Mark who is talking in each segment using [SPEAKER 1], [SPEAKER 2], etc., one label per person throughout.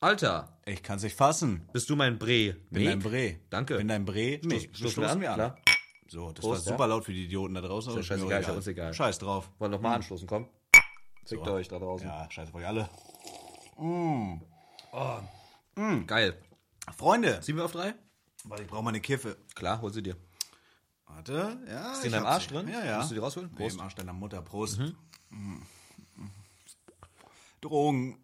[SPEAKER 1] Alter,
[SPEAKER 2] Ich kann's nicht fassen.
[SPEAKER 1] bist du mein Bre?
[SPEAKER 2] Bin dein Bre.
[SPEAKER 1] Danke.
[SPEAKER 2] Bin dein Bre.
[SPEAKER 1] Stoß-
[SPEAKER 2] Milch.
[SPEAKER 1] stoßen wir an, klar.
[SPEAKER 2] So, das
[SPEAKER 1] Prost,
[SPEAKER 2] war
[SPEAKER 1] ja.
[SPEAKER 2] super laut für die Idioten da draußen. aber
[SPEAKER 1] Ist ja
[SPEAKER 2] mir
[SPEAKER 1] scheißegal, ist ja uns egal.
[SPEAKER 2] Scheiß drauf.
[SPEAKER 1] Wollen nochmal anstoßen, komm. Fickt euch da draußen.
[SPEAKER 2] Ja, scheiß auf euch alle.
[SPEAKER 1] Geil.
[SPEAKER 2] Freunde.
[SPEAKER 1] Ziehen wir auf drei?
[SPEAKER 2] Warte, ich brauche mal eine Kiffe.
[SPEAKER 1] Klar, hol sie dir.
[SPEAKER 2] Warte, ja. Ist
[SPEAKER 1] die in deinem Arsch drin?
[SPEAKER 2] Ja, ja.
[SPEAKER 1] Musst du die rausholen?
[SPEAKER 2] Nee,
[SPEAKER 1] Prost.
[SPEAKER 2] im Arsch deiner Mutter. Prost. Mhm. Drogen.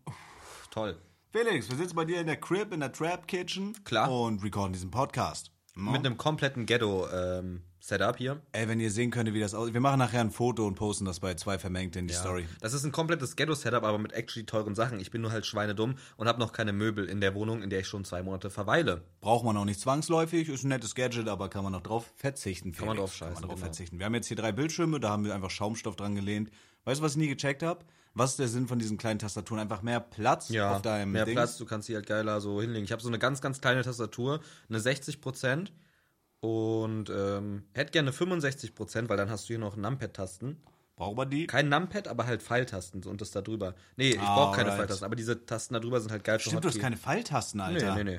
[SPEAKER 1] Toll.
[SPEAKER 2] Felix, wir sitzen bei dir in der Crib, in der Trap Kitchen.
[SPEAKER 1] Klar.
[SPEAKER 2] Und recorden diesen Podcast. Mhm.
[SPEAKER 1] Mit einem kompletten Ghetto-Setup hier.
[SPEAKER 2] Ey, wenn ihr sehen könntet, wie das aussieht. Wir machen nachher ein Foto und posten das bei zwei vermengt in die Story.
[SPEAKER 1] Das ist ein komplettes Ghetto-Setup, aber mit actually teuren Sachen. Ich bin nur halt schweinedumm und habe noch keine Möbel in der Wohnung, in der ich schon zwei Monate verweile.
[SPEAKER 2] Braucht man auch nicht zwangsläufig, ist ein nettes Gadget, aber kann man noch drauf verzichten. Felix.
[SPEAKER 1] man drauf
[SPEAKER 2] Kann
[SPEAKER 1] scheißen,
[SPEAKER 2] man drauf
[SPEAKER 1] genau.
[SPEAKER 2] verzichten. Wir haben jetzt hier drei Bildschirme, da haben wir einfach Schaumstoff dran gelehnt. Weißt du, was ich nie gecheckt habe? Was ist der Sinn von diesen kleinen Tastaturen? Einfach mehr Platz
[SPEAKER 1] Ja,
[SPEAKER 2] auf deinem
[SPEAKER 1] mehr
[SPEAKER 2] Dings.
[SPEAKER 1] Platz, du kannst sie halt geiler so hinlegen. Ich habe so eine ganz, ganz kleine Tastatur, eine 60% und ähm, hätte gerne 65%, weil dann hast du hier noch Numpad-Tasten.
[SPEAKER 2] Braucht man die?
[SPEAKER 1] Kein Numpad, aber halt Pfeiltasten und das da drüber. Nee, ich brauche keine
[SPEAKER 2] Alright.
[SPEAKER 1] Pfeiltasten, aber diese Tasten da drüber sind halt geil für
[SPEAKER 2] Stimmt, du hast
[SPEAKER 1] Hotkey.
[SPEAKER 2] keine Pfeiltasten, Alter.
[SPEAKER 1] Nee, nee,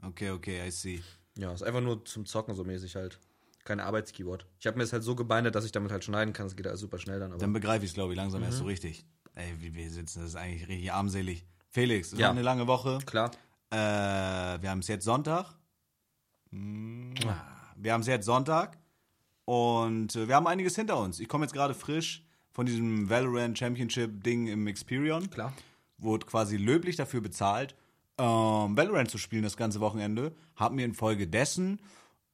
[SPEAKER 1] nee.
[SPEAKER 2] Okay, okay, I see.
[SPEAKER 1] Ja, ist einfach nur zum Zocken so mäßig halt. Kein Arbeitskeyboard. Ich habe mir das halt so gebindet, dass ich damit halt schneiden kann. Es geht alles super schnell dann. Aber
[SPEAKER 2] Dann begreife ich es, glaube ich, langsam
[SPEAKER 1] Mhm.
[SPEAKER 2] erst so richtig. Ey, wie wir sitzen, das ist eigentlich richtig armselig. Felix, es
[SPEAKER 1] Ja.
[SPEAKER 2] war eine lange Woche.
[SPEAKER 1] klar,
[SPEAKER 2] Äh, wir haben es jetzt Sonntag. Mm. Wir haben es jetzt Sonntag. Und äh, wir haben einiges hinter uns. Ich komme jetzt gerade frisch von diesem Valorant Championship Ding im Experion.
[SPEAKER 1] klar.
[SPEAKER 2] Wurde quasi löblich dafür bezahlt, ähm, Valorant zu spielen das ganze Wochenende. Hab mir infolgedessen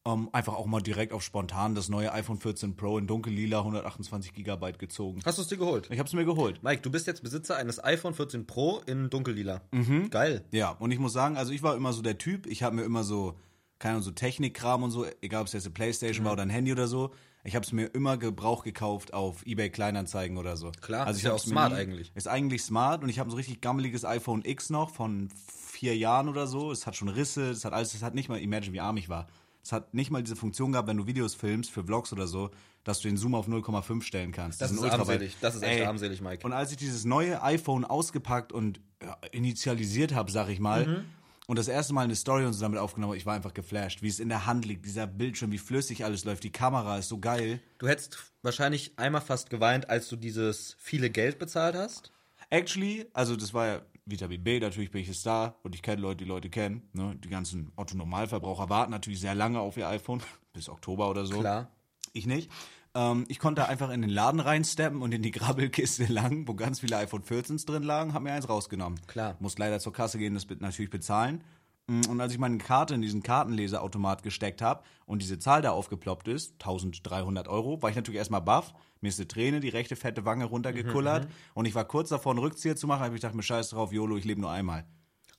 [SPEAKER 2] ähm, einfach auch mal direkt auf spontan das neue iPhone 14 Pro in dunkellila 128 GB gezogen.
[SPEAKER 1] Hast du es dir geholt?
[SPEAKER 2] Ich hab's mir geholt.
[SPEAKER 1] Mike, du bist jetzt Besitzer eines iPhone 14 Pro in dunkellila. Mhm. Geil.
[SPEAKER 2] Ja, und ich muss sagen, also ich war immer so der Typ, ich habe mir immer so, keine Ahnung, so Technikkram und so, egal ob es jetzt eine Playstation war oder ein Handy oder so, ich habe es mir immer Gebrauch gekauft auf Ebay Kleinanzeigen oder so.
[SPEAKER 1] Klar,
[SPEAKER 2] also
[SPEAKER 1] ist ja
[SPEAKER 2] hab's
[SPEAKER 1] auch
[SPEAKER 2] mir
[SPEAKER 1] smart eigentlich.
[SPEAKER 2] Ist eigentlich smart und ich habe ein so richtig gammeliges iPhone X noch von vier Jahren oder so. Es hat schon Risse, es hat alles, es hat nicht mal, imagine wie arm ich war. Es hat nicht mal diese Funktion gehabt, wenn du Videos filmst für Vlogs oder so, dass du den Zoom auf 0,5 stellen kannst.
[SPEAKER 1] Das
[SPEAKER 2] Diesen
[SPEAKER 1] ist
[SPEAKER 2] Ultraweit-
[SPEAKER 1] armselig. Das ist echt
[SPEAKER 2] Ey,
[SPEAKER 1] armselig, Mike.
[SPEAKER 2] und als ich dieses neue iPhone ausgepackt und ja, initialisiert habe, sag ich mal, und das erste Mal eine Story und so damit aufgenommen, hab, ich war einfach geflasht, wie es in der Hand liegt, dieser Bildschirm, wie flüssig alles läuft, die Kamera ist so geil.
[SPEAKER 1] Du hättest wahrscheinlich einmal fast geweint, als du dieses viele Geld bezahlt hast.
[SPEAKER 2] Actually, also das war ja Vitamin B, natürlich bin ich es da und ich kenne Leute, die Leute kennen. Ne? Die ganzen Otto-Normalverbraucher warten natürlich sehr lange auf ihr iPhone, bis Oktober oder so.
[SPEAKER 1] Klar.
[SPEAKER 2] Ich nicht. Ähm, ich konnte einfach in den Laden reinsteppen und in die Grabbelkiste lang, wo ganz viele iPhone 14s drin lagen, hab mir eins rausgenommen.
[SPEAKER 1] Klar.
[SPEAKER 2] Muss leider zur Kasse gehen, das be- natürlich bezahlen. Mm, Und als ich meine Karte in diesen Kartenleseautomat gesteckt habe und diese Zahl da aufgeploppt ist, 1300 Euro, war ich natürlich erstmal baff. Mir ist eine Träne, die rechte fette Wange runtergekullert. Und ich war kurz davor, einen Rückzieher zu machen, aber ich dachte mir, scheiß drauf, YOLO, ich lebe nur einmal.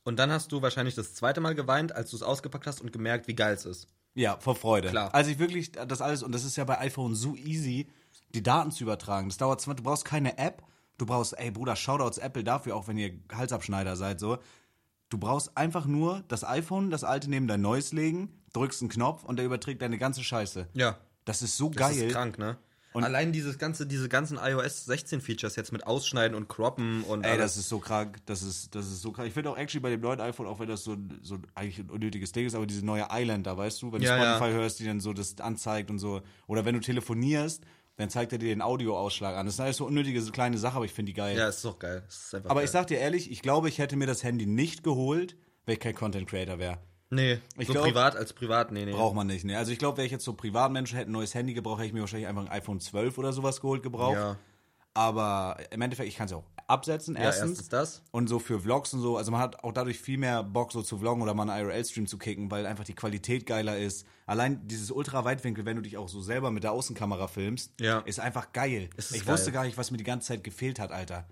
[SPEAKER 1] Und dann hast du wahrscheinlich das zweite Mal geweint, als du es ausgepackt hast und gemerkt, wie geil es ist.
[SPEAKER 2] Ja, vor Freude.
[SPEAKER 1] Klar.
[SPEAKER 2] Also ich wirklich das alles, und das ist ja bei iPhone so easy, die Daten zu übertragen. Das dauert zwar, du brauchst keine App, du brauchst, ey Bruder, Shoutouts Apple dafür, auch wenn ihr Halsabschneider seid, so. Du brauchst einfach nur das iPhone, das alte neben dein neues legen, drückst einen Knopf und der überträgt deine ganze Scheiße.
[SPEAKER 1] Ja.
[SPEAKER 2] Das ist so
[SPEAKER 1] Das
[SPEAKER 2] geil.
[SPEAKER 1] ist krank, ne?
[SPEAKER 2] Und-
[SPEAKER 1] Allein dieses ganze, diese ganzen iOS 16 Features jetzt mit Ausschneiden und Croppen und
[SPEAKER 2] Ey,
[SPEAKER 1] alles.
[SPEAKER 2] das ist so krank, das ist, das ist so krank. Ich finde auch actually bei dem neuen iPhone, auch wenn das so, ein- so ein- eigentlich ein unnötiges Ding ist, aber diese neue Island da, weißt du, wenn
[SPEAKER 1] Ja,
[SPEAKER 2] du
[SPEAKER 1] ja.
[SPEAKER 2] Spotify hörst, die dann so das anzeigt und so, oder wenn du telefonierst, dann zeigt er dir den Audioausschlag an. Das sind alles so unnötige so kleine Sachen, aber ich finde die geil.
[SPEAKER 1] ja, ist doch geil. Das Ist einfach
[SPEAKER 2] aber
[SPEAKER 1] geil.
[SPEAKER 2] ich sag dir ehrlich, ich glaube, ich hätte mir das Handy nicht geholt, wenn ich kein Content Creator wäre.
[SPEAKER 1] Nee,
[SPEAKER 2] Ich
[SPEAKER 1] so
[SPEAKER 2] glaub-
[SPEAKER 1] privat als privat, nee, nee.
[SPEAKER 2] Braucht man nicht, ne? Also ich glaube, wäre ich jetzt so Privatmensch, hätte ein neues Handy gebraucht, hätte ich mir wahrscheinlich einfach ein iPhone 12 oder sowas geholt gebraucht.
[SPEAKER 1] Ja.
[SPEAKER 2] Aber im Endeffekt, ich kann es ja auch absetzen,
[SPEAKER 1] Ja, erstens, das.
[SPEAKER 2] Und so für Vlogs und so, also man hat auch dadurch viel mehr Bock, so zu vloggen oder mal einen IRL-Stream zu kicken, weil einfach die Qualität geiler ist. Allein dieses Ultraweitwinkel, wenn du dich auch so selber mit der Außenkamera filmst,
[SPEAKER 1] Ja.
[SPEAKER 2] ist einfach geil.
[SPEAKER 1] Es ist
[SPEAKER 2] ich
[SPEAKER 1] geil.
[SPEAKER 2] wusste gar nicht, was mir die ganze Zeit gefehlt hat, Alter.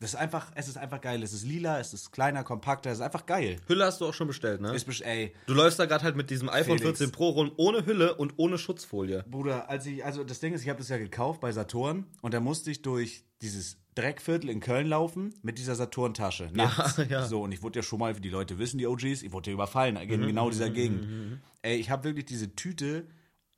[SPEAKER 2] Das ist einfach, es ist einfach geil. Es ist lila, es ist kleiner, kompakter, es ist einfach geil.
[SPEAKER 1] Hülle hast du auch schon bestellt, ne?
[SPEAKER 2] Ist best- ey,
[SPEAKER 1] Du läufst da gerade halt mit diesem iPhone
[SPEAKER 2] Felix.
[SPEAKER 1] 14 Pro rum, ohne Hülle und ohne Schutzfolie.
[SPEAKER 2] Bruder, als ich, also das Ding ist, ich habe das ja gekauft bei Saturn und da musste ich durch dieses Dreckviertel in Köln laufen mit dieser Saturn-Tasche. Nachts.
[SPEAKER 1] ja.
[SPEAKER 2] So, und ich wurde ja schon mal, wie die Leute wissen, die OGs, ich wurde ja überfallen in
[SPEAKER 1] Mhm,
[SPEAKER 2] genau dieser Gegend. Ey, ich habe wirklich diese Tüte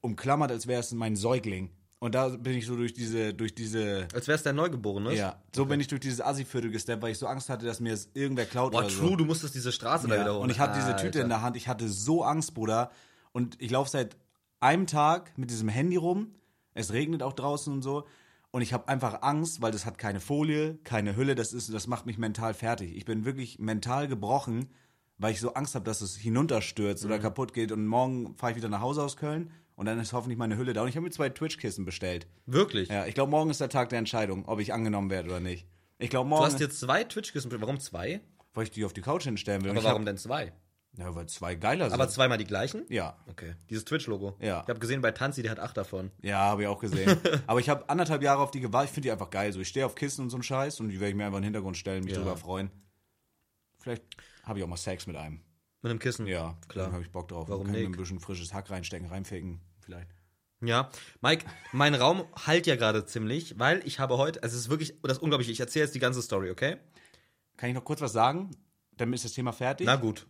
[SPEAKER 2] umklammert, als wäre es mein Säugling. Und da bin ich so durch diese, durch diese.
[SPEAKER 1] Als wär's dein Neugeborenes.
[SPEAKER 2] Ja, so bin ich durch dieses Assi-Viertel gesteppt, weil ich so Angst hatte, dass mir es irgendwer klaut
[SPEAKER 1] Boah,
[SPEAKER 2] oder
[SPEAKER 1] true,
[SPEAKER 2] so.
[SPEAKER 1] du musstest diese Straße da
[SPEAKER 2] Also Ja.
[SPEAKER 1] wiederholen.
[SPEAKER 2] Und ich hatte diese
[SPEAKER 1] Ah, Alter.
[SPEAKER 2] Tüte in der Hand. Ich hatte so Angst, Bruder. Und ich laufe seit einem Tag mit diesem Handy rum. Es regnet auch draußen und so. Und ich habe einfach Angst, weil das hat keine Folie, keine Hülle. Das, ist, das macht mich mental fertig. Ich bin wirklich mental gebrochen, weil ich so Angst habe, dass es hinunterstürzt
[SPEAKER 1] Mhm.
[SPEAKER 2] oder kaputt geht. Und morgen fahre ich wieder nach Hause aus Köln. Und dann ist hoffentlich meine Hülle da. Und ich habe mir zwei Twitch-Kissen bestellt.
[SPEAKER 1] Wirklich?
[SPEAKER 2] Ja, ich glaube, morgen ist der Tag der Entscheidung, ob ich angenommen werde oder nicht. Ich glaube,
[SPEAKER 1] Du
[SPEAKER 2] morgen,
[SPEAKER 1] hast dir zwei Twitch-Kissen bestellt. Warum zwei?
[SPEAKER 2] weil ich die auf die Couch hinstellen will. Und
[SPEAKER 1] Aber
[SPEAKER 2] ich
[SPEAKER 1] warum denn zwei?
[SPEAKER 2] Hab, ja, weil zwei geiler sind.
[SPEAKER 1] Aber zweimal die gleichen?
[SPEAKER 2] ja,
[SPEAKER 1] Okay. Dieses Twitch-Logo.
[SPEAKER 2] Ja.
[SPEAKER 1] Ich habe gesehen bei Tanzi, der hat acht davon.
[SPEAKER 2] ja, habe ich auch gesehen. Aber ich habe anderthalb Jahre auf die gewartet. Ich finde die einfach geil. So, ich stehe auf Kissen und so einen Scheiß und die werde ich mir einfach in den Hintergrund stellen, mich drüber freuen. Vielleicht habe ich auch mal Sex mit einem.
[SPEAKER 1] Mit einem Kissen.
[SPEAKER 2] Ja,
[SPEAKER 1] Klar.
[SPEAKER 2] Dann habe ich Bock drauf.
[SPEAKER 1] Warum
[SPEAKER 2] Kann ich mir
[SPEAKER 1] nicht?
[SPEAKER 2] ein bisschen frisches Hack reinstecken, reinficken. Vielleicht.
[SPEAKER 1] Ja, Mike, mein Raum halt ja gerade ziemlich, weil ich habe heute, also es ist wirklich das ist unglaublich, ich erzähle jetzt die ganze Story, okay?
[SPEAKER 2] Kann ich noch kurz was sagen? Dann ist das Thema fertig.
[SPEAKER 1] Na gut.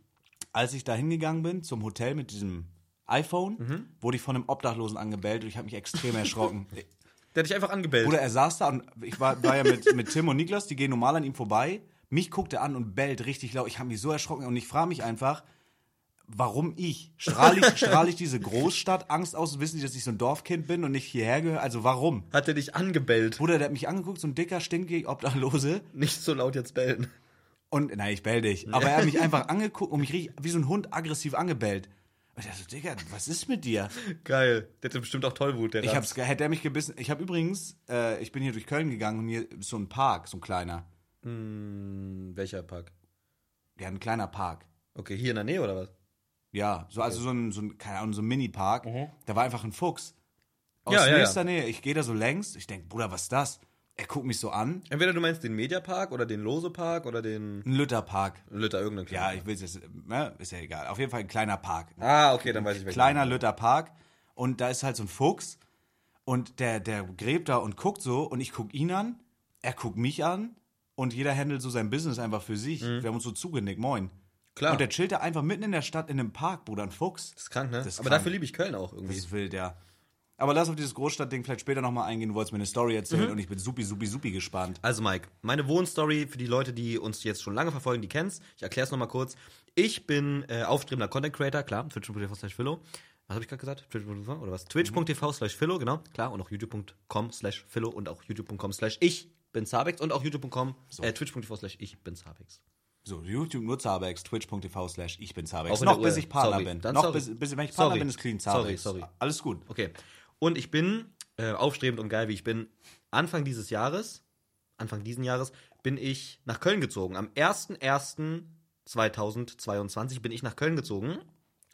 [SPEAKER 2] als ich da hingegangen bin zum Hotel mit diesem iPhone,
[SPEAKER 1] Mhm.
[SPEAKER 2] wurde ich von einem Obdachlosen angebellt und ich habe mich extrem erschrocken.
[SPEAKER 1] Der hat dich einfach angebellt.
[SPEAKER 2] Oder er saß da und ich war, war ja mit, mit Tim und Niklas, die gehen normal an ihm vorbei. Mich guckt er an und bellt richtig laut. Ich habe mich so erschrocken und ich frage mich einfach, warum ich? Strahle ich, strahl ich diese Großstadt Angst aus? Wissen die, dass ich so ein Dorfkind bin und nicht hierher gehöre? Also warum?
[SPEAKER 1] hat er dich angebellt.
[SPEAKER 2] Bruder, der hat mich angeguckt, so ein dicker, stinkig Obdachlose.
[SPEAKER 1] Nicht so laut jetzt bellen.
[SPEAKER 2] Und, nein, ich bell dich. Aber er hat mich einfach angeguckt und mich richtig, wie so ein Hund aggressiv angebellt. Und ich dachte so, Digga, was ist mit dir?
[SPEAKER 1] Geil. Der hatte bestimmt auch Tollwut, der
[SPEAKER 2] Ich
[SPEAKER 1] Raps.
[SPEAKER 2] hab's, ge- hätte er mich gebissen. Ich habe übrigens, äh, ich bin hier durch Köln gegangen und hier ist so ein Park, so ein kleiner.
[SPEAKER 1] Hm, Welcher Pack?
[SPEAKER 2] Ja, ein kleiner Park.
[SPEAKER 1] Okay, hier in der Nähe oder was?
[SPEAKER 2] Ja, so, also so ein, so ein, keine Ahnung, so ein Mini-Park. Da war einfach ein Fuchs. Aus
[SPEAKER 1] Mhm. Ja, ja,
[SPEAKER 2] nächster Nähe. Ich gehe da so längs. Ich denk, Bruder, was ist das? Er guckt mich so an.
[SPEAKER 1] Entweder du meinst den Mediapark oder den Lose-Park oder den
[SPEAKER 2] Ein Lütterpark.
[SPEAKER 1] Lütter, irgendeinen
[SPEAKER 2] Ja,
[SPEAKER 1] kleinen
[SPEAKER 2] ich will's jetzt, ne? ist ja egal. Auf jeden Fall ein kleiner Park. ne?
[SPEAKER 1] Ah, okay, dann weiß ich welchen.
[SPEAKER 2] kleiner Lütter Park und da ist halt so ein Fuchs und der, der gräbt da und guckt so und ich guck ihn an, er guckt mich an und jeder handelt so sein Business einfach für sich. Wir haben uns so zugenickt, moin.
[SPEAKER 1] Mhm. Klar.
[SPEAKER 2] Und der chillt da einfach mitten in der Stadt in einem Park, Bruder, ein Fuchs.
[SPEAKER 1] Das ist krank, ne?
[SPEAKER 2] Das ist
[SPEAKER 1] Aber
[SPEAKER 2] krank.
[SPEAKER 1] dafür liebe ich Köln auch irgendwie.
[SPEAKER 2] Das ist wild, ja. Aber lass auf dieses Großstadtding vielleicht später nochmal eingehen. Du wolltest mir eine Story erzählen und ich bin supi, supi, supi gespannt.
[SPEAKER 1] Also Mike, meine Wohnstory für die Leute, die uns jetzt schon lange verfolgen, die kennst. Ich erkläre es nochmal kurz. Ich bin äh, aufstrebender Content Creator, klar, twitch.tv slash Philo. Was habe ich gerade gesagt? Twitch.tv oder was? Twitch.tv slash Philo, genau, klar. Und auch youtube.com slash Philo und auch youtube.com slash ich bin Zabex und auch youtube.com, äh, twitch.tv slash ich bin Zabex.
[SPEAKER 2] So, YouTube nur Zabex, twitch.tv slash ich bin
[SPEAKER 1] Auch
[SPEAKER 2] Zabex.
[SPEAKER 1] in
[SPEAKER 2] Noch
[SPEAKER 1] der
[SPEAKER 2] bis
[SPEAKER 1] Uhr.
[SPEAKER 2] ich Partner
[SPEAKER 1] Sorry.
[SPEAKER 2] bin.
[SPEAKER 1] Dann
[SPEAKER 2] Noch
[SPEAKER 1] sorry.
[SPEAKER 2] bis, bis, wenn ich Partner
[SPEAKER 1] Sorry.
[SPEAKER 2] bin, ist clean
[SPEAKER 1] Sorry,
[SPEAKER 2] Zabex.
[SPEAKER 1] sorry.
[SPEAKER 2] Alles gut.
[SPEAKER 1] Okay. Und ich bin äh, aufstrebend und geil, wie ich bin. Anfang dieses Jahres, Anfang diesen Jahres, bin ich nach Köln gezogen. Am 01.01.2022 bin ich nach Köln gezogen.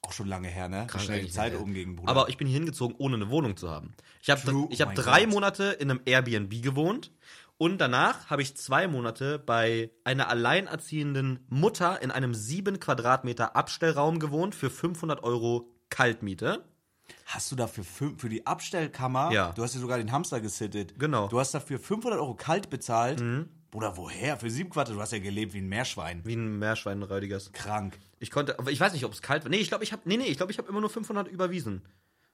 [SPEAKER 2] Auch schon lange her, ne? Wie
[SPEAKER 1] Krank
[SPEAKER 2] schnell die
[SPEAKER 1] eigentlich,
[SPEAKER 2] Zeit
[SPEAKER 1] ne?
[SPEAKER 2] umging, Bruder.
[SPEAKER 1] Aber ich bin hier hingezogen, ohne eine Wohnung zu haben. Ich habe
[SPEAKER 2] True,
[SPEAKER 1] ich hab
[SPEAKER 2] oh mein
[SPEAKER 1] drei
[SPEAKER 2] Gott.
[SPEAKER 1] Monate in einem Airbnb gewohnt und danach habe ich zwei Monate bei einer alleinerziehenden Mutter in einem sieben Quadratmeter Abstellraum gewohnt für 500 Euro Kaltmiete.
[SPEAKER 2] Hast du dafür fünf, für die Abstellkammer,
[SPEAKER 1] Ja.
[SPEAKER 2] du hast ja sogar den Hamster gesittet.
[SPEAKER 1] Genau. Mhm.
[SPEAKER 2] Du hast dafür 500 Euro kalt bezahlt. Bruder, woher? Für sieben Quadrat, du hast ja gelebt wie ein Meerschwein.
[SPEAKER 1] Wie ein Meerschwein, Reudigers.
[SPEAKER 2] Krank.
[SPEAKER 1] Ich konnte, aber ich weiß nicht, ob es kalt war. Nee, ich glaube, ich habe nee, nee, ich glaube, ich habe immer nur 500 überwiesen.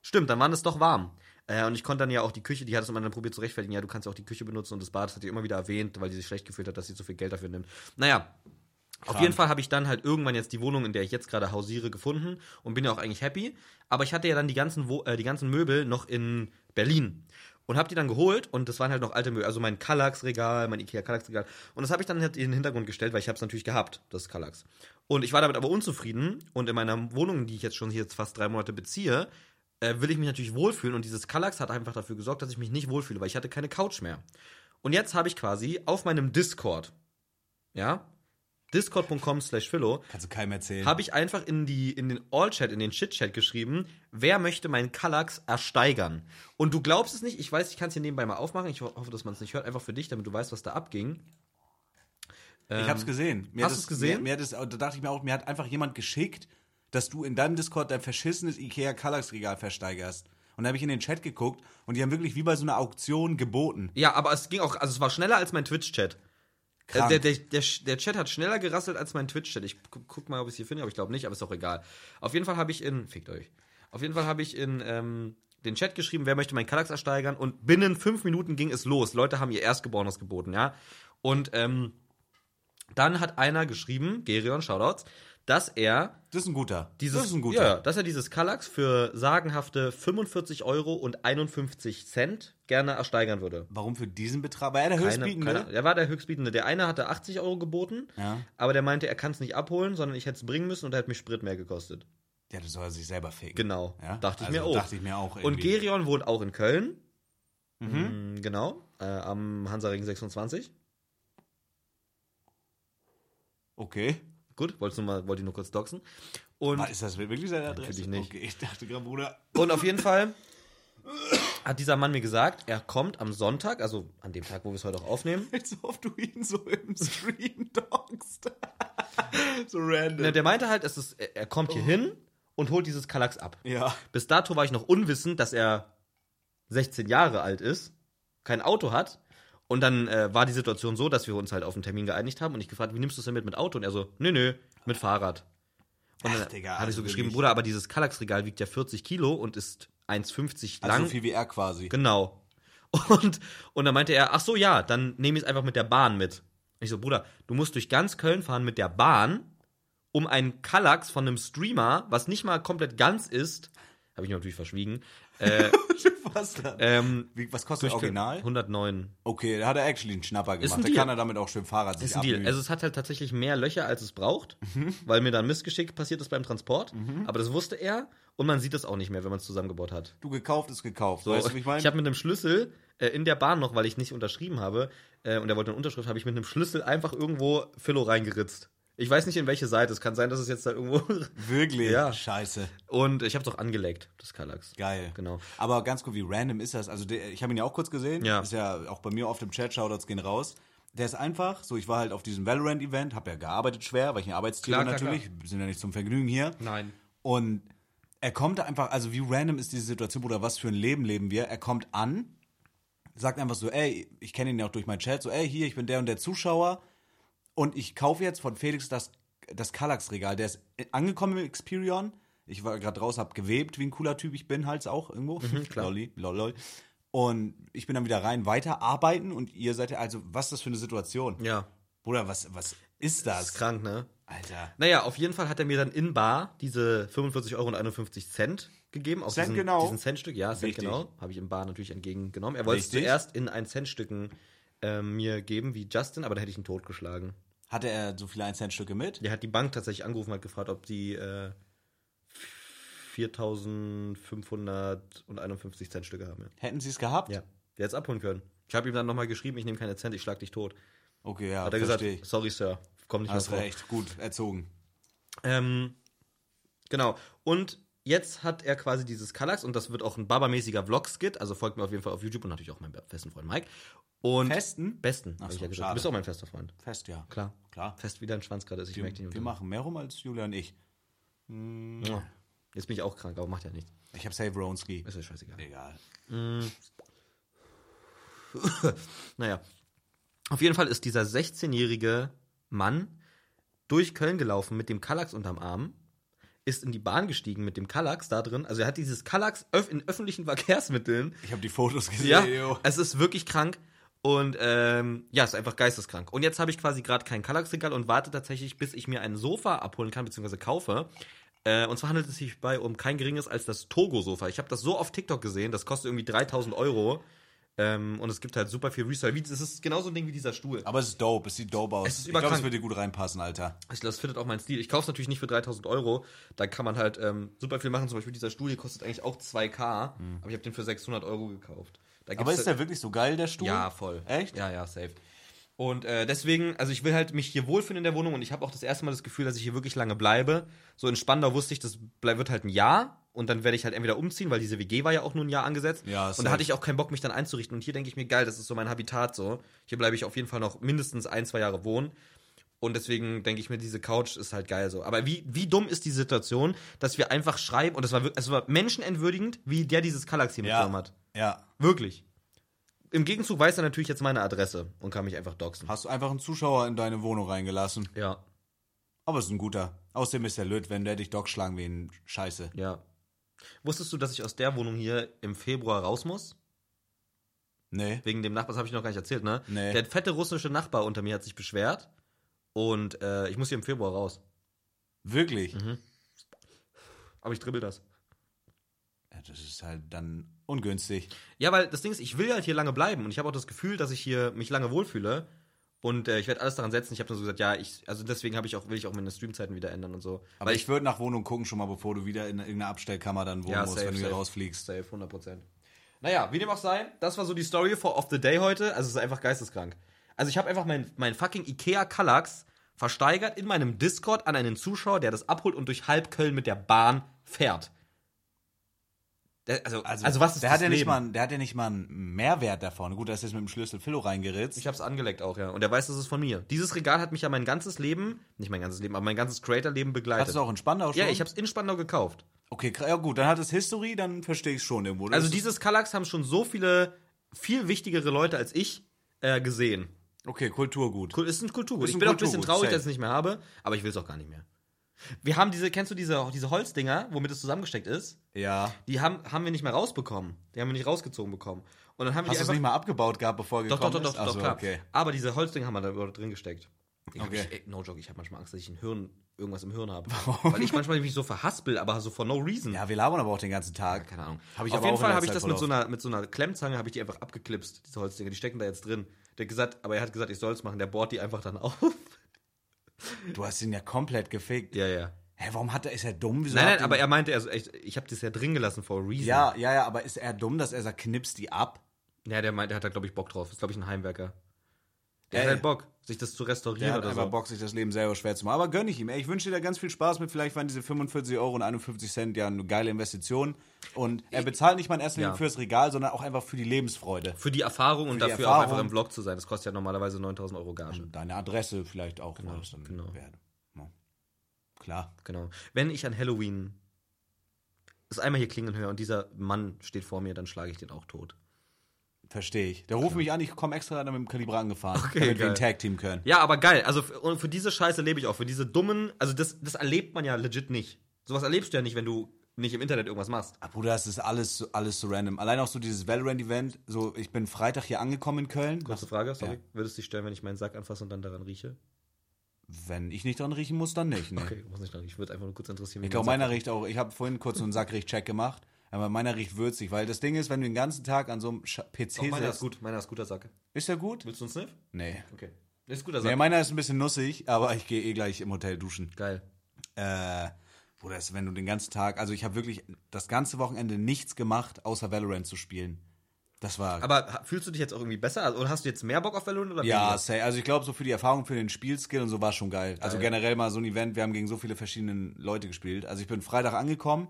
[SPEAKER 1] Stimmt, dann waren es doch warm. Äh, und ich konnte dann ja auch die Küche, die hat es immer dann probiert zu rechtfertigen, ja, du kannst ja auch die Küche benutzen und das Bad, das hat die immer wieder erwähnt, weil die sich schlecht gefühlt hat, dass sie zu viel Geld dafür nimmt. Naja, auf jeden Fall habe ich dann halt irgendwann jetzt die Wohnung, in der ich jetzt gerade hausiere, gefunden und bin ja auch eigentlich happy. Aber ich hatte ja dann die ganzen, Wo äh, die ganzen Möbel noch in Berlin und habe die dann geholt und das waren halt noch alte Möbel, also mein Kallax-Regal, mein Ikea-Kallax-Regal. Und das habe ich dann halt in den Hintergrund gestellt, weil ich habe es natürlich gehabt, das Kallax. Und ich war damit aber unzufrieden und in meiner Wohnung, die ich jetzt schon hier jetzt fast drei Monate beziehe, äh, will ich mich natürlich wohlfühlen und dieses Kallax hat einfach dafür gesorgt, dass ich mich nicht wohlfühle, weil ich hatte keine Couch mehr. Und jetzt habe ich quasi auf meinem Discord, ja, discord.com slash philo,
[SPEAKER 2] Kannst du keinem erzählen.
[SPEAKER 1] habe ich einfach in, die, in den All-Chat, in den Shit-Chat geschrieben, wer möchte meinen Kallax ersteigern? Und du glaubst es nicht, ich weiß, ich kann es hier nebenbei mal aufmachen, ich ho- hoffe, dass man es nicht hört, einfach für dich, damit du weißt, was da abging.
[SPEAKER 2] ich hab's gesehen. Mir
[SPEAKER 1] Ähm, hast
[SPEAKER 2] hat
[SPEAKER 1] du's
[SPEAKER 2] das-
[SPEAKER 1] gesehen?
[SPEAKER 2] Mir, mir hat das, da dachte ich mir auch, mir hat einfach jemand geschickt, dass du in deinem Discord dein verschissenes Ikea Kallax Regal versteigerst. Und da habe ich in den Chat geguckt und die haben wirklich wie bei so einer Auktion geboten.
[SPEAKER 1] Ja, aber es ging auch, also es war schneller als mein Twitch-Chat. Äh,
[SPEAKER 2] Krank.
[SPEAKER 1] Der, der, der, der Chat hat schneller gerasselt als mein Twitch-Chat. Ich gu- guck mal, ob ich es hier finde, aber ich glaube nicht, aber ist auch egal. Auf jeden Fall habe ich in. Fickt euch. Auf jeden Fall habe ich in ähm, den Chat geschrieben, wer möchte meinen Kallax ersteigern und binnen fünf Minuten ging es los. Leute haben ihr Erstgeborenes geboten, ja. Und ähm, dann hat einer geschrieben, Gerion, Shoutouts, dass er
[SPEAKER 2] Das ist ein guter.
[SPEAKER 1] dieses,
[SPEAKER 2] das ist ein guter.
[SPEAKER 1] Ja, dass er dieses Kallax für sagenhafte 45 Euro und 51 Cent gerne ersteigern würde.
[SPEAKER 2] Warum für diesen Betrag? Weil er der
[SPEAKER 1] Keine,
[SPEAKER 2] Höchstbietende.
[SPEAKER 1] keine, er war der Höchstbietende. Der eine hatte 80 Euro geboten,
[SPEAKER 2] Ja.
[SPEAKER 1] aber der meinte, er kann es nicht abholen, sondern ich hätte es bringen müssen und er hat mich Sprit mehr gekostet.
[SPEAKER 2] ja, das soll er sich selber ficken.
[SPEAKER 1] Genau.
[SPEAKER 2] Ja?
[SPEAKER 1] Dachte ich
[SPEAKER 2] Also
[SPEAKER 1] mir auch.
[SPEAKER 2] Dachte ich mir auch.
[SPEAKER 1] und
[SPEAKER 2] irgendwie.
[SPEAKER 1] Gerion wohnt auch in Köln.
[SPEAKER 2] Mhm.
[SPEAKER 1] Mm, Genau. Äh, am Hansaring 26.
[SPEAKER 2] Okay.
[SPEAKER 1] Gut, wolltest du mal, wollte ich nur kurz doxen. Und,
[SPEAKER 2] War- ist das wirklich seine Adresse?
[SPEAKER 1] natürlich nicht.
[SPEAKER 2] Okay, ich dachte gerade, Bruder.
[SPEAKER 1] und auf jeden Fall hat dieser Mann mir gesagt, er kommt am Sonntag, also an dem Tag, wo wir es heute auch aufnehmen.
[SPEAKER 2] Als ob du ihn so im Stream dockst. so random.
[SPEAKER 1] Ne, Der meinte halt, es ist, er er kommt
[SPEAKER 2] Oh.
[SPEAKER 1] hier hin und holt dieses Kallax ab.
[SPEAKER 2] ja.
[SPEAKER 1] Bis dato war ich noch unwissend, dass er 16 Jahre alt ist, kein Auto hat. Und dann äh, war die Situation so, dass wir uns halt auf einen Termin geeinigt haben und ich gefragt, wie nimmst du es denn mit, mit Auto? Und er so, nö, nö, mit Fahrrad. Und
[SPEAKER 2] Ach,
[SPEAKER 1] dann
[SPEAKER 2] Digga,
[SPEAKER 1] habe ich
[SPEAKER 2] also
[SPEAKER 1] so geschrieben,
[SPEAKER 2] wirklich.
[SPEAKER 1] Bruder, aber dieses Kallax-Regal wiegt ja 40 Kilo und ist 1,50 lang.
[SPEAKER 2] Also so viel wie er quasi.
[SPEAKER 1] Genau. Und, und dann meinte er, ach so, ja, dann nehme ich es einfach mit der Bahn mit. Ich so, Bruder, du musst durch ganz Köln fahren mit der Bahn, um einen Kallax von einem Streamer, was nicht mal komplett ganz ist, habe ich mir natürlich verschwiegen, äh,
[SPEAKER 2] Was, dann?
[SPEAKER 1] ähm,
[SPEAKER 2] Äh, Wie, was kostet
[SPEAKER 1] durch
[SPEAKER 2] das Original?
[SPEAKER 1] 109.
[SPEAKER 2] Okay, da hat er actually einen Schnapper
[SPEAKER 1] Ist
[SPEAKER 2] gemacht.
[SPEAKER 1] ein
[SPEAKER 2] Da
[SPEAKER 1] Deal.
[SPEAKER 2] kann er damit auch schön Fahrrad sich
[SPEAKER 1] Ist ein Deal.
[SPEAKER 2] abmühen.
[SPEAKER 1] Also es hat halt tatsächlich mehr Löcher, als es braucht,
[SPEAKER 2] Mhm.
[SPEAKER 1] weil mir dann Missgeschick passiert ist beim Transport. Aber das wusste er und man sieht das auch nicht mehr, wenn man es zusammengebaut hat.
[SPEAKER 2] du gekauft ist gekauft.
[SPEAKER 1] So,
[SPEAKER 2] weißt du, wie ich meine?
[SPEAKER 1] habe mit einem Schlüssel äh, in der Bahn noch, weil ich nicht unterschrieben habe, äh, und er wollte eine Unterschrift, habe ich mit einem Schlüssel einfach irgendwo Philo reingeritzt. Ich weiß nicht, in welche Seite. Es kann sein, dass es jetzt da irgendwo.
[SPEAKER 2] Wirklich?
[SPEAKER 1] Ja.
[SPEAKER 2] Scheiße.
[SPEAKER 1] und ich habe es auch angeleckt, das Kallax.
[SPEAKER 2] Geil.
[SPEAKER 1] Genau.
[SPEAKER 2] Aber ganz gut, wie random ist das? Also, der, ich habe ihn ja auch kurz gesehen.
[SPEAKER 1] Ja.
[SPEAKER 2] Ist ja auch bei mir auf dem Chat. Shoutouts gehen raus. Der ist einfach, so ich war halt auf diesem Valorant-Event, habe ja gearbeitet schwer, weil ich ein Arbeitstier
[SPEAKER 1] Klar,
[SPEAKER 2] bin
[SPEAKER 1] klar,
[SPEAKER 2] natürlich. Wir sind ja nicht zum Vergnügen hier.
[SPEAKER 1] Nein.
[SPEAKER 2] Und er kommt da einfach, also wie random ist diese Situation, Bruder, was für ein Leben leben wir? Er kommt an, sagt einfach so, ey, ich kenne ihn ja auch durch meinen Chat, so, ey, hier, ich bin der und der Zuschauer und ich kaufe jetzt von Felix das, das Kallax-Regal. Der ist angekommen im Experion. Ich war gerade raus, hab gewebt, wie ein cooler Typ ich bin, halt auch irgendwo.
[SPEAKER 1] Mhm, klar.
[SPEAKER 2] Lolli, lol, lol. Und ich bin dann wieder rein, weiter arbeiten und ihr seid ja, also, was ist das für eine Situation?
[SPEAKER 1] Ja.
[SPEAKER 2] Bruder, was, was ist
[SPEAKER 1] Das ist
[SPEAKER 2] das?
[SPEAKER 1] krank, ne?
[SPEAKER 2] Alter.
[SPEAKER 1] Naja, auf jeden Fall hat er mir dann in Bar diese 45 Euro und 51 Cent gegeben. Auch
[SPEAKER 2] Cent
[SPEAKER 1] diesen,
[SPEAKER 2] genau.
[SPEAKER 1] Diesen Centstück, ja, Cent
[SPEAKER 2] Richtig.
[SPEAKER 1] genau. Habe ich in Bar natürlich entgegengenommen. Er wollte es
[SPEAKER 2] Richtig.
[SPEAKER 1] zuerst in ein Centstücken ähm, mir geben, wie Justin, aber dann hätte ich ihn totgeschlagen.
[SPEAKER 2] Hatte er so viele 1-Cent-Stücke mit?
[SPEAKER 1] Der hat die Bank tatsächlich angerufen und hat gefragt, ob die äh, 4551 Cent Stücke haben.
[SPEAKER 2] Hätten sie es gehabt?
[SPEAKER 1] Ja. ja. Der hätte es abholen können. Ich habe ihm dann nochmal geschrieben, ich nehme keine Cent, ich schlag dich tot.
[SPEAKER 2] Okay, ja,
[SPEAKER 1] Hat er gesagt,
[SPEAKER 2] versteh ich.
[SPEAKER 1] sorry, Sir, komm nicht
[SPEAKER 2] Hast
[SPEAKER 1] mehr vor.
[SPEAKER 2] recht, gut erzogen.
[SPEAKER 1] Ähm, genau. Und jetzt hat er quasi dieses Kallax und das wird auch ein barbermäßiger Vlog-Skit. Also folgt mir auf jeden Fall auf YouTube und natürlich auch meinem festen Freund Mike. Und
[SPEAKER 2] Festen?
[SPEAKER 1] Besten,
[SPEAKER 2] Ach
[SPEAKER 1] hab ich
[SPEAKER 2] so,
[SPEAKER 1] ja gesagt.
[SPEAKER 2] schade.
[SPEAKER 1] Du bist auch mein fester Freund.
[SPEAKER 2] Fest, ja.
[SPEAKER 1] Klar.
[SPEAKER 2] Klar.
[SPEAKER 1] Fest wie dein Schwanz gerade ist. Ich merke
[SPEAKER 2] Wir,
[SPEAKER 1] den
[SPEAKER 2] wir machen mehr rum als Julia und ich.
[SPEAKER 1] Jetzt bin ich auch krank, aber macht ja nichts.
[SPEAKER 2] Ich hab Save Ronski.
[SPEAKER 1] Ist ja scheißegal.
[SPEAKER 2] Egal.
[SPEAKER 1] Naja. Auf jeden Fall ist dieser 16-jährige Mann durch Köln gelaufen mit dem Kallax unterm Arm, ist in die Bahn gestiegen mit dem Kallax da drin. Also er hat dieses Kallax öf in öffentlichen Verkehrsmitteln.
[SPEAKER 2] Ich habe die Fotos gesehen.
[SPEAKER 1] Ja,
[SPEAKER 2] jo.
[SPEAKER 1] es ist wirklich krank. Und ähm, ja, ist einfach geisteskrank. Und jetzt habe ich quasi gerade kein Kallax-Regal und warte tatsächlich, bis ich mir ein Sofa abholen kann, beziehungsweise kaufe. Äh, und zwar handelt es sich bei um kein geringes als das Togo-Sofa. Ich habe das so auf TikTok gesehen, das kostet irgendwie 3000 Euro. Ähm, und es gibt halt super viel Reservice. Es ist genauso ein Ding wie dieser Stuhl.
[SPEAKER 2] Aber es ist dope, es sieht dope aus.
[SPEAKER 1] Es ist
[SPEAKER 2] ich glaube,
[SPEAKER 1] überkrank.
[SPEAKER 2] es würde dir gut reinpassen, Alter.
[SPEAKER 1] Ich, das findet auch mein Stil. Ich kaufe es natürlich nicht für 3000 Euro. Da kann man halt ähm, super viel machen. Zum Beispiel dieser Stuhl, der kostet eigentlich auch 2K. Aber ich habe den für 600 Euro gekauft. Da
[SPEAKER 2] Hm. Aber
[SPEAKER 1] gibt's halt
[SPEAKER 2] ist der wirklich so geil, der Stuhl?
[SPEAKER 1] Ja, voll.
[SPEAKER 2] Echt?
[SPEAKER 1] Ja, ja, safe. Und äh, deswegen, also ich will halt mich hier wohlfühlen in der Wohnung und ich habe auch das erste Mal das Gefühl, dass ich hier wirklich lange bleibe. So in Spandau wusste ich, das blei- wird halt ein Jahr und dann werde ich halt entweder umziehen, weil diese WG war ja auch nur ein Jahr angesetzt.
[SPEAKER 2] Ja,
[SPEAKER 1] und
[SPEAKER 2] safe.
[SPEAKER 1] da hatte ich auch keinen Bock, mich dann einzurichten. Und hier denke ich mir, geil, das ist so mein Habitat so. Hier bleibe ich auf jeden Fall noch mindestens ein, zwei Jahre wohnen. Und deswegen denke ich mir, diese Couch ist halt geil so. Aber wie, wie dumm ist die Situation, dass wir einfach schreiben, und das war, wir- es war menschenentwürdigend, wie der dieses Kallax hier
[SPEAKER 2] Ja.
[SPEAKER 1] mitgenommen hat.
[SPEAKER 2] Ja.
[SPEAKER 1] Wirklich. Im Gegenzug weiß er natürlich jetzt meine Adresse und kann mich einfach doxen.
[SPEAKER 2] Hast du einfach einen Zuschauer in deine Wohnung reingelassen.
[SPEAKER 1] Ja,
[SPEAKER 2] Aber es ist ein guter. Außerdem ist der Löt, wenn der dich Doc schlagen wie ein Scheiße.
[SPEAKER 1] ja. Wusstest du, dass ich aus der Wohnung hier im Februar raus muss?
[SPEAKER 2] Nee.
[SPEAKER 1] Wegen dem Nachbar, das habe ich noch gar nicht erzählt, ne?
[SPEAKER 2] Nee.
[SPEAKER 1] Der fette russische Nachbar unter mir hat sich beschwert. Und äh, ich muss hier im Februar raus.
[SPEAKER 2] Wirklich?
[SPEAKER 1] Aber ich dribbel das.
[SPEAKER 2] Ja, das ist halt dann ungünstig.
[SPEAKER 1] Ja, weil das Ding ist, ich will halt hier lange bleiben und ich habe auch das Gefühl, dass ich hier mich lange wohlfühle und äh, ich werde alles daran setzen. Ich habe dann so gesagt, ja, ich, also deswegen habe ich auch, will ich auch meine Streamzeiten wieder ändern und so.
[SPEAKER 2] Aber
[SPEAKER 1] weil
[SPEAKER 2] ich würde nach Wohnung gucken schon mal, bevor du wieder in irgendeiner Abstellkammer dann wohnen
[SPEAKER 1] ja,
[SPEAKER 2] musst,
[SPEAKER 1] safe,
[SPEAKER 2] wenn du hier
[SPEAKER 1] safe,
[SPEAKER 2] rausfliegst.
[SPEAKER 1] Safe, 100 Prozent. Naja, wie dem auch sei, das war so die Story for of the day heute. Also es ist einfach geisteskrank. Also ich habe einfach meinen mein fucking Ikea Kallax versteigert in meinem Discord an einen Zuschauer, der das abholt und durch halb Köln mit der Bahn fährt. Der, also, also, was ist
[SPEAKER 2] der
[SPEAKER 1] das
[SPEAKER 2] hat ja nicht
[SPEAKER 1] Leben?
[SPEAKER 2] mal, einen- Der hat ja nicht mal einen Mehrwert davon. Gut, da ist jetzt mit dem Schlüssel Philo reingeritzt.
[SPEAKER 1] Ich hab's angeleckt auch, ja. Und er weiß, das ist von mir. Dieses Regal hat mich ja mein ganzes Leben, nicht mein ganzes Leben, aber mein ganzes Creator-Leben begleitet.
[SPEAKER 2] Hast du auch in Spandau schon?
[SPEAKER 1] ja, ich hab's in Spandau gekauft.
[SPEAKER 2] Okay, kra- ja gut, dann hat es History, dann verstehe ich schon irgendwo. Das
[SPEAKER 1] Also
[SPEAKER 2] ist-
[SPEAKER 1] dieses Kallax haben schon so viele, viel wichtigere Leute als ich äh, gesehen.
[SPEAKER 2] Okay, Kulturgut.
[SPEAKER 1] Cool, ist ein Kulturgut.
[SPEAKER 2] Ist
[SPEAKER 1] ich
[SPEAKER 2] ein
[SPEAKER 1] bin auch ein bisschen
[SPEAKER 2] Kulturgut,
[SPEAKER 1] traurig,
[SPEAKER 2] safe.
[SPEAKER 1] dass ich es nicht mehr habe, aber ich will's auch gar nicht mehr. Wir haben diese, kennst du diese, diese Holzdinger, womit es zusammengesteckt ist?
[SPEAKER 2] ja.
[SPEAKER 1] Die haben, haben wir nicht mehr rausbekommen. Die haben wir nicht rausgezogen bekommen. Und dann haben wir die
[SPEAKER 2] Hast du es
[SPEAKER 1] einfach.
[SPEAKER 2] nicht mal abgebaut gehabt, bevor er
[SPEAKER 1] doch, doch,
[SPEAKER 2] gekommen
[SPEAKER 1] doch, doch,
[SPEAKER 2] ist? Ach
[SPEAKER 1] doch,
[SPEAKER 2] so,
[SPEAKER 1] klar.
[SPEAKER 2] okay.
[SPEAKER 1] Aber diese Holzdinger haben wir da drin gesteckt. Ich hab
[SPEAKER 2] Okay.
[SPEAKER 1] ich, ey, no joke, ich habe manchmal Angst, dass ich ein Hirn, irgendwas im Hirn habe. Weil ich manchmal mich so verhaspel, aber so for no reason.
[SPEAKER 2] Ja, wir labern aber auch den ganzen Tag.
[SPEAKER 1] Keine Ahnung.
[SPEAKER 2] Hab ich
[SPEAKER 1] Auf
[SPEAKER 2] aber
[SPEAKER 1] jeden
[SPEAKER 2] auch in
[SPEAKER 1] Fall
[SPEAKER 2] der
[SPEAKER 1] habe ich
[SPEAKER 2] Zeit
[SPEAKER 1] das
[SPEAKER 2] voll
[SPEAKER 1] mit so, einer, mit so einer Klemmzange, habe ich die einfach abgeklipst, diese Holzdinger. Die stecken da jetzt drin. Der hat gesagt, aber er hat gesagt, ich soll es machen. Der bohrt die einfach dann auf.
[SPEAKER 2] Du hast ihn ja komplett gefickt.
[SPEAKER 1] Ja, ja.
[SPEAKER 2] Hä, warum hat er, ist er dumm? Wieso
[SPEAKER 1] Nein,
[SPEAKER 2] hat
[SPEAKER 1] nein,
[SPEAKER 2] ihn-
[SPEAKER 1] aber er meinte, also echt, ich habe das ja drin gelassen for a reason.
[SPEAKER 2] Ja, ja, ja, aber ist er dumm, dass er sagt, knips die ab?
[SPEAKER 1] Ja, der meinte, er hat da, glaube ich, Bock drauf. Ist, glaube ich, ein Heimwerker. Der
[SPEAKER 2] Ey.
[SPEAKER 1] hat halt Bock, sich das zu restaurieren
[SPEAKER 2] Der hat
[SPEAKER 1] oder
[SPEAKER 2] einfach
[SPEAKER 1] so.
[SPEAKER 2] Bock, sich das Leben selber schwer zu machen. Aber gönn ich ihm. Ey, ich wünsche dir da ganz viel Spaß mit. Vielleicht waren diese 45 Euro und 51 Cent ja eine geile Investition. Und er bezahlt nicht mal ein Essen
[SPEAKER 1] Ja.
[SPEAKER 2] fürs Regal, sondern auch einfach für die Lebensfreude.
[SPEAKER 1] Für die Erfahrung und
[SPEAKER 2] die
[SPEAKER 1] dafür auch
[SPEAKER 2] Erfahrung. Mhm.
[SPEAKER 1] einfach im Vlog zu sein. Das kostet ja normalerweise 9000 Euro Gage.
[SPEAKER 2] Deine Adresse vielleicht auch. Genau, das dann
[SPEAKER 1] genau.
[SPEAKER 2] wert. Ja. Klar.
[SPEAKER 1] Genau. Wenn ich an Halloween es einmal hier klingeln höre und dieser Mann steht vor mir, dann schlage ich den auch tot.
[SPEAKER 2] Verstehe ich. Der ruft mich an, ich komme extra dann mit dem Kaliber angefahren,
[SPEAKER 1] Okay,
[SPEAKER 2] damit wir
[SPEAKER 1] geil.
[SPEAKER 2] ein Tag-Team können.
[SPEAKER 1] Ja, aber geil. Also f- und für diese Scheiße lebe ich auch. Für diese dummen, also das, das erlebt man ja legit nicht. Sowas erlebst du ja nicht, wenn du nicht im Internet irgendwas machst.
[SPEAKER 2] Ah, Bruder, das ist alles, so- alles so random. Allein auch so dieses Valorant-Event. So, ich bin Freitag hier angekommen in Köln.
[SPEAKER 1] Kurze Frage, sorry.
[SPEAKER 2] Ja.
[SPEAKER 1] Würdest du dich stören, wenn ich meinen Sack anfasse und dann daran rieche?
[SPEAKER 2] Wenn ich nicht dran riechen muss, dann nicht. Ne?
[SPEAKER 1] Okay, muss nicht dran riechen. Ich würde einfach nur kurz interessieren, wie
[SPEAKER 2] Ich
[SPEAKER 1] man
[SPEAKER 2] glaube, meiner riecht auch. Ich habe vorhin kurz so einen Sackricht-Check gemacht. Aber meiner riecht würzig, weil das Ding ist, wenn du den ganzen Tag an so einem Scha- PC
[SPEAKER 1] Sack. Oh, meiner ist
[SPEAKER 2] sitzt.
[SPEAKER 1] gut, meiner ist guter Sack.
[SPEAKER 2] Ist der gut?
[SPEAKER 1] Willst du einen Sniff?
[SPEAKER 2] Nee.
[SPEAKER 1] Okay. Ist guter Sack.
[SPEAKER 2] Nee, meiner ist ein bisschen nussig, aber ich gehe eh gleich im Hotel duschen.
[SPEAKER 1] geil.
[SPEAKER 2] Äh, Bruder, ist, wenn du den ganzen Tag, also ich habe wirklich das ganze Wochenende nichts gemacht, außer Valorant zu spielen. Das war.
[SPEAKER 1] Aber ha- fühlst du dich jetzt auch irgendwie besser? Also, Oder hast du jetzt mehr Bock auf Valorant oder
[SPEAKER 2] ja,
[SPEAKER 1] weniger?
[SPEAKER 2] say, also ich glaube, so für die Erfahrung, für den Spielskill und so war schon geil. Also
[SPEAKER 1] Geil.
[SPEAKER 2] generell mal so ein Event, wir haben gegen so viele verschiedene Leute gespielt. Also ich bin Freitag angekommen.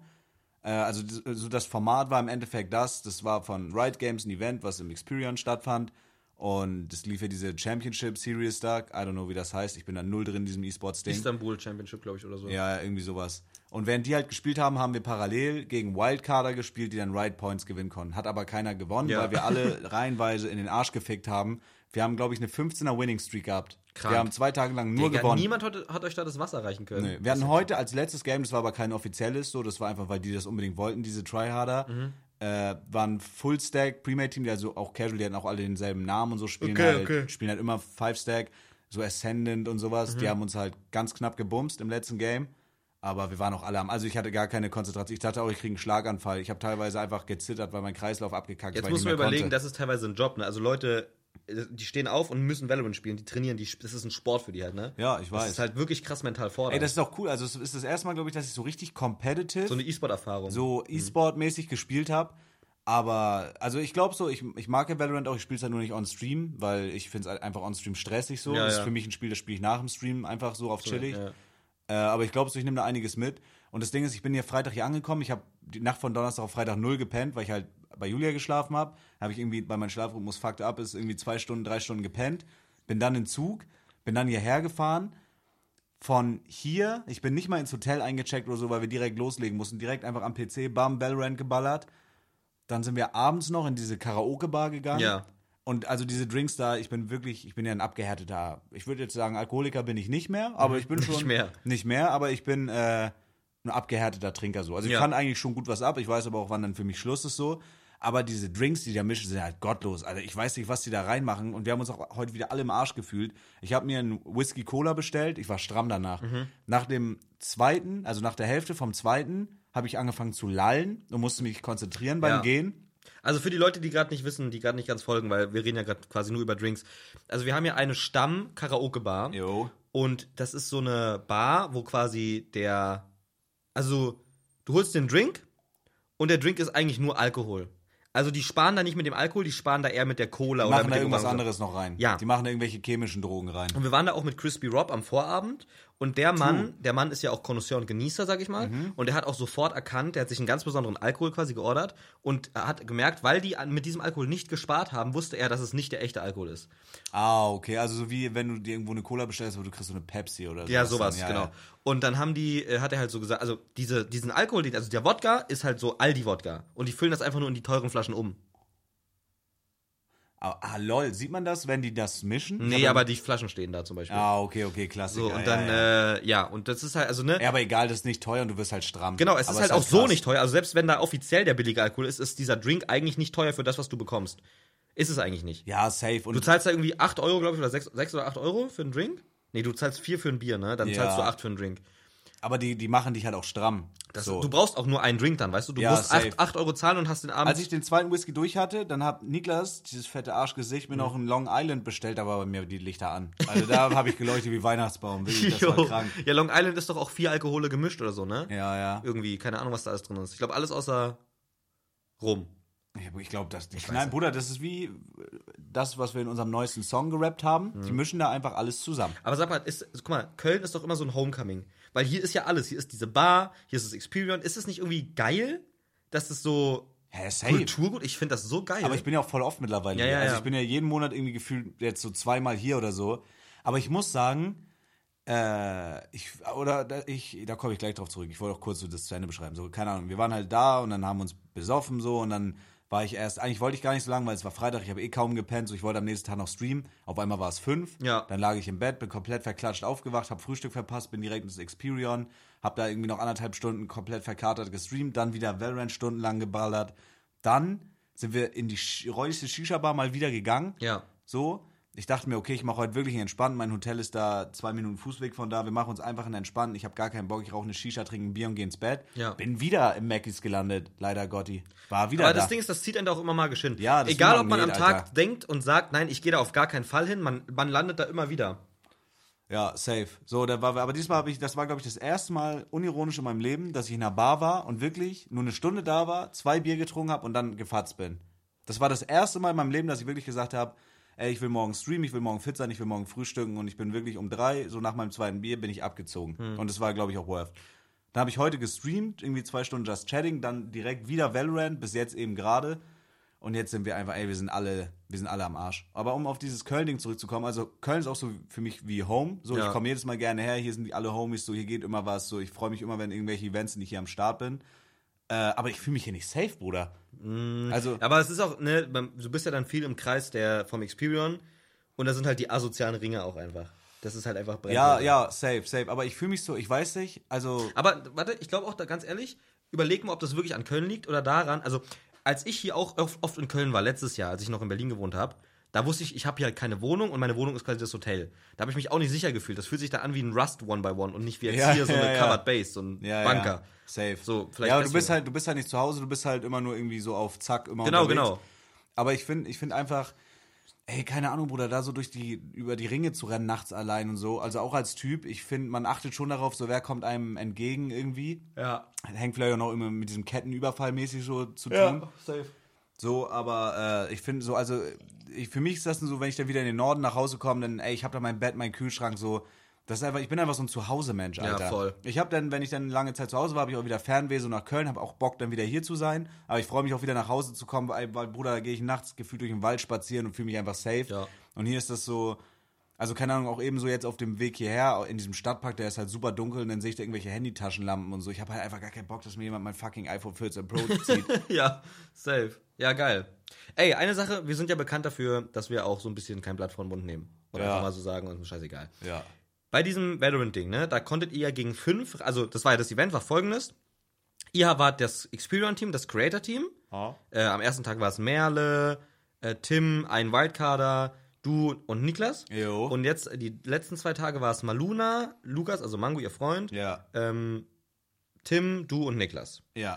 [SPEAKER 2] Äh, Also d- so das Format war im Endeffekt das, das war von Riot Games ein Event, was im Experion stattfand und es lief ja diese Championship Series da, I don't know wie das heißt, ich bin da null drin in diesem E-Sports-Ding.
[SPEAKER 1] Istanbul Championship, glaube ich, oder so.
[SPEAKER 2] Ja, irgendwie sowas. Und während die halt gespielt haben, haben wir parallel gegen Wildcarder gespielt, die dann Ride Points gewinnen konnten. Hat aber keiner gewonnen,
[SPEAKER 1] Ja.
[SPEAKER 2] weil wir alle reihenweise in den Arsch gefickt haben. Wir haben, glaube ich, eine 15er Winning Streak gehabt.
[SPEAKER 1] Krank.
[SPEAKER 2] Wir haben zwei Tage lang nur
[SPEAKER 1] Digga,
[SPEAKER 2] gewonnen.
[SPEAKER 1] Niemand hat, hat euch da das Wasser reichen können.
[SPEAKER 2] Nee. Wir hatten heute als letztes Game, das war aber kein offizielles, so, das war einfach, weil die das unbedingt wollten, diese Tryharder.
[SPEAKER 1] Mhm.
[SPEAKER 2] Äh, waren Full Stack, Premade Team, die also auch Casual, die hatten auch alle denselben Namen und so, spielen,
[SPEAKER 1] Okay,
[SPEAKER 2] halt,
[SPEAKER 1] okay. Mhm.
[SPEAKER 2] spielen halt immer Five Stack, so Ascendant und sowas. Die haben uns halt ganz knapp gebumst im letzten Game. Aber wir waren auch alle am. Also ich hatte gar keine Konzentration. Ich dachte auch, ich kriege einen Schlaganfall. Ich habe teilweise einfach gezittert, weil mein Kreislauf abgekackt ist,
[SPEAKER 1] Jetzt
[SPEAKER 2] weil ich
[SPEAKER 1] muss man
[SPEAKER 2] nicht mehr
[SPEAKER 1] überlegen,
[SPEAKER 2] konnte.
[SPEAKER 1] das ist teilweise ein Job, ne? Also Leute, äh, die stehen auf und müssen Valorant spielen, die trainieren, die, sp- das ist ein Sport für die halt, ne?
[SPEAKER 2] Ja, ich
[SPEAKER 1] Das
[SPEAKER 2] weiß.
[SPEAKER 1] ist halt wirklich krass mental
[SPEAKER 2] Ey,
[SPEAKER 1] fordernd.
[SPEAKER 2] das ist auch cool. Also es ist das erste Mal, glaube ich, dass ich so richtig competitive
[SPEAKER 1] so eine E-Sport-Erfahrung.
[SPEAKER 2] so E-Sport-mäßig gespielt habe. Aber, also ich glaube so, ich, ich mag ja Valorant auch, ich spiele es halt nur nicht on Stream, weil ich finde es einfach on Stream stressig so.
[SPEAKER 1] Ja,
[SPEAKER 2] das
[SPEAKER 1] ja.
[SPEAKER 2] ist für mich ein Spiel, das spiele ich nach dem Stream einfach so auf chillig.
[SPEAKER 1] ja.
[SPEAKER 2] Äh, aber ich glaube so, ich nehme da einiges mit. Und das Ding ist, ich bin hier Freitag hier angekommen, ich habe die Nacht von Donnerstag auf Freitag null gepennt, weil ich halt bei Julia geschlafen habe. Habe ich irgendwie bei meinem Schlafrhythmus fucked up, ist irgendwie zwei Stunden, drei Stunden gepennt. Bin dann in Zug, bin dann hierher gefahren von hier, ich bin nicht mal ins Hotel eingecheckt oder so, weil wir direkt loslegen mussten. Direkt einfach am PC, bam, Valorant geballert. Dann sind wir abends noch in diese Karaoke-Bar gegangen.
[SPEAKER 1] Ja.
[SPEAKER 2] Und also diese Drinks da, ich bin wirklich, ich bin ja ein abgehärteter, ich würde jetzt sagen, Alkoholiker bin ich Mhm. nicht mehr, aber ich bin schon.
[SPEAKER 1] mehr.
[SPEAKER 2] Nicht mehr, aber ich bin äh, ein abgehärteter Trinker so. Also ich
[SPEAKER 1] Ja.
[SPEAKER 2] kann eigentlich schon gut was ab, ich weiß aber auch, wann dann für mich Schluss ist so. Aber diese Drinks, die da mischen, sind halt gottlos. Also ich weiß nicht, was die da reinmachen. Und wir haben uns auch heute wieder alle im Arsch gefühlt. Ich habe mir einen Whisky Cola bestellt. Ich war stramm danach.
[SPEAKER 1] Mhm.
[SPEAKER 2] Nach dem zweiten, also nach der Hälfte vom zweiten, habe ich angefangen zu lallen und musste mich konzentrieren beim
[SPEAKER 1] Ja.
[SPEAKER 2] Gehen.
[SPEAKER 1] Also für die Leute, die gerade nicht wissen, die gerade nicht ganz folgen, weil wir reden ja gerade quasi nur über Drinks. Also wir haben ja eine Stamm-Karaoke-Bar.
[SPEAKER 2] Jo.
[SPEAKER 1] Und das ist so eine Bar, wo quasi der. Also, du holst den Drink und der Drink ist eigentlich nur Alkohol. Also, die sparen da nicht mit dem Alkohol, die sparen da eher mit der Cola
[SPEAKER 2] Die
[SPEAKER 1] oder
[SPEAKER 2] machen
[SPEAKER 1] mit
[SPEAKER 2] da
[SPEAKER 1] dem
[SPEAKER 2] irgendwas
[SPEAKER 1] Orangen-
[SPEAKER 2] anderes noch rein.
[SPEAKER 1] Ja. Mhm.
[SPEAKER 2] Die machen da irgendwelche chemischen Drogen rein.
[SPEAKER 1] Und wir waren da auch mit Crispy Rob am Vorabend und der Mann, der Mann ist ja auch Connoisseur und Genießer, sag ich mal,
[SPEAKER 2] Mhm.
[SPEAKER 1] und der hat auch sofort erkannt, der hat sich einen ganz besonderen Alkohol quasi geordert und er hat gemerkt, weil die an- mit diesem Alkohol nicht gespart haben, wusste er, dass es nicht der echte Alkohol ist.
[SPEAKER 2] Ah, okay. Also so wie wenn du dir irgendwo eine Cola bestellst, aber du kriegst so eine Pepsi oder so.
[SPEAKER 1] Ja, sowas, genau. Und dann haben die, äh, hat er halt so gesagt, also diese, diesen Alkohol, den- also der Wodka ist halt so Aldi-Wodka. Und die füllen das einfach nur in die teuren Flaschen um.
[SPEAKER 2] Ah, ah, lol, sieht man das, wenn die das mischen? Ich
[SPEAKER 1] Nee,
[SPEAKER 2] hab-
[SPEAKER 1] aber die Flaschen stehen da zum Beispiel.
[SPEAKER 2] Ah, okay, okay, klassiker.
[SPEAKER 1] so, und dann,
[SPEAKER 2] Ja, ja.
[SPEAKER 1] Äh, ja, und das ist halt, also ne,
[SPEAKER 2] ja, aber egal, das ist nicht teuer und du wirst halt stramm.
[SPEAKER 1] genau, es
[SPEAKER 2] aber
[SPEAKER 1] ist halt auch so
[SPEAKER 2] krass.
[SPEAKER 1] nicht teuer. Also selbst wenn da offiziell der billige Alkohol ist, ist dieser Drink eigentlich nicht teuer für das, was du bekommst. Ist es eigentlich nicht.
[SPEAKER 2] Ja, safe.
[SPEAKER 1] Du
[SPEAKER 2] Und
[SPEAKER 1] zahlst da irgendwie 8 Euro, glaube ich, oder 6, sechs oder 8 Euro für einen Drink? Nee, du zahlst 4 für ein Bier, ne? Dann
[SPEAKER 2] Ja.
[SPEAKER 1] zahlst du 8 für einen Drink.
[SPEAKER 2] aber die, die machen dich halt auch stramm.
[SPEAKER 1] Das,
[SPEAKER 2] so.
[SPEAKER 1] Du brauchst auch nur einen Drink dann, weißt du? Du
[SPEAKER 2] Ja,
[SPEAKER 1] musst
[SPEAKER 2] safe.
[SPEAKER 1] 8, acht Euro zahlen und hast den Abend.
[SPEAKER 2] Als ich den zweiten Whisky durch hatte, dann hat Niklas, dieses fette Arschgesicht,
[SPEAKER 1] Mhm.
[SPEAKER 2] mir noch einen Long Island bestellt, aber bei mir die Lichter an. Also da habe ich geleuchtet wie Weihnachtsbaum. Wirklich, das war
[SPEAKER 1] Jo.
[SPEAKER 2] krank.
[SPEAKER 1] Ja, Long Island ist doch auch vier Alkohole gemischt oder so, ne?
[SPEAKER 2] Ja, ja.
[SPEAKER 1] Irgendwie, keine Ahnung, was da alles drin ist. Ich glaube, alles außer Rum.
[SPEAKER 2] Ich, ich glaube, das nicht.
[SPEAKER 1] weiß
[SPEAKER 2] Nein,
[SPEAKER 1] nicht.
[SPEAKER 2] Bruder, das ist wie äh, das, was wir in unserem neuesten Song gerappt haben. Die
[SPEAKER 1] Mhm.
[SPEAKER 2] mischen da einfach alles zusammen.
[SPEAKER 1] Aber sag mal, ist, guck mal, Köln ist doch immer so ein Homecoming. Weil hier ist ja alles. Hier ist diese Bar, hier ist das Experion. Ist es nicht irgendwie geil, dass es so
[SPEAKER 2] Hä, safe.
[SPEAKER 1] Kulturgut? Ich finde das so geil.
[SPEAKER 2] Aber ich bin ja auch voll oft mittlerweile
[SPEAKER 1] Ja,
[SPEAKER 2] hier.
[SPEAKER 1] ja,
[SPEAKER 2] also
[SPEAKER 1] ja.
[SPEAKER 2] ich bin ja jeden Monat irgendwie gefühlt jetzt so zweimal hier oder so. Aber ich muss sagen, äh, ich, oder da, ich, da komme ich gleich drauf zurück. Ich wollte auch kurz so das zu Ende beschreiben. So, keine Ahnung, wir waren halt da und dann haben wir uns besoffen so und dann war ich erst, eigentlich wollte ich gar nicht so lange, weil es war Freitag, ich habe eh kaum gepennt, so ich wollte am nächsten Tag noch streamen. Auf einmal war es fünf,
[SPEAKER 1] Ja.
[SPEAKER 2] dann lag ich im Bett, bin komplett verklatscht aufgewacht, habe Frühstück verpasst, bin direkt ins Experion, habe da irgendwie noch anderthalb Stunden komplett verkatert gestreamt, dann wieder Valorant stundenlang geballert. Dann sind wir in die Sch- räudigste Shisha-Bar mal wieder gegangen.
[SPEAKER 1] ja.
[SPEAKER 2] So, ich dachte mir, okay, ich mache heute wirklich einen entspannten. Mein Hotel ist da zwei Minuten Fußweg von da. Wir machen uns einfach einen entspannten. Ich habe gar keinen Bock. Ich rauche eine Shisha, trinke ein Bier und gehe ins Bett.
[SPEAKER 1] Ja.
[SPEAKER 2] Bin wieder im Mackis gelandet. Leider Gotti. War wieder
[SPEAKER 1] Aber
[SPEAKER 2] da.
[SPEAKER 1] das Ding ist, das zieht einen da auch immer magisch hin.
[SPEAKER 2] Ja, das ist wie
[SPEAKER 1] Egal,
[SPEAKER 2] ein
[SPEAKER 1] ob man am
[SPEAKER 2] Magnet,
[SPEAKER 1] Tag
[SPEAKER 2] Alter.
[SPEAKER 1] denkt und sagt, nein, ich gehe da auf gar keinen Fall hin, man, man landet da immer wieder.
[SPEAKER 2] ja, safe. So, da war, aber diesmal habe ich, das war, glaube ich, das erste Mal unironisch in meinem Leben, dass ich in einer Bar war und wirklich nur eine Stunde da war, zwei Bier getrunken habe und dann gefatzt bin. Das war das erste Mal in meinem Leben, dass ich wirklich gesagt habe, ey, ich will morgen streamen, ich will morgen fit sein, ich will morgen frühstücken und ich bin wirklich um drei, so nach meinem zweiten Bier, bin ich abgezogen. Und es war, glaube ich, auch worth. Dann habe ich heute gestreamt, irgendwie zwei Stunden Just Chatting, dann direkt wieder Valorant, bis jetzt eben gerade. Und jetzt sind wir einfach, ey, wir sind alle, wir sind alle am Arsch. Aber um auf dieses Köln-Ding zurückzukommen, also Köln ist auch so für mich wie Home. So,
[SPEAKER 1] Ja.
[SPEAKER 2] ich komme jedes Mal gerne her, hier sind die alle Homies, so, hier geht immer was, so, ich freue mich immer, wenn irgendwelche Events sind, ich hier am Start bin. Äh, aber ich fühle mich hier nicht safe, Bruder. Also,
[SPEAKER 1] Aber es ist auch, ne, man- du bist ja dann viel im Kreis der vom Experion und da sind halt die asozialen Ringe auch einfach. Das ist halt einfach
[SPEAKER 2] ja,
[SPEAKER 1] brennend.
[SPEAKER 2] ja, safe, safe. Aber ich fühle mich so, ich weiß nicht, also,
[SPEAKER 1] Aber warte, ich glaube auch da ganz ehrlich, überleg mal, ob das wirklich an Köln liegt oder daran. Also, als ich hier auch oft, oft in Köln war, letztes Jahr, als ich noch in Berlin gewohnt habe, da wusste ich, ich habe hier halt keine Wohnung und meine Wohnung ist quasi das Hotel. Da habe ich mich auch nicht sicher gefühlt. Das fühlt sich da an wie ein Rust One by One und nicht wie jetzt
[SPEAKER 2] Ja,
[SPEAKER 1] hier so eine
[SPEAKER 2] ja, ja.
[SPEAKER 1] Covered Base, so ein
[SPEAKER 2] ja,
[SPEAKER 1] Bunker.
[SPEAKER 2] ja, safe.
[SPEAKER 1] So, vielleicht
[SPEAKER 2] ja, aber du
[SPEAKER 1] deswegen.
[SPEAKER 2] bist halt, du bist halt nicht zu Hause, du bist halt immer nur irgendwie so auf Zack, immer
[SPEAKER 1] Genau,
[SPEAKER 2] unterwegs.
[SPEAKER 1] genau.
[SPEAKER 2] Aber ich finde ich find einfach, ey, keine Ahnung, Bruder, da so durch die, über die Ringe zu rennen, nachts allein und so. Also auch als Typ, ich finde, man achtet schon darauf, so wer kommt einem entgegen irgendwie.
[SPEAKER 1] Ja.
[SPEAKER 2] Hängt vielleicht auch noch immer mit diesem Kettenüberfall mäßig so zu tun.
[SPEAKER 1] Ja, Hm. safe.
[SPEAKER 2] So, aber äh, ich finde so, also ich, für mich ist das so, wenn ich dann wieder in den Norden nach Hause komme, dann, ey, ich habe da mein Bett, meinen Kühlschrank, so. Das ist einfach, ich bin einfach so ein Zuhause-Mensch, Alter.
[SPEAKER 1] voll.
[SPEAKER 2] Ich habe dann, wenn ich dann lange Zeit zu Hause war, habe ich auch wieder Fernweh so nach Köln, habe auch Bock, dann wieder hier zu sein. Aber ich freue mich auch wieder nach Hause zu kommen, weil, weil Bruder, da gehe ich nachts gefühlt durch den Wald spazieren und fühle mich einfach safe.
[SPEAKER 1] Ja.
[SPEAKER 2] Und hier ist das so, also keine Ahnung, auch eben so jetzt auf dem Weg hierher, in diesem Stadtpark, der ist halt super dunkel und dann sehe ich da irgendwelche Handytaschenlampen und so. Ich habe halt einfach gar keinen Bock, dass mir jemand mein fucking iPhone 14 Pro zieht.
[SPEAKER 1] ja, safe. Ja, geil. Ey, eine Sache, wir sind ja bekannt dafür, dass wir auch so ein bisschen kein Blatt vor den Mund nehmen. Oder
[SPEAKER 2] Ja.
[SPEAKER 1] einfach mal so sagen, uns ist mir scheißegal.
[SPEAKER 2] ja.
[SPEAKER 1] bei diesem Valorant-Ding, ne, da konntet ihr ja gegen fünf, also das war ja das Event, war folgendes. Ihr wart das Experion-Team, das Creator-Team. Äh, am ersten Tag war es Merle, äh, Tim, ein Wildcarder, du und Niklas.
[SPEAKER 2] Jo.
[SPEAKER 1] Und jetzt, äh, die letzten zwei Tage war es Maluna, Lukas, also Mango, ihr Freund,
[SPEAKER 2] Ja,
[SPEAKER 1] ähm, Tim, du und Niklas.
[SPEAKER 2] ja.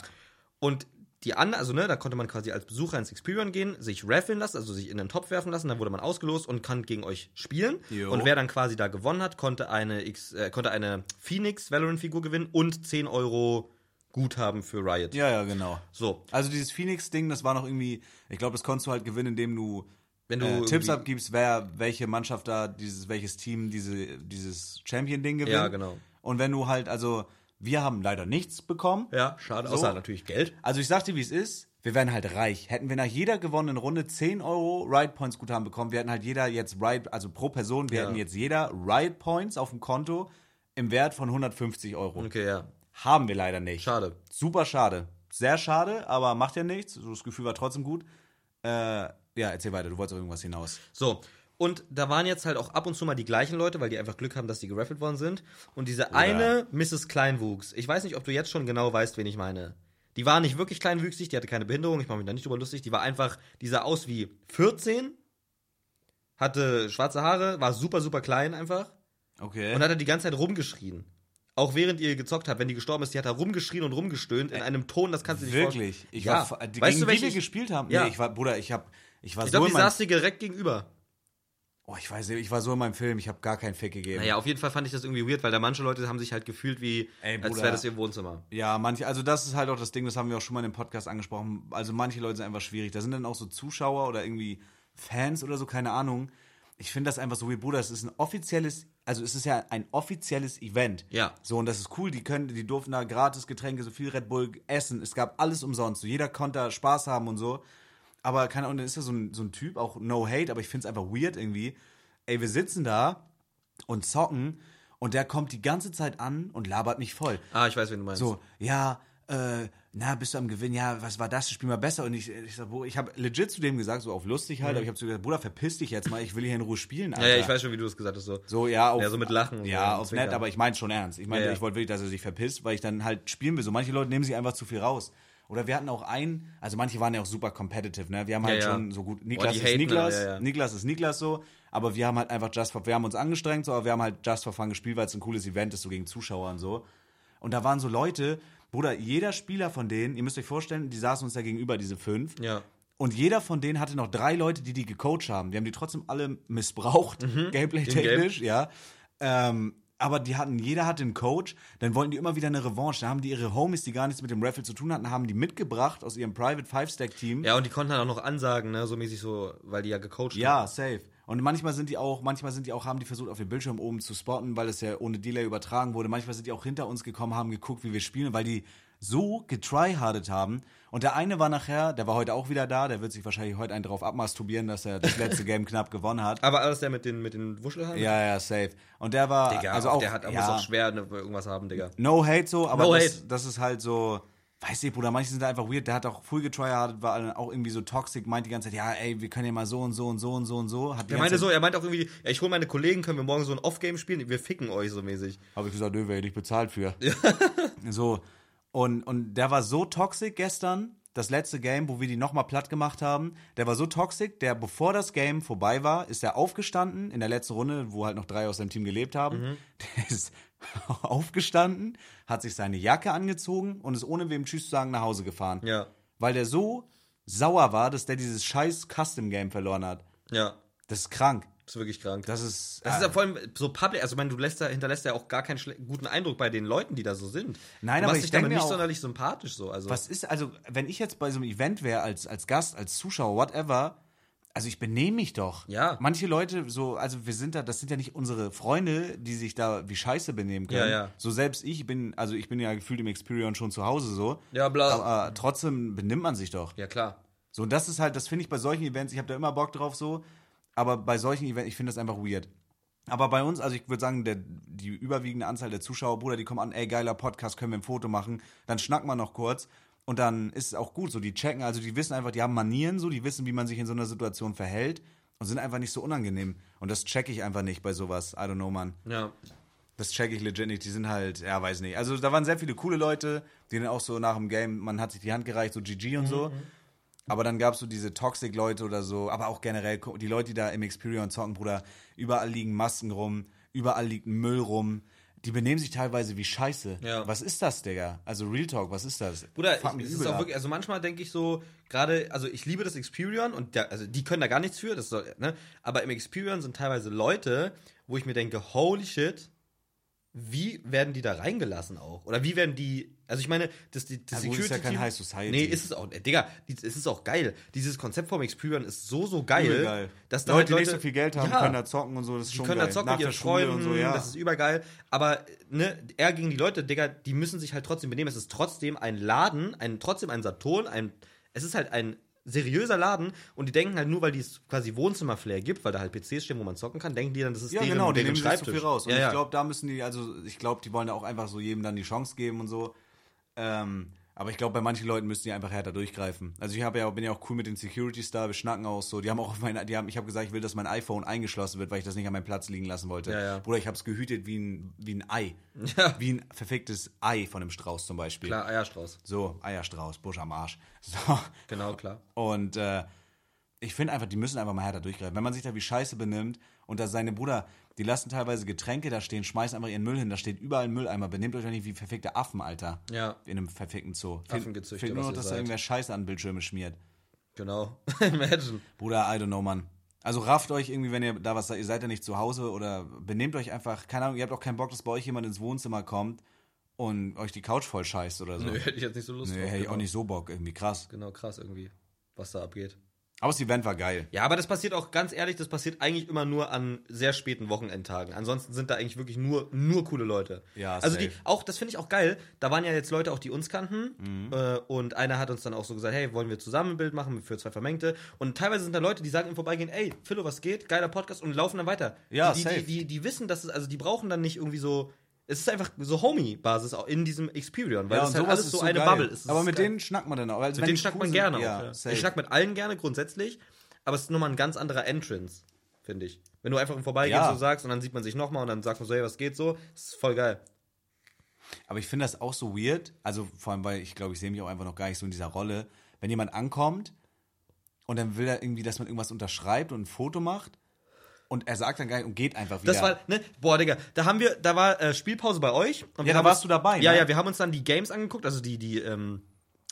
[SPEAKER 1] Und die anderen, also ne, da konnte man quasi als Besucher ins Experion gehen, sich raffeln lassen, also sich in den Topf werfen lassen, dann wurde man ausgelost und kann gegen euch spielen.
[SPEAKER 2] Jo.
[SPEAKER 1] Und wer dann quasi da gewonnen hat, konnte eine X, äh, konnte eine Phoenix Valorant-Figur gewinnen und 10 Euro Guthaben für Riot.
[SPEAKER 2] Ja, ja, genau.
[SPEAKER 1] So.
[SPEAKER 2] Also dieses Phoenix-Ding, das war noch irgendwie, ich glaube, das konntest du halt gewinnen, indem du,
[SPEAKER 1] Wenn du
[SPEAKER 2] äh, Tipps
[SPEAKER 1] irgendwie-
[SPEAKER 2] abgibst, wer welche Mannschaft da, dieses, welches Team diese, dieses Champion-Ding gewinnt.
[SPEAKER 1] Ja, genau.
[SPEAKER 2] Und wenn du halt, also, wir haben leider nichts bekommen.
[SPEAKER 1] Ja, schade,
[SPEAKER 2] So.
[SPEAKER 1] außer natürlich Geld.
[SPEAKER 2] Also ich sag dir, wie es ist. Wir wären halt reich. Hätten wir nach jeder gewonnenen Runde 10 Euro Ride Points Guthaben bekommen, wir hätten halt jeder jetzt Ride, also pro Person, wir
[SPEAKER 1] Ja.
[SPEAKER 2] hätten jetzt jeder Ride Points auf dem Konto im Wert von 150 Euro.
[SPEAKER 1] Okay, ja.
[SPEAKER 2] Haben wir leider nicht.
[SPEAKER 1] Schade.
[SPEAKER 2] Super schade. Sehr schade, aber macht ja nichts. So, Das Gefühl war trotzdem gut. Äh, ja, erzähl weiter, du wolltest auf irgendwas hinaus.
[SPEAKER 1] So. Und da waren jetzt halt auch ab und zu mal die gleichen Leute, weil die einfach Glück haben, dass die geraffelt worden sind. Und diese eine Mrs. Kleinwuchs, ich weiß nicht, ob du jetzt schon genau weißt, wen ich meine. Die war nicht wirklich kleinwüchsig, die hatte keine Behinderung, ich mache mich da nicht drüber lustig. Die war einfach, die sah aus wie 14, hatte schwarze Haare, war super, super klein einfach.
[SPEAKER 2] Okay.
[SPEAKER 1] Und hat er die ganze Zeit rumgeschrien. Auch während ihr gezockt habt, wenn die gestorben ist, die hat da rumgeschrien und rumgestöhnt in einem Ton, das kannst du dir nicht
[SPEAKER 2] Wirklich?
[SPEAKER 1] vorstellen.
[SPEAKER 2] Ich
[SPEAKER 1] ja.
[SPEAKER 2] war, die,
[SPEAKER 1] weißt
[SPEAKER 2] gegen
[SPEAKER 1] du, welche
[SPEAKER 2] die wir
[SPEAKER 1] ich,
[SPEAKER 2] gespielt haben?
[SPEAKER 1] Ja.
[SPEAKER 2] Nee, ich war, Bruder, ich hab, ich war
[SPEAKER 1] ich
[SPEAKER 2] so
[SPEAKER 1] glaube, die
[SPEAKER 2] in meinem,
[SPEAKER 1] saß dir direkt gegenüber.
[SPEAKER 2] oh, ich weiß, nicht, ich war so in meinem Film, ich habe gar keinen Fick gegeben.
[SPEAKER 1] Naja, auf jeden Fall fand ich das irgendwie weird, weil da manche Leute haben sich halt gefühlt wie,
[SPEAKER 2] Ey,
[SPEAKER 1] als
[SPEAKER 2] Bruder.
[SPEAKER 1] wäre das ihr Wohnzimmer.
[SPEAKER 2] Ja, manche, also das ist halt auch das Ding, das haben wir auch schon mal in dem Podcast angesprochen. Also manche Leute sind einfach schwierig. Da sind dann auch so Zuschauer oder irgendwie Fans oder so, keine Ahnung. Ich finde das einfach so wie Bruder, es ist ein offizielles, also es ist ja ein offizielles Event.
[SPEAKER 1] Ja.
[SPEAKER 2] So, und das ist cool, die können, die durften da gratis Getränke, so viel Red Bull essen. Es gab alles umsonst. So, jeder konnte da Spaß haben und so. Aber keine Ahnung, dann ist da so ein, so ein Typ, auch no hate, aber ich finde es einfach weird irgendwie. Ey, wir sitzen da und zocken und der kommt die ganze Zeit an und labert mich voll.
[SPEAKER 1] Ah, ich weiß, wen du meinst.
[SPEAKER 2] So, ja, äh, na, bist du am Gewinn? Ja, was war das? Spiel mal besser. Und ich, ich sag, Bro, ich habe legit zu dem gesagt, so auf lustig halt, aber ich habe zu ihm gesagt, Bruder, verpiss dich jetzt mal, ich will hier in Ruhe spielen.
[SPEAKER 1] Mhm. ja,
[SPEAKER 2] Alter.
[SPEAKER 1] ja, ich weiß schon, wie du das gesagt hast. So.
[SPEAKER 2] So, ja, auf,
[SPEAKER 1] Ja, so mit Lachen und
[SPEAKER 2] Ja,
[SPEAKER 1] so,
[SPEAKER 2] auf
[SPEAKER 1] Zwinkern.
[SPEAKER 2] nett, aber ich meine schon ernst. Ich meine,
[SPEAKER 1] Ja, ja.
[SPEAKER 2] ich wollte wirklich, dass er sich verpisst, weil ich dann halt spielen will. So manche Leute nehmen sich einfach zu viel raus. Oder wir hatten auch einen, also manche waren ja auch super competitive, ne? Wir haben halt
[SPEAKER 1] ja. Oh,
[SPEAKER 2] schon so gut, Niklas
[SPEAKER 1] die
[SPEAKER 2] ist
[SPEAKER 1] haten,
[SPEAKER 2] Niklas,
[SPEAKER 1] ja, ja.
[SPEAKER 2] Niklas ist Niklas so, aber wir haben halt einfach Just for, wir haben uns angestrengt, so, aber wir haben halt Just for Fun gespielt, weil es ein cooles Event ist, so gegen Zuschauer und so. Und da waren so Leute, Bruder, jeder Spieler von denen, ihr müsst euch vorstellen, die saßen uns da gegenüber, diese fünf.
[SPEAKER 1] Ja.
[SPEAKER 2] Und jeder von denen hatte noch drei Leute, die die gecoacht haben. Die haben die trotzdem alle missbraucht, gameplay-technisch, ja. Ähm, aber die hatten, jeder hatte einen Coach, dann wollten die immer wieder eine Revanche. Dann haben die ihre Homies, die gar nichts mit dem Raffle zu tun hatten, haben die mitgebracht aus ihrem Private Five-Stack-Team.
[SPEAKER 1] Ja, und die konnten halt auch noch ansagen, ne, so mäßig so, weil die ja gecoacht haben.
[SPEAKER 2] Ja, safe. Und manchmal sind die auch, manchmal sind die auch, haben die versucht, auf dem Bildschirm oben zu spotten, weil es ja ohne Delay übertragen wurde. Manchmal sind die auch hinter uns gekommen, haben geguckt, wie wir spielen, weil die so getryhardet haben. Und der eine war nachher, der war heute auch wieder da, der wird sich wahrscheinlich heute einen drauf abmasturbieren, dass er das letzte Game knapp gewonnen hat.
[SPEAKER 1] Aber alles der mit den, mit den Wuschelhaaren?
[SPEAKER 2] Ja, ja, safe. Und der war,
[SPEAKER 1] Digga,
[SPEAKER 2] also auch,
[SPEAKER 1] der hat, aber
[SPEAKER 2] ja,
[SPEAKER 1] muss auch schwer ne, irgendwas haben, Digga.
[SPEAKER 2] No hate so, aber
[SPEAKER 1] No
[SPEAKER 2] das,
[SPEAKER 1] hate.
[SPEAKER 2] das ist halt so. Weiß nicht, Bruder, manche sind da einfach weird. Der hat auch full getryhardet, war dann auch irgendwie so toxic, meint die ganze Zeit, ja, ey, wir können ja mal so und so und so und so und so. Hat die
[SPEAKER 1] Er
[SPEAKER 2] ganze
[SPEAKER 1] meinte
[SPEAKER 2] Zeit-
[SPEAKER 1] so, er meinte auch irgendwie, ja, ich hole meine Kollegen, können wir morgen so ein Off-Game spielen? Wir ficken euch so mäßig.
[SPEAKER 2] Habe ich gesagt, nö, werde ich bezahlt für. so. Und, und der war so toxic gestern, das letzte Game, wo wir die nochmal platt gemacht haben. Der war so toxic, der, bevor das Game vorbei war, ist er aufgestanden in der letzten Runde, wo halt noch drei aus seinem Team gelebt haben.
[SPEAKER 1] Mhm.
[SPEAKER 2] Der ist aufgestanden, hat sich seine Jacke angezogen und ist ohne wem Tschüss zu sagen nach Hause gefahren.
[SPEAKER 1] Ja.
[SPEAKER 2] Weil der so sauer war, dass der dieses scheiß Custom-Game verloren hat.
[SPEAKER 1] Ja.
[SPEAKER 2] Das ist krank.
[SPEAKER 1] Ist wirklich krank.
[SPEAKER 2] Das Ah. ist. äh,
[SPEAKER 1] Das ist ja vor allem so public, also ich meine, du lässt da, hinterlässt ja auch gar keinen schle- guten Eindruck bei den Leuten, die da so sind.
[SPEAKER 2] Nein,
[SPEAKER 1] du
[SPEAKER 2] aber
[SPEAKER 1] machst
[SPEAKER 2] ich
[SPEAKER 1] dich
[SPEAKER 2] denk
[SPEAKER 1] damit
[SPEAKER 2] mir
[SPEAKER 1] nicht
[SPEAKER 2] auch-
[SPEAKER 1] sonderlich sympathisch so. Also
[SPEAKER 2] Was ist, also, wenn ich jetzt bei so einem Event wäre, als, als Gast, als Zuschauer, whatever, also ich benehme mich doch.
[SPEAKER 1] Ja.
[SPEAKER 2] Manche Leute, so, also wir sind da, das sind ja nicht unsere Freunde, die sich da wie Scheiße benehmen können.
[SPEAKER 1] Ja, ja.
[SPEAKER 2] So selbst ich bin, also ich bin ja gefühlt im Experion schon zu Hause so.
[SPEAKER 1] Ja, bla.
[SPEAKER 2] Aber äh, trotzdem benimmt man sich doch.
[SPEAKER 1] ja klar.
[SPEAKER 2] So, und das ist halt, das finde ich bei solchen Events, ich habe da immer Bock drauf so, aber bei solchen Events, ich finde das einfach weird. Aber bei uns, also ich würde sagen, der, die überwiegende Anzahl der Zuschauer, Bruder, die kommen an, ey, geiler Podcast, können wir ein Foto machen, dann schnacken wir noch kurz und dann ist es auch gut, so die checken, also die wissen einfach, die haben Manieren so, die wissen, wie man sich in so einer Situation verhält und sind einfach nicht so unangenehm. Und das checke ich einfach nicht bei sowas, I don't know, Mann.
[SPEAKER 1] Ja.
[SPEAKER 2] Das check ich legit nicht. Die sind halt, ja, weiß nicht. Also da waren sehr viele coole Leute, die dann auch so nach dem Game, man hat sich die Hand gereicht, so GG
[SPEAKER 1] Mhm,
[SPEAKER 2] und so. Aber dann gab es so diese Toxic-Leute oder so, aber auch generell ko- die Leute, die da im Experion zocken, Bruder, überall liegen Masken rum, überall liegt Müll rum. Die benehmen sich teilweise wie Scheiße.
[SPEAKER 1] Ja.
[SPEAKER 2] Was ist das, Digga? Also Real Talk, was ist das?
[SPEAKER 1] Bruder,
[SPEAKER 2] Fuck
[SPEAKER 1] ich,
[SPEAKER 2] mich
[SPEAKER 1] es ist
[SPEAKER 2] übel
[SPEAKER 1] auch
[SPEAKER 2] ab.
[SPEAKER 1] wirklich, also manchmal denke ich so, gerade, also ich liebe das Experion und da, also die können da gar nichts für, das soll, ne? Aber im Experion sind teilweise Leute, wo ich mir denke, holy shit, wie werden die da reingelassen auch? Oder wie werden die, also ich meine, das, die, das
[SPEAKER 2] Ja, gut, ist ja kein
[SPEAKER 1] Security-Team-
[SPEAKER 2] High Society.
[SPEAKER 1] Nee, ist es auch, äh, Digga, die- es ist auch geil. Dieses Konzept vom Experion ist so, so geil,
[SPEAKER 2] Übel geil.
[SPEAKER 1] dass da
[SPEAKER 2] Leute,
[SPEAKER 1] halt
[SPEAKER 2] die nicht so viel Geld haben,
[SPEAKER 1] Ja.
[SPEAKER 2] können da zocken und so, das ist
[SPEAKER 1] Die
[SPEAKER 2] schon
[SPEAKER 1] können
[SPEAKER 2] geil.
[SPEAKER 1] da zocken
[SPEAKER 2] Nach
[SPEAKER 1] mit
[SPEAKER 2] der
[SPEAKER 1] ihren
[SPEAKER 2] Schule
[SPEAKER 1] Freunden,
[SPEAKER 2] und so, ja.
[SPEAKER 1] das ist übergeil. Aber ne, er gegen die Leute, Digga, die müssen sich halt trotzdem benehmen. Es ist trotzdem ein Laden, ein, trotzdem ein Saturn, ein, es ist halt ein seriöser Laden und die denken halt nur, weil die es quasi Wohnzimmerflair gibt, weil da halt PCs stehen, wo man zocken kann, denken die dann, das ist
[SPEAKER 2] Ja,
[SPEAKER 1] deren,
[SPEAKER 2] genau, die
[SPEAKER 1] deren
[SPEAKER 2] nehmen sich zu viel raus. Und
[SPEAKER 1] ja, ja.
[SPEAKER 2] ich glaube, da müssen die, also ich glaube, die wollen da auch einfach so jedem dann die Chance geben und so. Ähm, aber ich glaube, bei manchen Leuten müssen die einfach härter durchgreifen. Also ich habe ja, bin ja auch cool mit den Securities da, wir schnacken auch so. Die haben auch auf mein, die haben, ich habe gesagt, ich will, dass mein iPhone eingeschlossen wird, weil ich das nicht an meinem Platz liegen lassen wollte.
[SPEAKER 1] Ja, ja.
[SPEAKER 2] Bruder, ich habe es gehütet wie ein, wie ein Ei.
[SPEAKER 1] Ja.
[SPEAKER 2] Wie ein verficktes Ei von einem Strauß zum Beispiel.
[SPEAKER 1] Klar, Eierstrauß.
[SPEAKER 2] So, Eierstrauß, Busch am Arsch. So.
[SPEAKER 1] Genau, klar.
[SPEAKER 2] Und äh, ich finde einfach, die müssen einfach mal härter durchgreifen. Wenn man sich da wie Scheiße benimmt und da seine Bruder, die lassen teilweise Getränke da stehen, schmeißen einfach ihren Müll hin, da steht überall ein Mülleimer. Benehmt euch doch nicht wie verfickte Affen, Alter.
[SPEAKER 1] Ja.
[SPEAKER 2] In einem verfickten Zoo.
[SPEAKER 1] Affengezüchter,
[SPEAKER 2] Fehlt nur
[SPEAKER 1] was
[SPEAKER 2] noch,
[SPEAKER 1] ihr
[SPEAKER 2] dass da
[SPEAKER 1] seid.
[SPEAKER 2] irgendwer Scheiße an Bildschirme schmiert.
[SPEAKER 1] Genau. Imagine.
[SPEAKER 2] Bruder, I don't know, Mann. Also rafft euch irgendwie, wenn ihr da was seid, ihr seid ja nicht zu Hause oder benehmt euch einfach, keine Ahnung, ihr habt auch keinen Bock, dass bei euch jemand ins Wohnzimmer kommt und euch die Couch voll scheißt oder so.
[SPEAKER 1] Nö, hätte ich jetzt nicht so Lust
[SPEAKER 2] Nee,
[SPEAKER 1] drauf.
[SPEAKER 2] hätte ich
[SPEAKER 1] genau.
[SPEAKER 2] auch nicht so Bock, irgendwie krass.
[SPEAKER 1] Genau, krass irgendwie, was da abgeht.
[SPEAKER 2] Aber das Event war geil.
[SPEAKER 1] Ja, aber das passiert auch ganz ehrlich, das passiert eigentlich immer nur an sehr späten Wochenendtagen. Ansonsten sind da eigentlich wirklich nur nur coole Leute.
[SPEAKER 2] Ja,
[SPEAKER 1] also die
[SPEAKER 2] safe.
[SPEAKER 1] auch das finde ich auch geil. Da waren ja jetzt Leute auch die uns kannten
[SPEAKER 2] Mhm.
[SPEAKER 1] äh, und einer hat uns dann auch so gesagt, hey, wollen wir zusammen ein Bild machen für zwei vermengte und teilweise sind da Leute, die sagen im Vorbeigehen, ey, Philo, was geht? Geiler Podcast und laufen dann weiter.
[SPEAKER 2] Ja,
[SPEAKER 1] die,
[SPEAKER 2] safe.
[SPEAKER 1] Die, die die wissen, dass es also die brauchen dann nicht irgendwie so es ist einfach so Homie Basis auch in diesem Experion, weil
[SPEAKER 2] Ja,
[SPEAKER 1] es
[SPEAKER 2] und
[SPEAKER 1] halt
[SPEAKER 2] sowas
[SPEAKER 1] alles
[SPEAKER 2] ist
[SPEAKER 1] so
[SPEAKER 2] so
[SPEAKER 1] eine
[SPEAKER 2] geil.
[SPEAKER 1] Bubble ist. Es
[SPEAKER 2] Aber
[SPEAKER 1] ist
[SPEAKER 2] mit
[SPEAKER 1] geil.
[SPEAKER 2] denen schnackt man dann auch. Also
[SPEAKER 1] Mit
[SPEAKER 2] wenn
[SPEAKER 1] denen
[SPEAKER 2] die
[SPEAKER 1] schnackt
[SPEAKER 2] cool
[SPEAKER 1] man
[SPEAKER 2] sind-
[SPEAKER 1] gerne auch.
[SPEAKER 2] Ja,
[SPEAKER 1] Ja. Ich schnack mit allen gerne grundsätzlich, aber es ist nochmal ein ganz anderer Entrance, finde ich. Wenn du einfach im Vorbeigehen
[SPEAKER 2] Ja.
[SPEAKER 1] so sagst und dann sieht man sich nochmal und dann sagt man so, hey, was geht so? Das ist voll geil.
[SPEAKER 2] Aber ich finde das auch so weird. Also vor allem, weil ich glaube, ich sehe mich auch einfach noch gar nicht so in dieser Rolle. Wenn jemand ankommt und dann will er irgendwie, dass man irgendwas unterschreibt und ein Foto macht und er sagt dann gar nicht und geht einfach wieder.
[SPEAKER 1] Das war, ne, boah, Digga, da haben wir, da war äh, Spielpause bei euch. Und wir
[SPEAKER 2] da
[SPEAKER 1] haben
[SPEAKER 2] warst
[SPEAKER 1] uns,
[SPEAKER 2] du dabei,
[SPEAKER 1] Ja,
[SPEAKER 2] ne?
[SPEAKER 1] ja, wir haben uns dann die Games angeguckt, also die, die, ähm,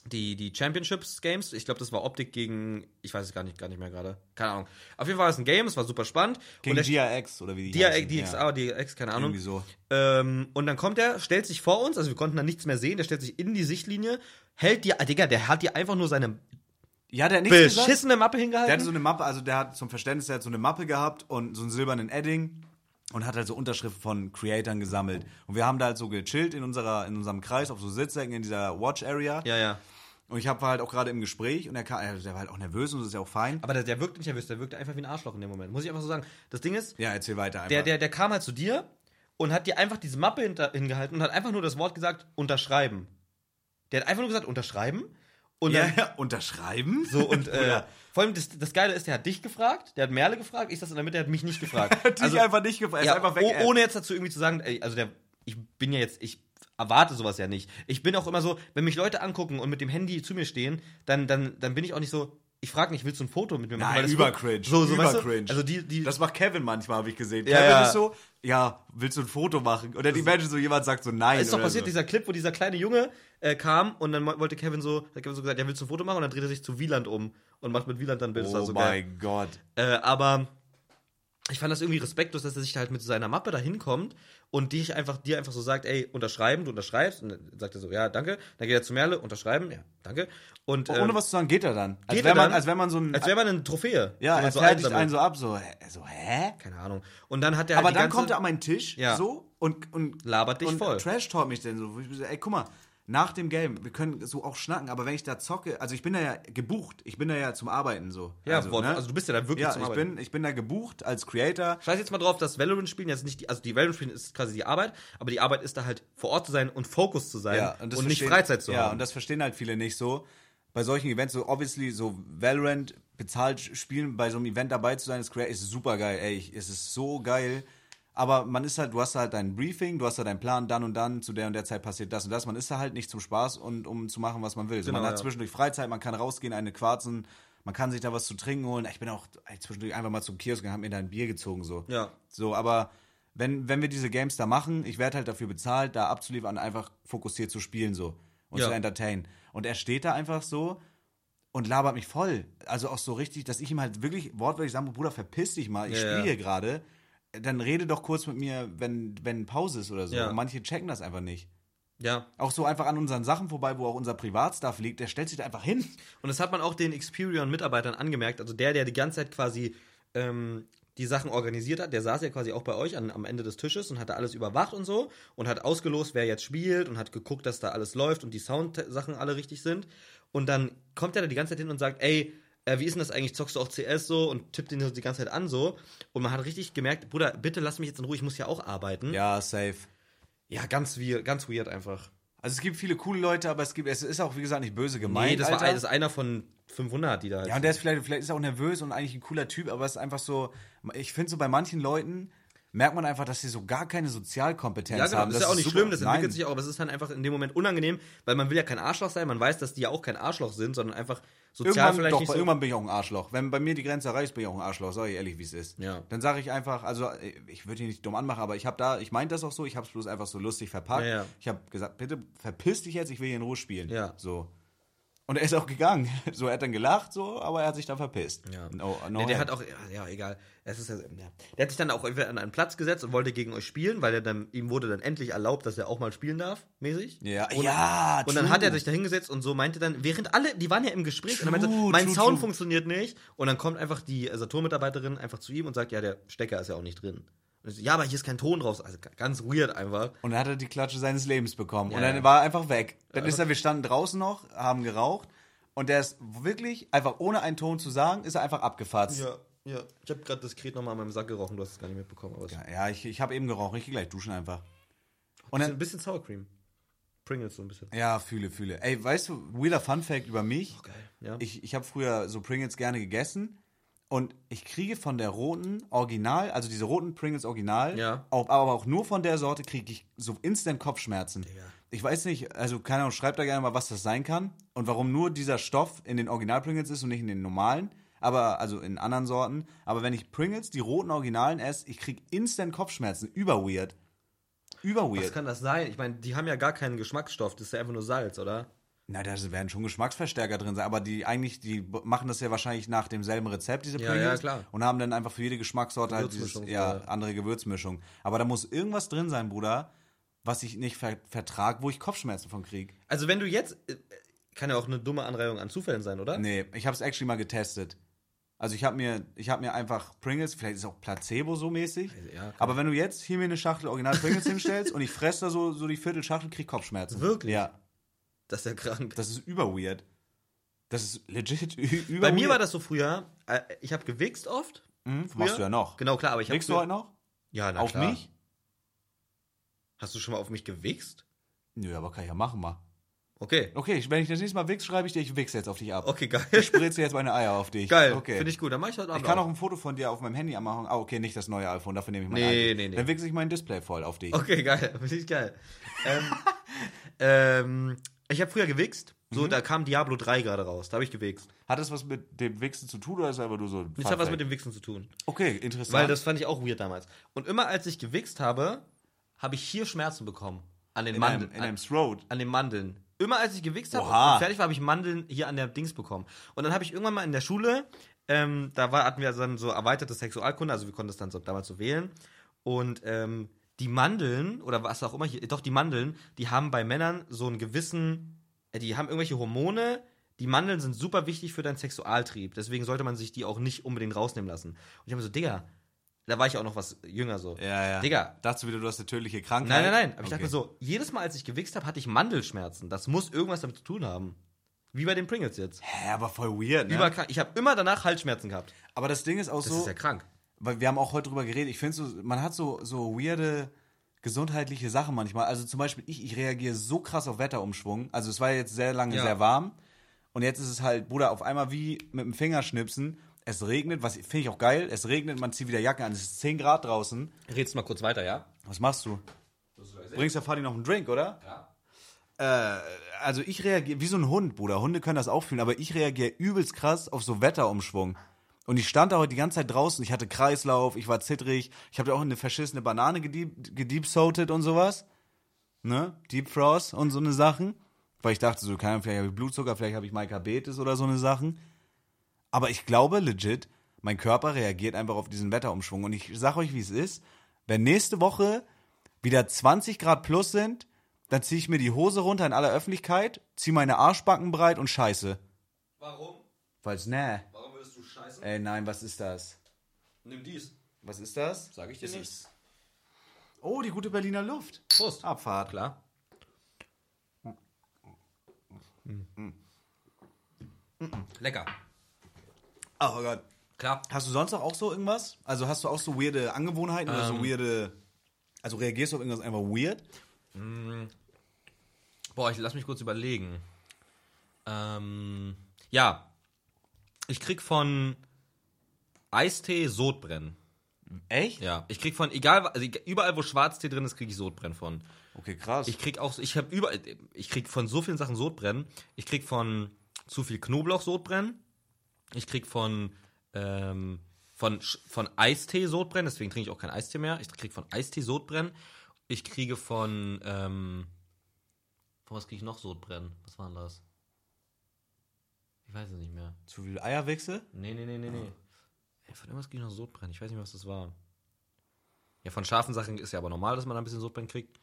[SPEAKER 1] die, die Championships Games. Ich glaube, das war Optik gegen, ich weiß es gar nicht, gar nicht mehr gerade. Keine Ahnung. Auf jeden Fall war es ein Game, es war super spannend.
[SPEAKER 2] gegen
[SPEAKER 1] und der
[SPEAKER 2] DRX oder wie die
[SPEAKER 1] DRX,
[SPEAKER 2] heißen.
[SPEAKER 1] DXA,
[SPEAKER 2] ja.
[SPEAKER 1] oder DX, keine Ahnung.
[SPEAKER 2] Irgendwie so.
[SPEAKER 1] Ähm, und dann kommt er, stellt sich vor uns, also wir konnten da nichts mehr sehen, der stellt sich in die Sichtlinie, hält dir, ah, Digga, der hat dir einfach nur seine
[SPEAKER 2] Ja, der hat nichts gesagt.
[SPEAKER 1] beschissene Mappe
[SPEAKER 2] Der hatte
[SPEAKER 1] hingehalten.
[SPEAKER 2] so eine Mappe, also der hat zum Verständnis, der hat so eine Mappe gehabt und so einen silbernen Edding und hat halt so Unterschriften von Creatern gesammelt. Und wir haben da halt so gechillt in unserer, in unserem Kreis auf so Sitzsäcken in dieser Watch Area.
[SPEAKER 1] ja, ja.
[SPEAKER 2] Und ich hab, war halt auch gerade im Gespräch und er, kam, er der war halt auch nervös und das ist ja auch fein.
[SPEAKER 1] Aber der, der wirkt nicht nervös, der wirkt einfach wie ein Arschloch in dem Moment. Muss ich einfach so sagen. Das Ding ist,
[SPEAKER 2] Ja, erzähl weiter einfach.
[SPEAKER 1] der, der, der kam halt zu dir und hat dir einfach diese Mappe hinter, hingehalten und hat einfach nur das Wort gesagt, unterschreiben. Der hat einfach nur gesagt, unterschreiben. Und
[SPEAKER 2] ja,
[SPEAKER 1] dann,
[SPEAKER 2] ja, unterschreiben?
[SPEAKER 1] So, und äh,
[SPEAKER 2] Oder
[SPEAKER 1] vor allem das, das Geile ist, der hat dich gefragt, der hat Merle gefragt, ich saß in der Mitte, der hat mich nicht gefragt. Also,
[SPEAKER 2] hat dich einfach nicht gefragt.
[SPEAKER 1] ja,
[SPEAKER 2] er ist einfach
[SPEAKER 1] oh-
[SPEAKER 2] weg.
[SPEAKER 1] ohne jetzt dazu irgendwie zu sagen, ey, also der, ich bin ja jetzt, ich erwarte sowas ja nicht. Ich bin auch immer so, wenn mich Leute angucken und mit dem Handy zu mir stehen, dann, dann, dann bin ich auch nicht so, ich frage nicht, willst du ein Foto mit mir machen?
[SPEAKER 2] Nein,
[SPEAKER 1] Weil das
[SPEAKER 2] über
[SPEAKER 1] wirkt-
[SPEAKER 2] cringe.
[SPEAKER 1] So, so,
[SPEAKER 2] über
[SPEAKER 1] weißt du,
[SPEAKER 2] cringe.
[SPEAKER 1] also die, die,
[SPEAKER 2] das macht Kevin manchmal, habe ich gesehen.
[SPEAKER 1] Ja,
[SPEAKER 2] Kevin
[SPEAKER 1] ja.
[SPEAKER 2] ist so, ja, willst du ein Foto machen? Oder die Menschen so, jemand sagt so, nein.
[SPEAKER 1] ist doch
[SPEAKER 2] oder
[SPEAKER 1] passiert,
[SPEAKER 2] so.
[SPEAKER 1] dieser Clip, wo dieser kleine Junge äh, kam und dann mo- wollte Kevin so, hat Kevin so gesagt, ja, willst du ein Foto machen? Und dann dreht er sich zu Wieland um und macht mit Wieland dann ein Bild. Das war
[SPEAKER 2] Oh
[SPEAKER 1] so geil.
[SPEAKER 2] mein Gott.
[SPEAKER 1] Äh, aber ich fand das irgendwie respektlos, dass er sich halt mit seiner Mappe da hinkommt und dich einfach, dir einfach so sagt, ey, unterschreiben, du unterschreibst. Und dann sagt er so, ja, danke. Dann geht er zu Merle, unterschreiben, ja, danke. Und ähm,
[SPEAKER 2] Oh, Ohne was zu sagen, geht er dann. Als
[SPEAKER 1] geht
[SPEAKER 2] wenn
[SPEAKER 1] er
[SPEAKER 2] man,
[SPEAKER 1] dann?
[SPEAKER 2] als wenn man so ein.
[SPEAKER 1] als wäre man eine Trophäe.
[SPEAKER 2] ja,
[SPEAKER 1] die man
[SPEAKER 2] er fertigt
[SPEAKER 1] einsammelt.
[SPEAKER 2] einen so ab, so, hä? So, hä?
[SPEAKER 1] Keine Ahnung. Und dann hat er
[SPEAKER 2] Aber
[SPEAKER 1] halt die
[SPEAKER 2] dann
[SPEAKER 1] ganze-
[SPEAKER 2] kommt er an meinen Tisch
[SPEAKER 1] Ja.
[SPEAKER 2] so und, und
[SPEAKER 1] Labert dich
[SPEAKER 2] und
[SPEAKER 1] voll.
[SPEAKER 2] Trash talk mich denn so. Wo ich mir so, Ey, guck mal, nach dem Game, wir können so auch schnacken, aber wenn ich da zocke, also ich bin da ja gebucht, ich bin da ja zum Arbeiten so.
[SPEAKER 1] Ja,
[SPEAKER 2] also,
[SPEAKER 1] also, also du bist ja da wirklich
[SPEAKER 2] ja,
[SPEAKER 1] zum
[SPEAKER 2] ich
[SPEAKER 1] Arbeiten.
[SPEAKER 2] bin, ich bin da gebucht als Creator.
[SPEAKER 1] Scheiß jetzt mal drauf, dass Valorant-Spielen jetzt nicht die, also die Valorant-Spielen ist quasi die Arbeit, aber die Arbeit ist da halt vor Ort zu sein und Fokus zu sein und, nicht
[SPEAKER 2] verstehen-
[SPEAKER 1] Freizeit zu
[SPEAKER 2] ja,
[SPEAKER 1] haben.
[SPEAKER 2] und das verstehen halt viele nicht so. Bei solchen Events, so obviously, so Valorant bezahlt spielen, bei so einem Event dabei zu sein, ist, cra- ist super geil. Ey, ich, es ist so geil. Aber man ist halt, du hast halt dein Briefing, du hast halt deinen Plan, dann und dann, zu der und der Zeit passiert das und das. Man ist da halt nicht zum Spaß und um zu machen, was man will. So,
[SPEAKER 1] Genau,
[SPEAKER 2] man hat
[SPEAKER 1] ja.
[SPEAKER 2] zwischendurch Freizeit, man kann rausgehen, eine quarzen, man kann sich da was zu trinken holen. Ich bin auch ey, zwischendurch einfach mal zum Kiosk und hab mir da ein Bier gezogen, so.
[SPEAKER 1] Ja.
[SPEAKER 2] So, aber wenn, wenn wir diese Games da machen, ich werde halt dafür bezahlt, da abzuliefern, und einfach fokussiert zu spielen, so. Und
[SPEAKER 1] Ja.
[SPEAKER 2] zu entertainen. Und er steht da einfach so und labert mich voll. Also auch so richtig, dass ich ihm halt wirklich wortwörtlich sage, Bruder, verpiss dich mal, ich
[SPEAKER 1] Ja,
[SPEAKER 2] spiele
[SPEAKER 1] ja.
[SPEAKER 2] hier gerade. Dann rede doch kurz mit mir, wenn, wenn Pause ist oder so.
[SPEAKER 1] Ja.
[SPEAKER 2] Und manche checken das einfach nicht.
[SPEAKER 1] Ja.
[SPEAKER 2] Auch so einfach an unseren Sachen vorbei, wo auch unser Privatstuff liegt, der stellt sich da einfach hin.
[SPEAKER 1] Und das hat man auch den Experion-Mitarbeitern angemerkt. Also der, der die ganze Zeit quasi ähm, die Sachen organisiert hat, der saß ja quasi auch bei euch an, am Ende des Tisches und hat da alles überwacht und so und hat ausgelost, wer jetzt spielt und hat geguckt, dass da alles läuft und die Sound-Sachen alle richtig sind. Und dann kommt er da die ganze Zeit hin und sagt, ey, äh, wie ist denn das eigentlich? Zockst du auch CS so und tippt den so die ganze Zeit an so? Und man hat richtig gemerkt, Bruder, bitte lass mich jetzt in Ruhe, ich muss ja auch arbeiten.
[SPEAKER 2] Ja, safe.
[SPEAKER 1] ja ganz, weird, ganz weird einfach.
[SPEAKER 2] Also es gibt viele coole Leute, aber es gibt, es ist auch, wie gesagt, nicht böse gemeint.
[SPEAKER 1] Nee, das war
[SPEAKER 2] Alter.
[SPEAKER 1] das ist einer von 500, die da
[SPEAKER 2] Ja, und der ist vielleicht, vielleicht ist er auch nervös und eigentlich ein cooler Typ, aber es ist einfach so, ich finde so bei manchen Leuten merkt man einfach, dass sie so gar keine Sozialkompetenz
[SPEAKER 1] Ja, genau,
[SPEAKER 2] haben.
[SPEAKER 1] das ist ja auch nicht
[SPEAKER 2] super.
[SPEAKER 1] schlimm, das entwickelt
[SPEAKER 2] Nein.
[SPEAKER 1] sich auch, aber es ist dann einfach in dem Moment unangenehm, weil man will ja kein Arschloch sein, man weiß, dass die ja auch kein Arschloch sind, sondern einfach sozial
[SPEAKER 2] Irgendwann,
[SPEAKER 1] vielleicht
[SPEAKER 2] doch,
[SPEAKER 1] nicht so.
[SPEAKER 2] irgendwann bin ich auch ein Arschloch. Wenn bei mir die Grenze erreicht, ist, bin ich auch ein Arschloch. Sag ich ehrlich, wie es ist.
[SPEAKER 1] Ja.
[SPEAKER 2] Dann sage ich einfach, also ich würde ihn nicht dumm anmachen, aber ich habe da, ich meine das auch so, ich habe es bloß einfach so lustig verpackt.
[SPEAKER 1] Ja, ja.
[SPEAKER 2] Ich habe gesagt, bitte verpiss dich jetzt, ich will hier in Ruhe spielen.
[SPEAKER 1] Ja.
[SPEAKER 2] So. Und er ist auch gegangen. So, er hat dann gelacht, so, aber er hat sich dann verpisst.
[SPEAKER 1] Ja.
[SPEAKER 2] No, no
[SPEAKER 1] nee, der
[SPEAKER 2] help.
[SPEAKER 1] hat auch, ja, ja, egal. Es ist ja, ja. Der hat sich dann auch entweder an einen Platz gesetzt und wollte gegen euch spielen, weil er dann, ihm wurde dann endlich erlaubt, dass er auch mal spielen darf, mäßig.
[SPEAKER 2] Ja,
[SPEAKER 1] und,
[SPEAKER 2] ja,
[SPEAKER 1] Und dann
[SPEAKER 2] true.
[SPEAKER 1] hat er sich da hingesetzt und so meinte dann, während alle, die waren ja im Gespräch, und er meinte,
[SPEAKER 2] True,
[SPEAKER 1] mein
[SPEAKER 2] true,
[SPEAKER 1] Sound
[SPEAKER 2] true.
[SPEAKER 1] funktioniert nicht. Und dann kommt einfach die äh, Saturn-Mitarbeiterin einfach zu ihm und sagt, ja, der Stecker ist ja auch nicht drin. Und ich so, ja, aber hier ist kein Ton draus. Also ganz weird einfach.
[SPEAKER 2] Und dann hat er die Klatsche seines Lebens bekommen. und
[SPEAKER 1] Ja,
[SPEAKER 2] dann
[SPEAKER 1] ja. Äh,
[SPEAKER 2] war er einfach weg. Dann ist er, wir standen draußen noch, haben geraucht. Und der ist wirklich einfach ohne einen Ton zu sagen, ist er einfach abgefatzt. Ja,
[SPEAKER 1] Ja, ja. Ich habe gerade diskret nochmal an meinem Sack gerochen, du hast es gar nicht mitbekommen. Aber es ist
[SPEAKER 2] ja ich, ich habe eben geraucht. Ich gehe gleich duschen einfach. Und
[SPEAKER 1] ein
[SPEAKER 2] dann,
[SPEAKER 1] bisschen Sour Cream. Pringles so ein bisschen.
[SPEAKER 2] ja, fühle, fühle. Ey, weißt du, weirder Fun Fact über mich.
[SPEAKER 1] Oh, Geil. Ja.
[SPEAKER 2] Ich, ich habe früher so Pringles gerne gegessen. Und ich kriege von der roten Original, also diese roten Pringles Original,
[SPEAKER 1] Ja.
[SPEAKER 2] auch, aber auch nur von der Sorte kriege ich so instant Kopfschmerzen.
[SPEAKER 1] Digga.
[SPEAKER 2] Ich weiß nicht, also keine Ahnung, schreibt da gerne mal, was das sein kann und warum nur dieser Stoff in den Original Pringles ist und nicht in den normalen, aber also in anderen Sorten. Aber wenn ich Pringles, die roten Originalen esse, ich kriege instant Kopfschmerzen. Über weird. Über
[SPEAKER 1] Was
[SPEAKER 2] weird.
[SPEAKER 1] kann das sein? Ich meine, die haben ja gar keinen Geschmacksstoff, das ist ja einfach nur Salz, oder?
[SPEAKER 2] Na, da werden schon Geschmacksverstärker drin sein, aber die eigentlich, die b- machen das ja wahrscheinlich nach demselben Rezept, diese
[SPEAKER 1] Ja,
[SPEAKER 2] Pringles.
[SPEAKER 1] ja, klar.
[SPEAKER 2] Und haben dann einfach für jede Geschmackssorte halt dieses,
[SPEAKER 1] Gewürzmischung,
[SPEAKER 2] ja,
[SPEAKER 1] ja.
[SPEAKER 2] andere Gewürzmischung. Aber da muss irgendwas drin sein, Bruder, was ich nicht ver vertrag, wo ich Kopfschmerzen von krieg.
[SPEAKER 1] Also wenn du jetzt, äh, kann ja auch eine dumme Anreihung an Zufällen sein, oder?
[SPEAKER 2] Nee, ich hab's actually mal getestet. Also ich hab mir, ich hab mir einfach Pringles, vielleicht ist es auch Placebo so mäßig.
[SPEAKER 1] Also, ja,
[SPEAKER 2] aber wenn du jetzt hier mir eine Schachtel Original Pringles hinstellst und ich fress da so, so die Viertelschachtel, krieg Kopfschmerzen.
[SPEAKER 1] Wirklich?
[SPEAKER 2] Ja.
[SPEAKER 1] Das ist ja krank.
[SPEAKER 2] Das ist über weird. Das ist legit ü- über
[SPEAKER 1] Bei mir
[SPEAKER 2] weird.
[SPEAKER 1] war das so früher, äh, ich habe gewichst oft.
[SPEAKER 2] Hm,
[SPEAKER 1] früher.
[SPEAKER 2] machst du ja noch.
[SPEAKER 1] Genau, klar, aber ich habe...
[SPEAKER 2] Kriegst du heute noch?
[SPEAKER 1] Ja, na
[SPEAKER 2] Auf
[SPEAKER 1] klar.
[SPEAKER 2] mich?
[SPEAKER 1] Hast du schon mal auf mich gewichst?
[SPEAKER 2] Nö, aber kann ich ja machen mal.
[SPEAKER 1] Okay.
[SPEAKER 2] Okay, ich- wenn ich das nächste Mal wichs, schreibe ich dir, ich wichs jetzt auf dich ab.
[SPEAKER 1] Okay,
[SPEAKER 2] Ich
[SPEAKER 1] geil.
[SPEAKER 2] spritze jetzt meine Eier auf dich.
[SPEAKER 1] Geil,
[SPEAKER 2] Okay.
[SPEAKER 1] finde ich gut. Dann mach ich heute Abend
[SPEAKER 2] Ich kann auch ein Foto von dir auf meinem Handy anmachen. Ah, okay, nicht das neue iPhone, dafür nehme ich mein
[SPEAKER 1] Nee,
[SPEAKER 2] altes.
[SPEAKER 1] nee, nee.
[SPEAKER 2] Dann wichse ich mein Display voll auf dich.
[SPEAKER 1] Okay, geil. Finde ich geil. ähm, ähm, ich habe früher gewichst. So,
[SPEAKER 2] Mhm.
[SPEAKER 1] da kam Diablo 3 gerade raus. Da habe ich gewichst.
[SPEAKER 2] Hat das was mit dem Wichsen zu tun oder ist einfach nur so ein
[SPEAKER 1] Das hat was mit dem Wichsen zu tun.
[SPEAKER 2] Okay, interessant.
[SPEAKER 1] Weil das fand ich auch weird damals. Und immer als ich gewichst habe, habe ich hier Schmerzen bekommen. An den
[SPEAKER 2] in einem,
[SPEAKER 1] Mandeln.
[SPEAKER 2] in einem
[SPEAKER 1] An,
[SPEAKER 2] Throat.
[SPEAKER 1] an den Mandeln. Immer als ich gewichst habe
[SPEAKER 2] Oha.
[SPEAKER 1] und fertig war, habe ich Mandeln hier an der Dings bekommen. Und dann habe ich irgendwann mal in der Schule, ähm, da war, hatten wir also dann so erweiterte Sexualkunde, also wir konnten das dann so damals so wählen. Und ähm, die Mandeln, oder was auch immer, hier, doch die Mandeln, die haben bei Männern so einen gewissen, äh, die haben irgendwelche Hormone. Die Mandeln sind super wichtig für deinen Sexualtrieb. Deswegen sollte man sich die auch nicht unbedingt rausnehmen lassen. Und ich habe mir so, Digga, da war ich auch noch was jünger so.
[SPEAKER 2] Ja, ja.
[SPEAKER 1] Digga.
[SPEAKER 2] Dachtest du wieder, du hast eine tödliche Krankheit?
[SPEAKER 1] Nein, nein, nein. Aber ich dachte
[SPEAKER 2] Okay.
[SPEAKER 1] mir so, jedes Mal, als ich gewichst habe, hatte ich Mandelschmerzen. Das muss irgendwas damit zu tun haben. Wie bei den Pringles jetzt.
[SPEAKER 2] Hä, aber voll weird, ne?
[SPEAKER 1] Überkrank. Ich habe immer danach Halsschmerzen gehabt.
[SPEAKER 2] aber das Ding ist auch
[SPEAKER 1] Das
[SPEAKER 2] so,
[SPEAKER 1] ist ja krank.
[SPEAKER 2] weil wir haben auch heute drüber geredet, ich finde so, man hat so, so weirde gesundheitliche Sachen manchmal. Also zum Beispiel ich, ich reagiere so krass auf Wetterumschwung. Also es war jetzt sehr lange
[SPEAKER 1] Ja.
[SPEAKER 2] sehr warm und jetzt ist es halt, Bruder, auf einmal wie mit dem Fingerschnipsen. es regnet, was finde ich auch geil, es regnet, man zieht wieder Jacken an, es ist 10 Grad draußen.
[SPEAKER 1] Redst mal kurz weiter, ja?
[SPEAKER 2] Was machst du? Bringst der Fadi noch einen Drink, oder? Ja. Äh, also ich reagiere, wie so ein Hund, Bruder, Hunde können das auch fühlen, aber ich reagiere übelst krass auf so Wetterumschwung. Und ich stand da heute die ganze Zeit draußen, ich hatte Kreislauf, ich war zittrig, ich habe da auch eine verschissene Banane gedieb- gediebsoatet und sowas. Ne? Deep Frost und so eine Sachen. Weil ich dachte so, keine Ahnung, vielleicht habe ich Blutzucker, vielleicht habe ich Maikabetes oder so eine Sachen. Aber ich glaube legit, mein Körper reagiert einfach auf diesen Wetterumschwung. Und ich sag euch, wie es ist. Wenn nächste Woche wieder 20 Grad plus sind, dann ziehe ich mir die Hose runter in aller Öffentlichkeit, ziehe meine Arschbacken breit und scheiße.
[SPEAKER 1] Warum?
[SPEAKER 2] Weil's, ne.
[SPEAKER 1] Warum würdest du scheißen?
[SPEAKER 2] Ey, nein, was ist das?
[SPEAKER 1] Nimm dies.
[SPEAKER 2] Was ist das?
[SPEAKER 1] Sag ich dir nichts.
[SPEAKER 2] Oh, die gute Berliner Luft.
[SPEAKER 1] Prost.
[SPEAKER 2] Abfahrt.
[SPEAKER 1] Ah, Klar. Mm. Lecker.
[SPEAKER 2] Oh Gott.
[SPEAKER 1] Klar.
[SPEAKER 2] Hast du sonst auch, auch so irgendwas? Also hast du auch so weirde Angewohnheiten oder so weirde. Also reagierst du auf irgendwas einfach weird?
[SPEAKER 1] Boah, ich lass mich kurz überlegen. Ähm, ja. Ich krieg von Eistee Sodbrennen.
[SPEAKER 2] Echt?
[SPEAKER 1] Ja. Ich krieg von, egal, wa- also egal- überall wo Schwarztee drin ist, krieg ich Sodbrennen von.
[SPEAKER 2] Okay, krass.
[SPEAKER 1] Ich krieg auch, so- ich habe überall, ich krieg von so vielen Sachen Sodbrennen. Ich krieg von zu viel Knoblauch Sodbrennen. Ich krieg von, ähm, von, Sch- von Eistee Sodbrennen. Deswegen trinke ich auch keinen Eistee mehr. Ich krieg von Eistee Sodbrennen. Ich kriege von, ähm, von was krieg ich noch Sodbrennen? Was war denn das? Ich weiß es nicht mehr.
[SPEAKER 2] Zu viel Eierwichse?
[SPEAKER 1] Nee, nee, nee, nee, nee. Ey, von irgendwas ging noch Sodbrennen. Ich weiß nicht mehr, was das war. Ja, von scharfen Sachen ist ja aber normal, dass man da ein bisschen Sodbrennen kriegt.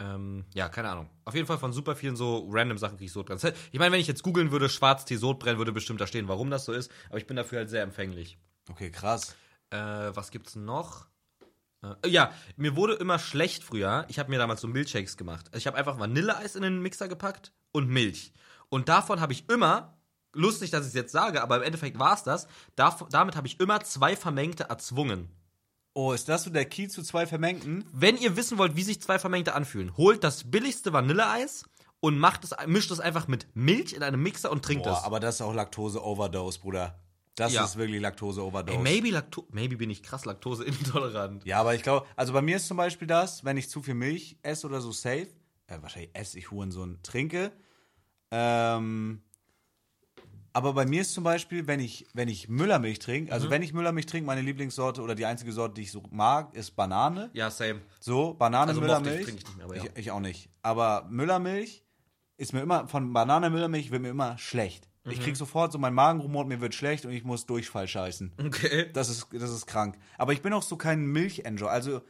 [SPEAKER 1] Ähm, ja, keine Ahnung. Auf jeden Fall von super vielen so random Sachen kriege ich Sodbrennen. Das heißt, Ich meine, wenn ich jetzt googeln würde, Schwarztee Sodbrennen, würde bestimmt da stehen, warum das so ist. Aber ich bin dafür halt sehr empfänglich.
[SPEAKER 2] Okay, krass.
[SPEAKER 1] Äh, was gibt's noch? Äh, ja, mir wurde immer schlecht früher. Ich habe mir damals so Milchshakes gemacht. Also ich habe einfach Vanilleeis in den Mixer gepackt und Milch. Und davon habe ich immer, lustig, dass ich es jetzt sage, aber im Endeffekt war es das, dav damit habe ich immer zwei Vermengte erzwungen.
[SPEAKER 2] Oh, ist das so der Key zu zwei Vermengten?
[SPEAKER 1] Wenn ihr wissen wollt, wie sich zwei Vermengte anfühlen, holt das billigste Vanilleeis und macht es, mischt es einfach mit Milch in einem Mixer und trinkt
[SPEAKER 2] Boah,
[SPEAKER 1] es.
[SPEAKER 2] aber das ist auch Laktose-Overdose, Bruder. Das
[SPEAKER 1] Ja.
[SPEAKER 2] ist wirklich Laktose-Overdose.
[SPEAKER 1] Ey, maybe, Lacto maybe bin ich krass laktoseintolerant.
[SPEAKER 2] Ja, aber ich glaube, also bei mir ist zum Beispiel das, wenn ich zu viel Milch esse oder so safe, äh, wahrscheinlich esse ich Hurensohn, trinke. Ähm, aber bei mir ist zum Beispiel, wenn ich, wenn ich Müllermilch trinke,
[SPEAKER 1] Mhm.
[SPEAKER 2] also wenn ich Müllermilch trinke, meine Lieblingssorte oder die einzige Sorte, die ich so mag, ist Banane.
[SPEAKER 1] Ja, same.
[SPEAKER 2] So, Banane,
[SPEAKER 1] Also mochte ich,
[SPEAKER 2] Müllermilch.
[SPEAKER 1] trinke ich nicht mehr, aber ja.
[SPEAKER 2] ich, ich auch nicht. Aber Müllermilch ist mir immer, von Banane Müllermilch wird mir immer schlecht.
[SPEAKER 1] Mhm.
[SPEAKER 2] Ich krieg sofort so, mein Magen rumort, mir wird schlecht und ich muss Durchfall scheißen.
[SPEAKER 1] Okay.
[SPEAKER 2] Das ist, das ist krank. Aber ich bin auch so kein Milch-Enjoy. Also,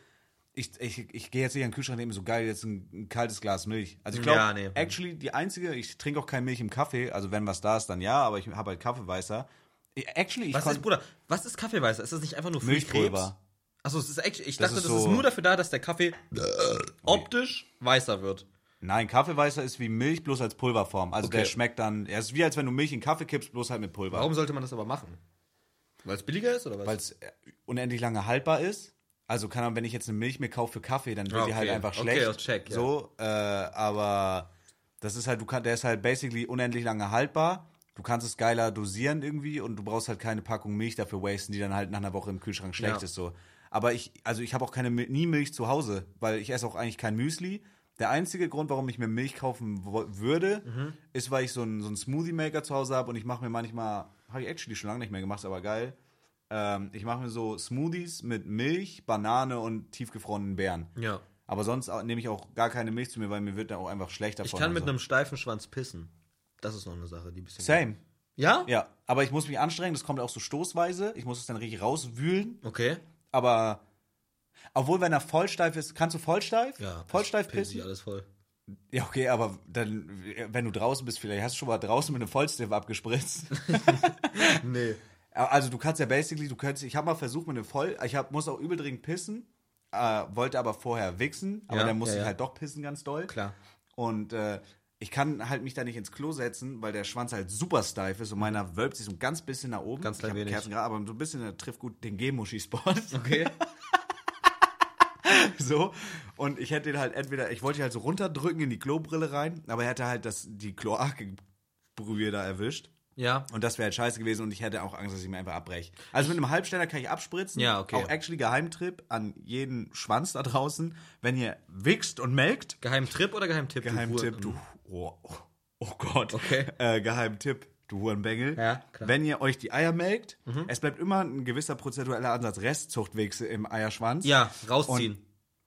[SPEAKER 2] ich, ich, ich gehe jetzt nicht an den Kühlschrank und nehme so geil, jetzt ein, ein kaltes Glas Milch. Also, ich glaube,
[SPEAKER 1] Ja, nee.
[SPEAKER 2] actually, die einzige, ich trinke auch keine Milch im Kaffee. Also, wenn was da ist, dann ja, aber ich habe halt Kaffee weißer. Ich- Actually, ich
[SPEAKER 1] Was
[SPEAKER 2] kon-
[SPEAKER 1] ist, Bruder? Was ist Kaffeeweißer? Ist das nicht einfach nur für
[SPEAKER 2] Milchpulver.
[SPEAKER 1] Achso, es ist echt, ich
[SPEAKER 2] Das
[SPEAKER 1] dachte,
[SPEAKER 2] ist
[SPEAKER 1] das ist
[SPEAKER 2] so-
[SPEAKER 1] nur dafür da, dass der Kaffee optisch weißer wird.
[SPEAKER 2] Nein, Kaffeeweißer ist wie Milch, bloß als Pulverform. Also,
[SPEAKER 1] Okay.
[SPEAKER 2] der schmeckt dann, ja, es ist wie als wenn du Milch in Kaffee kippst, bloß halt mit Pulver.
[SPEAKER 1] Warum sollte man das aber machen? Weil es billiger ist oder was?
[SPEAKER 2] Weil es äh, unendlich lange haltbar ist. Also kann man, wenn ich jetzt eine Milch mir kaufe für Kaffee, dann wird
[SPEAKER 1] Ah,
[SPEAKER 2] die halt
[SPEAKER 1] okay.
[SPEAKER 2] einfach
[SPEAKER 1] Okay,
[SPEAKER 2] schlecht.
[SPEAKER 1] das check, ja.
[SPEAKER 2] So, äh, aber das ist halt, du kann, der ist halt basically unendlich lange haltbar. Du kannst es geiler dosieren irgendwie und du brauchst halt keine Packung Milch dafür wasten, die dann halt nach einer Woche im Kühlschrank schlecht
[SPEAKER 1] Ja.
[SPEAKER 2] ist so. Aber ich, also ich habe auch keine Mil- nie Milch zu Hause, weil ich esse auch eigentlich kein Müsli. Der einzige Grund, warum ich mir Milch kaufen wo- würde, ist, weil ich so einen so einen Smoothie Maker zu Hause habe und ich mache mir manchmal, habe ich actually schon lange nicht mehr gemacht, ist aber geil. Ähm, ich mache mir so Smoothies mit Milch, Banane und tiefgefrorenen Beeren.
[SPEAKER 1] ja.
[SPEAKER 2] Aber sonst au- nehme ich auch gar keine Milch zu mir, weil mir wird da auch einfach schlecht davon.
[SPEAKER 1] Ich kann
[SPEAKER 2] und
[SPEAKER 1] mit
[SPEAKER 2] so.
[SPEAKER 1] einem steifen Schwanz pissen. Das ist noch eine Sache, die ein bisschen.
[SPEAKER 2] Same.
[SPEAKER 1] Ja?
[SPEAKER 2] Ja, aber ich muss mich anstrengen, das kommt auch so stoßweise. Ich muss es dann richtig rauswühlen.
[SPEAKER 1] Okay.
[SPEAKER 2] Aber obwohl, wenn er vollsteif ist, kannst du vollsteif?
[SPEAKER 1] Ja.
[SPEAKER 2] Vollsteif
[SPEAKER 1] piss ich
[SPEAKER 2] pissen?
[SPEAKER 1] alles voll.
[SPEAKER 2] Ja, okay, aber dann, wenn du draußen bist, vielleicht hast du schon mal draußen mit einem Vollstiff abgespritzt.
[SPEAKER 1] Nee.
[SPEAKER 2] Also du kannst ja basically, du könntest, ich habe mal versucht mit einem Voll, ich hab, muss auch übel dringend pissen, äh, wollte aber vorher wichsen, aber
[SPEAKER 1] Ja,
[SPEAKER 2] dann musste
[SPEAKER 1] ja,
[SPEAKER 2] ich
[SPEAKER 1] ja.
[SPEAKER 2] halt doch pissen ganz doll.
[SPEAKER 1] Klar.
[SPEAKER 2] Und äh, ich kann halt mich da nicht ins Klo setzen, weil der Schwanz halt super steif ist und meiner wölbt sich so ein ganz bisschen nach oben.
[SPEAKER 1] Ganz klein
[SPEAKER 2] ich hab
[SPEAKER 1] wenig.
[SPEAKER 2] Kerzengrad, aber so ein bisschen, der trifft gut den G-Muschi-Spot.
[SPEAKER 1] Okay.
[SPEAKER 2] so. Und ich hätte ihn halt entweder, ich wollte ihn halt so runterdrücken in die Klobrille rein, aber er hätte halt das, die Kloake-Brühe da erwischt.
[SPEAKER 1] Ja.
[SPEAKER 2] Und das wäre halt scheiße gewesen und ich hätte auch Angst, dass ich mir einfach abbreche. Also mit einem Halbständer kann ich abspritzen.
[SPEAKER 1] Ja, okay.
[SPEAKER 2] Auch actually Geheimtrip an jeden Schwanz da draußen. Wenn ihr wichst und melkt.
[SPEAKER 1] Geheimtrip oder Geheimtipp?
[SPEAKER 2] Geheimtipp,
[SPEAKER 1] du.
[SPEAKER 2] du. Oh, oh, oh Gott.
[SPEAKER 1] Okay.
[SPEAKER 2] Äh, Geheimtipp, du Hurenbengel.
[SPEAKER 1] Ja, klar. Mhm.
[SPEAKER 2] Wenn ihr euch die Eier melkt, es bleibt immer ein gewisser prozentueller Ansatz Restzuchtwechsel im Eierschwanz.
[SPEAKER 1] Ja, rausziehen.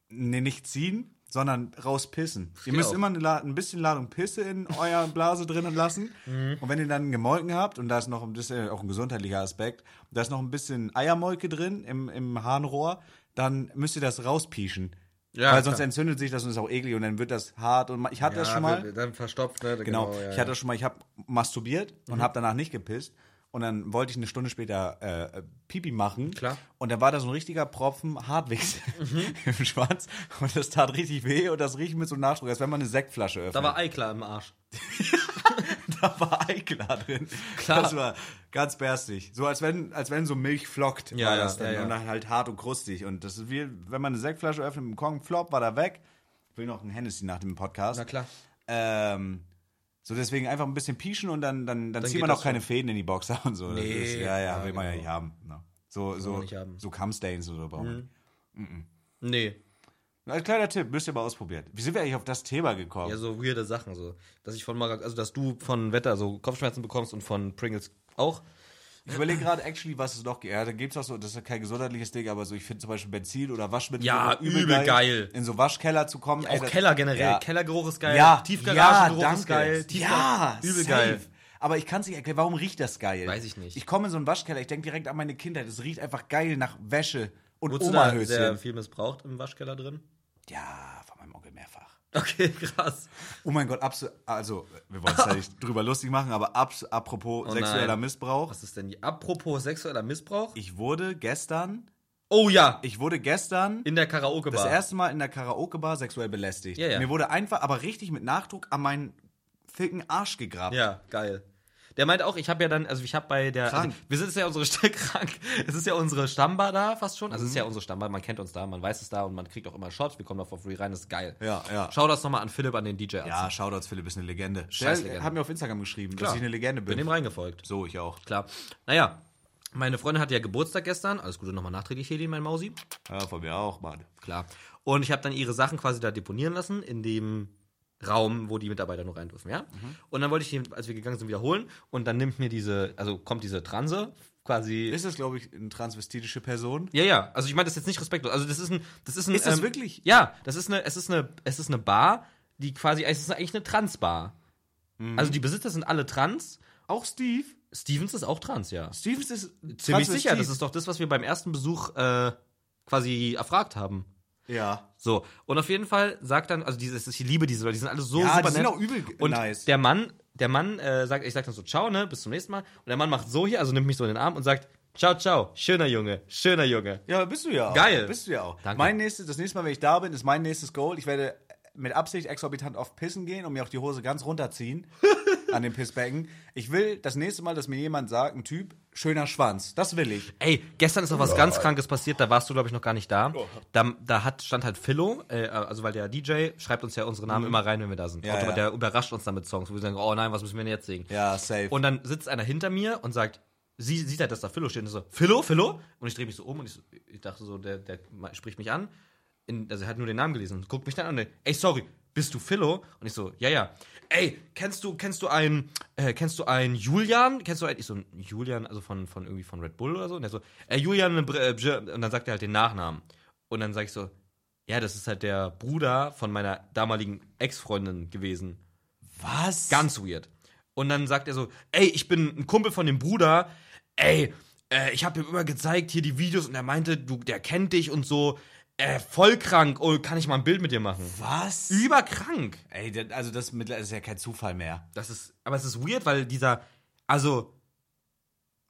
[SPEAKER 2] Nee, nicht ziehen, sondern rauspissen. Ihr müsst
[SPEAKER 1] auch.
[SPEAKER 2] immer eine La ein bisschen Ladung Pisse in eurer Blase drinnen lassen.
[SPEAKER 1] Mhm.
[SPEAKER 2] Und wenn ihr dann einen gemolken habt, und da ist noch ein bisschen, äh, auch ein gesundheitlicher Aspekt, da ist noch ein bisschen Eiermolke drin im, im Harnrohr, dann müsst ihr das rauspieschen.
[SPEAKER 1] Ja,
[SPEAKER 2] Weil sonst
[SPEAKER 1] klar.
[SPEAKER 2] entzündet sich das und ist auch eklig und dann wird das hart und ma- ich hatte das
[SPEAKER 1] Ja,
[SPEAKER 2] schon mal.
[SPEAKER 1] Dann verstopft, ne?
[SPEAKER 2] Genau,
[SPEAKER 1] ja, Mhm.
[SPEAKER 2] ich hatte das schon mal, ich habe masturbiert und habe danach nicht gepisst. Und dann wollte ich eine Stunde später äh, äh, Pipi machen.
[SPEAKER 1] Klar. Mhm.
[SPEAKER 2] Und dann war da so ein richtiger Propfen Hartwigs im Schwanz. Und das tat richtig weh und das riecht mit so einem Nachdruck, als wenn man eine Sektflasche öffnet.
[SPEAKER 1] Da war Ei klar im Arsch.
[SPEAKER 2] da war Ei klar drin.
[SPEAKER 1] Klar.
[SPEAKER 2] Das war ganz berstig. So als wenn, als wenn so Milch flockt,
[SPEAKER 1] Ja,
[SPEAKER 2] war
[SPEAKER 1] ja,
[SPEAKER 2] das dann.
[SPEAKER 1] ja, ja.
[SPEAKER 2] Und dann halt hart und krustig. Und das ist wie, wenn man eine Sektflasche öffnet, mit einem Kong, flop, war da weg. Ich will noch einen Hennessy nach dem Podcast.
[SPEAKER 1] Na klar.
[SPEAKER 2] Ähm, so deswegen einfach ein bisschen pieschen und dann, dann, dann,
[SPEAKER 1] Dann
[SPEAKER 2] zieht
[SPEAKER 1] geht
[SPEAKER 2] man auch
[SPEAKER 1] das
[SPEAKER 2] keine Fäden in die Box ab und so. Das
[SPEAKER 1] Nee.
[SPEAKER 2] ist, ja, ja,
[SPEAKER 1] Ja,
[SPEAKER 2] will man ja
[SPEAKER 1] genau.
[SPEAKER 2] nicht haben. Ne? So, so,
[SPEAKER 1] man nicht haben. Mhm.
[SPEAKER 2] so Cum-Stains oder so braucht man.
[SPEAKER 1] Nee.
[SPEAKER 2] Als kleiner Tipp, müsst ihr mal ausprobieren. Wie sind wir eigentlich auf das Thema gekommen?
[SPEAKER 1] Ja, so weirde Sachen so. Dass ich von Marak, also dass du von Wetter so Kopfschmerzen bekommst und von Pringles auch.
[SPEAKER 2] Ich überlege gerade actually, was es noch gibt. Ja, da gibt es auch so, das ist ja kein gesundheitliches Ding, aber so, ich finde zum Beispiel Benzin oder Waschmittel
[SPEAKER 1] Ja,
[SPEAKER 2] oder
[SPEAKER 1] übel geil.
[SPEAKER 2] In so Waschkeller zu kommen. ey,
[SPEAKER 1] auch
[SPEAKER 2] das-
[SPEAKER 1] Keller generell.
[SPEAKER 2] Ja.
[SPEAKER 1] Kellergeruch ist geil.
[SPEAKER 2] Ja,
[SPEAKER 1] Tiefgaragengeruch
[SPEAKER 2] ja,
[SPEAKER 1] ist
[SPEAKER 2] danke.
[SPEAKER 1] geil. Tiefgar-
[SPEAKER 2] ja,
[SPEAKER 1] übel
[SPEAKER 2] safe.
[SPEAKER 1] geil.
[SPEAKER 2] Aber ich kann es nicht erklären, warum riecht das geil?
[SPEAKER 1] Weiß ich nicht.
[SPEAKER 2] Ich komme in so einen Waschkeller, ich denke direkt an meine Kindheit. Es riecht einfach geil nach Wäsche und
[SPEAKER 1] Wurdest du da sehr
[SPEAKER 2] Oma-Höschen.
[SPEAKER 1] viel missbraucht im Waschkeller drin?
[SPEAKER 2] Ja, von meinem Onkel mehrfach.
[SPEAKER 1] Okay, krass.
[SPEAKER 2] Oh mein Gott, abso also, wir wollen es ja nicht drüber lustig machen, aber abs apropos
[SPEAKER 1] Oh
[SPEAKER 2] sexueller
[SPEAKER 1] nein.
[SPEAKER 2] Missbrauch.
[SPEAKER 1] Was ist denn die? Apropos sexueller Missbrauch?
[SPEAKER 2] Ich wurde gestern,
[SPEAKER 1] Oh ja,
[SPEAKER 2] ich wurde gestern
[SPEAKER 1] in der Karaoke-Bar.
[SPEAKER 2] das erste Mal in der Karaoke-Bar sexuell belästigt.
[SPEAKER 1] Ja, ja.
[SPEAKER 2] Mir wurde einfach, aber richtig mit Nachdruck an meinen ficken Arsch gegraben.
[SPEAKER 1] Ja, geil. Der meint auch, ich habe ja dann, also ich habe bei der, also
[SPEAKER 2] Krank.
[SPEAKER 1] wir sind es ja unsere St- krank, es ist ja unsere Stammbar da fast schon, also
[SPEAKER 2] Mhm.
[SPEAKER 1] es ist ja unsere Stammbar, man kennt uns da, man weiß es da und man kriegt auch immer Shots, wir kommen da for free rein, das ist geil.
[SPEAKER 2] Ja, ja.
[SPEAKER 1] Schau das nochmal an Philipp, an den DJ.
[SPEAKER 2] Ja, Shoutouts, Philipp ist eine Legende.
[SPEAKER 1] Scheiß
[SPEAKER 2] Der
[SPEAKER 1] Legende.
[SPEAKER 2] hat mir auf Instagram geschrieben,
[SPEAKER 1] Klar.
[SPEAKER 2] dass ich eine Legende
[SPEAKER 1] bin dem
[SPEAKER 2] bin.
[SPEAKER 1] reingefolgt.
[SPEAKER 2] So, ich auch.
[SPEAKER 1] Klar. Naja, meine Freundin hatte ja Geburtstag gestern, alles Gute nochmal nachträglich, Heli, mein Mausi.
[SPEAKER 2] Ja, von mir auch, Mann.
[SPEAKER 1] Klar. Und ich habe dann ihre Sachen quasi da deponieren lassen in dem Raum, wo die Mitarbeiter nur rein dürfen, ja.
[SPEAKER 2] Mhm.
[SPEAKER 1] Und dann wollte ich die, als wir gegangen sind, wiederholen und dann nimmt mir diese, also kommt diese Transe quasi.
[SPEAKER 2] Ist das, glaube ich, eine transvestitische Person?
[SPEAKER 1] ja, ja. Also ich meine, das ist jetzt nicht respektlos. Also das ist ein, das ist ein. ähm,
[SPEAKER 2] Ist das wirklich?
[SPEAKER 1] Ja, das ist eine, es ist eine, es ist eine Bar, die quasi, es ist eigentlich eine Transbar.
[SPEAKER 2] Mhm.
[SPEAKER 1] Also die Besitzer sind alle trans.
[SPEAKER 2] Auch Steve?
[SPEAKER 1] Stevens ist auch trans, ja.
[SPEAKER 2] Stevens ist
[SPEAKER 1] Ziemlich
[SPEAKER 2] transvestit.
[SPEAKER 1] sicher. Das ist doch das, was wir beim ersten Besuch äh, quasi erfragt haben.
[SPEAKER 2] Ja.
[SPEAKER 1] So, und auf jeden Fall sagt dann, also dieses, ich liebe diese Leute, die sind alle so
[SPEAKER 2] Ja,
[SPEAKER 1] super
[SPEAKER 2] die sind
[SPEAKER 1] nett.
[SPEAKER 2] auch übel
[SPEAKER 1] und
[SPEAKER 2] nice.
[SPEAKER 1] der Mann, der Mann äh, sagt, ich sag dann so, ciao, ne, bis zum nächsten Mal. Und der Mann macht so hier, also nimmt mich so in den Arm und sagt, ciao, ciao, schöner Junge, schöner Junge.
[SPEAKER 2] Ja, bist du ja auch.
[SPEAKER 1] Geil.
[SPEAKER 2] Bist du ja auch.
[SPEAKER 1] Danke.
[SPEAKER 2] Mein nächstes, das nächste Mal, wenn ich da bin, ist mein nächstes Goal. Ich werde mit Absicht exorbitant oft pissen gehen und mir auch die Hose ganz runterziehen an den Pissbecken. Ich will das nächste Mal, dass mir jemand sagt, ein Typ, schöner Schwanz. Das will ich.
[SPEAKER 1] Ey, gestern ist noch was ganz Krankes passiert, da warst du, glaube ich, noch gar nicht da. Da, da hat, stand halt Philo, äh, also weil der DJ schreibt uns ja unsere Namen immer rein, wenn wir da sind.
[SPEAKER 2] Mhm. Ja,
[SPEAKER 1] Auto-
[SPEAKER 2] ja.
[SPEAKER 1] Der überrascht uns dann mit Songs, wo wir sagen, oh nein, was müssen wir denn jetzt singen?
[SPEAKER 2] Ja, safe.
[SPEAKER 1] Und dann sitzt einer hinter mir und sagt, sie sieht halt, dass da Philo steht und so, Philo, Philo? Und ich drehe mich so um und ich, so- ich dachte so, der, der ma- spricht mich an. In, also er hat nur den Namen gelesen und guckt mich dann an und denkt, ey, sorry, bist du Philo? Und ich so, ja, ja. Ey, kennst du, kennst du einen, äh, kennst du einen Julian? Kennst du einen, ich so, Julian, also von, von irgendwie von Red Bull oder so? Und er so, ey, Julian, Br- äh, Br- und dann sagt er halt den Nachnamen. Und dann sag ich so, ja, das ist halt der Bruder von meiner damaligen Ex-Freundin gewesen.
[SPEAKER 2] was?
[SPEAKER 1] Ganz weird. Und dann sagt er so, ey, ich bin ein Kumpel von dem Bruder, ey, äh, ich habe ihm immer gezeigt hier die Videos und er meinte, du, der kennt dich und so, äh, voll krank, oh, kann ich mal ein Bild mit dir machen?
[SPEAKER 2] Was?
[SPEAKER 1] Überkrank.
[SPEAKER 2] Ey, das- also das, mit- das ist ja kein Zufall mehr.
[SPEAKER 1] Das ist, aber es ist weird, weil dieser, also,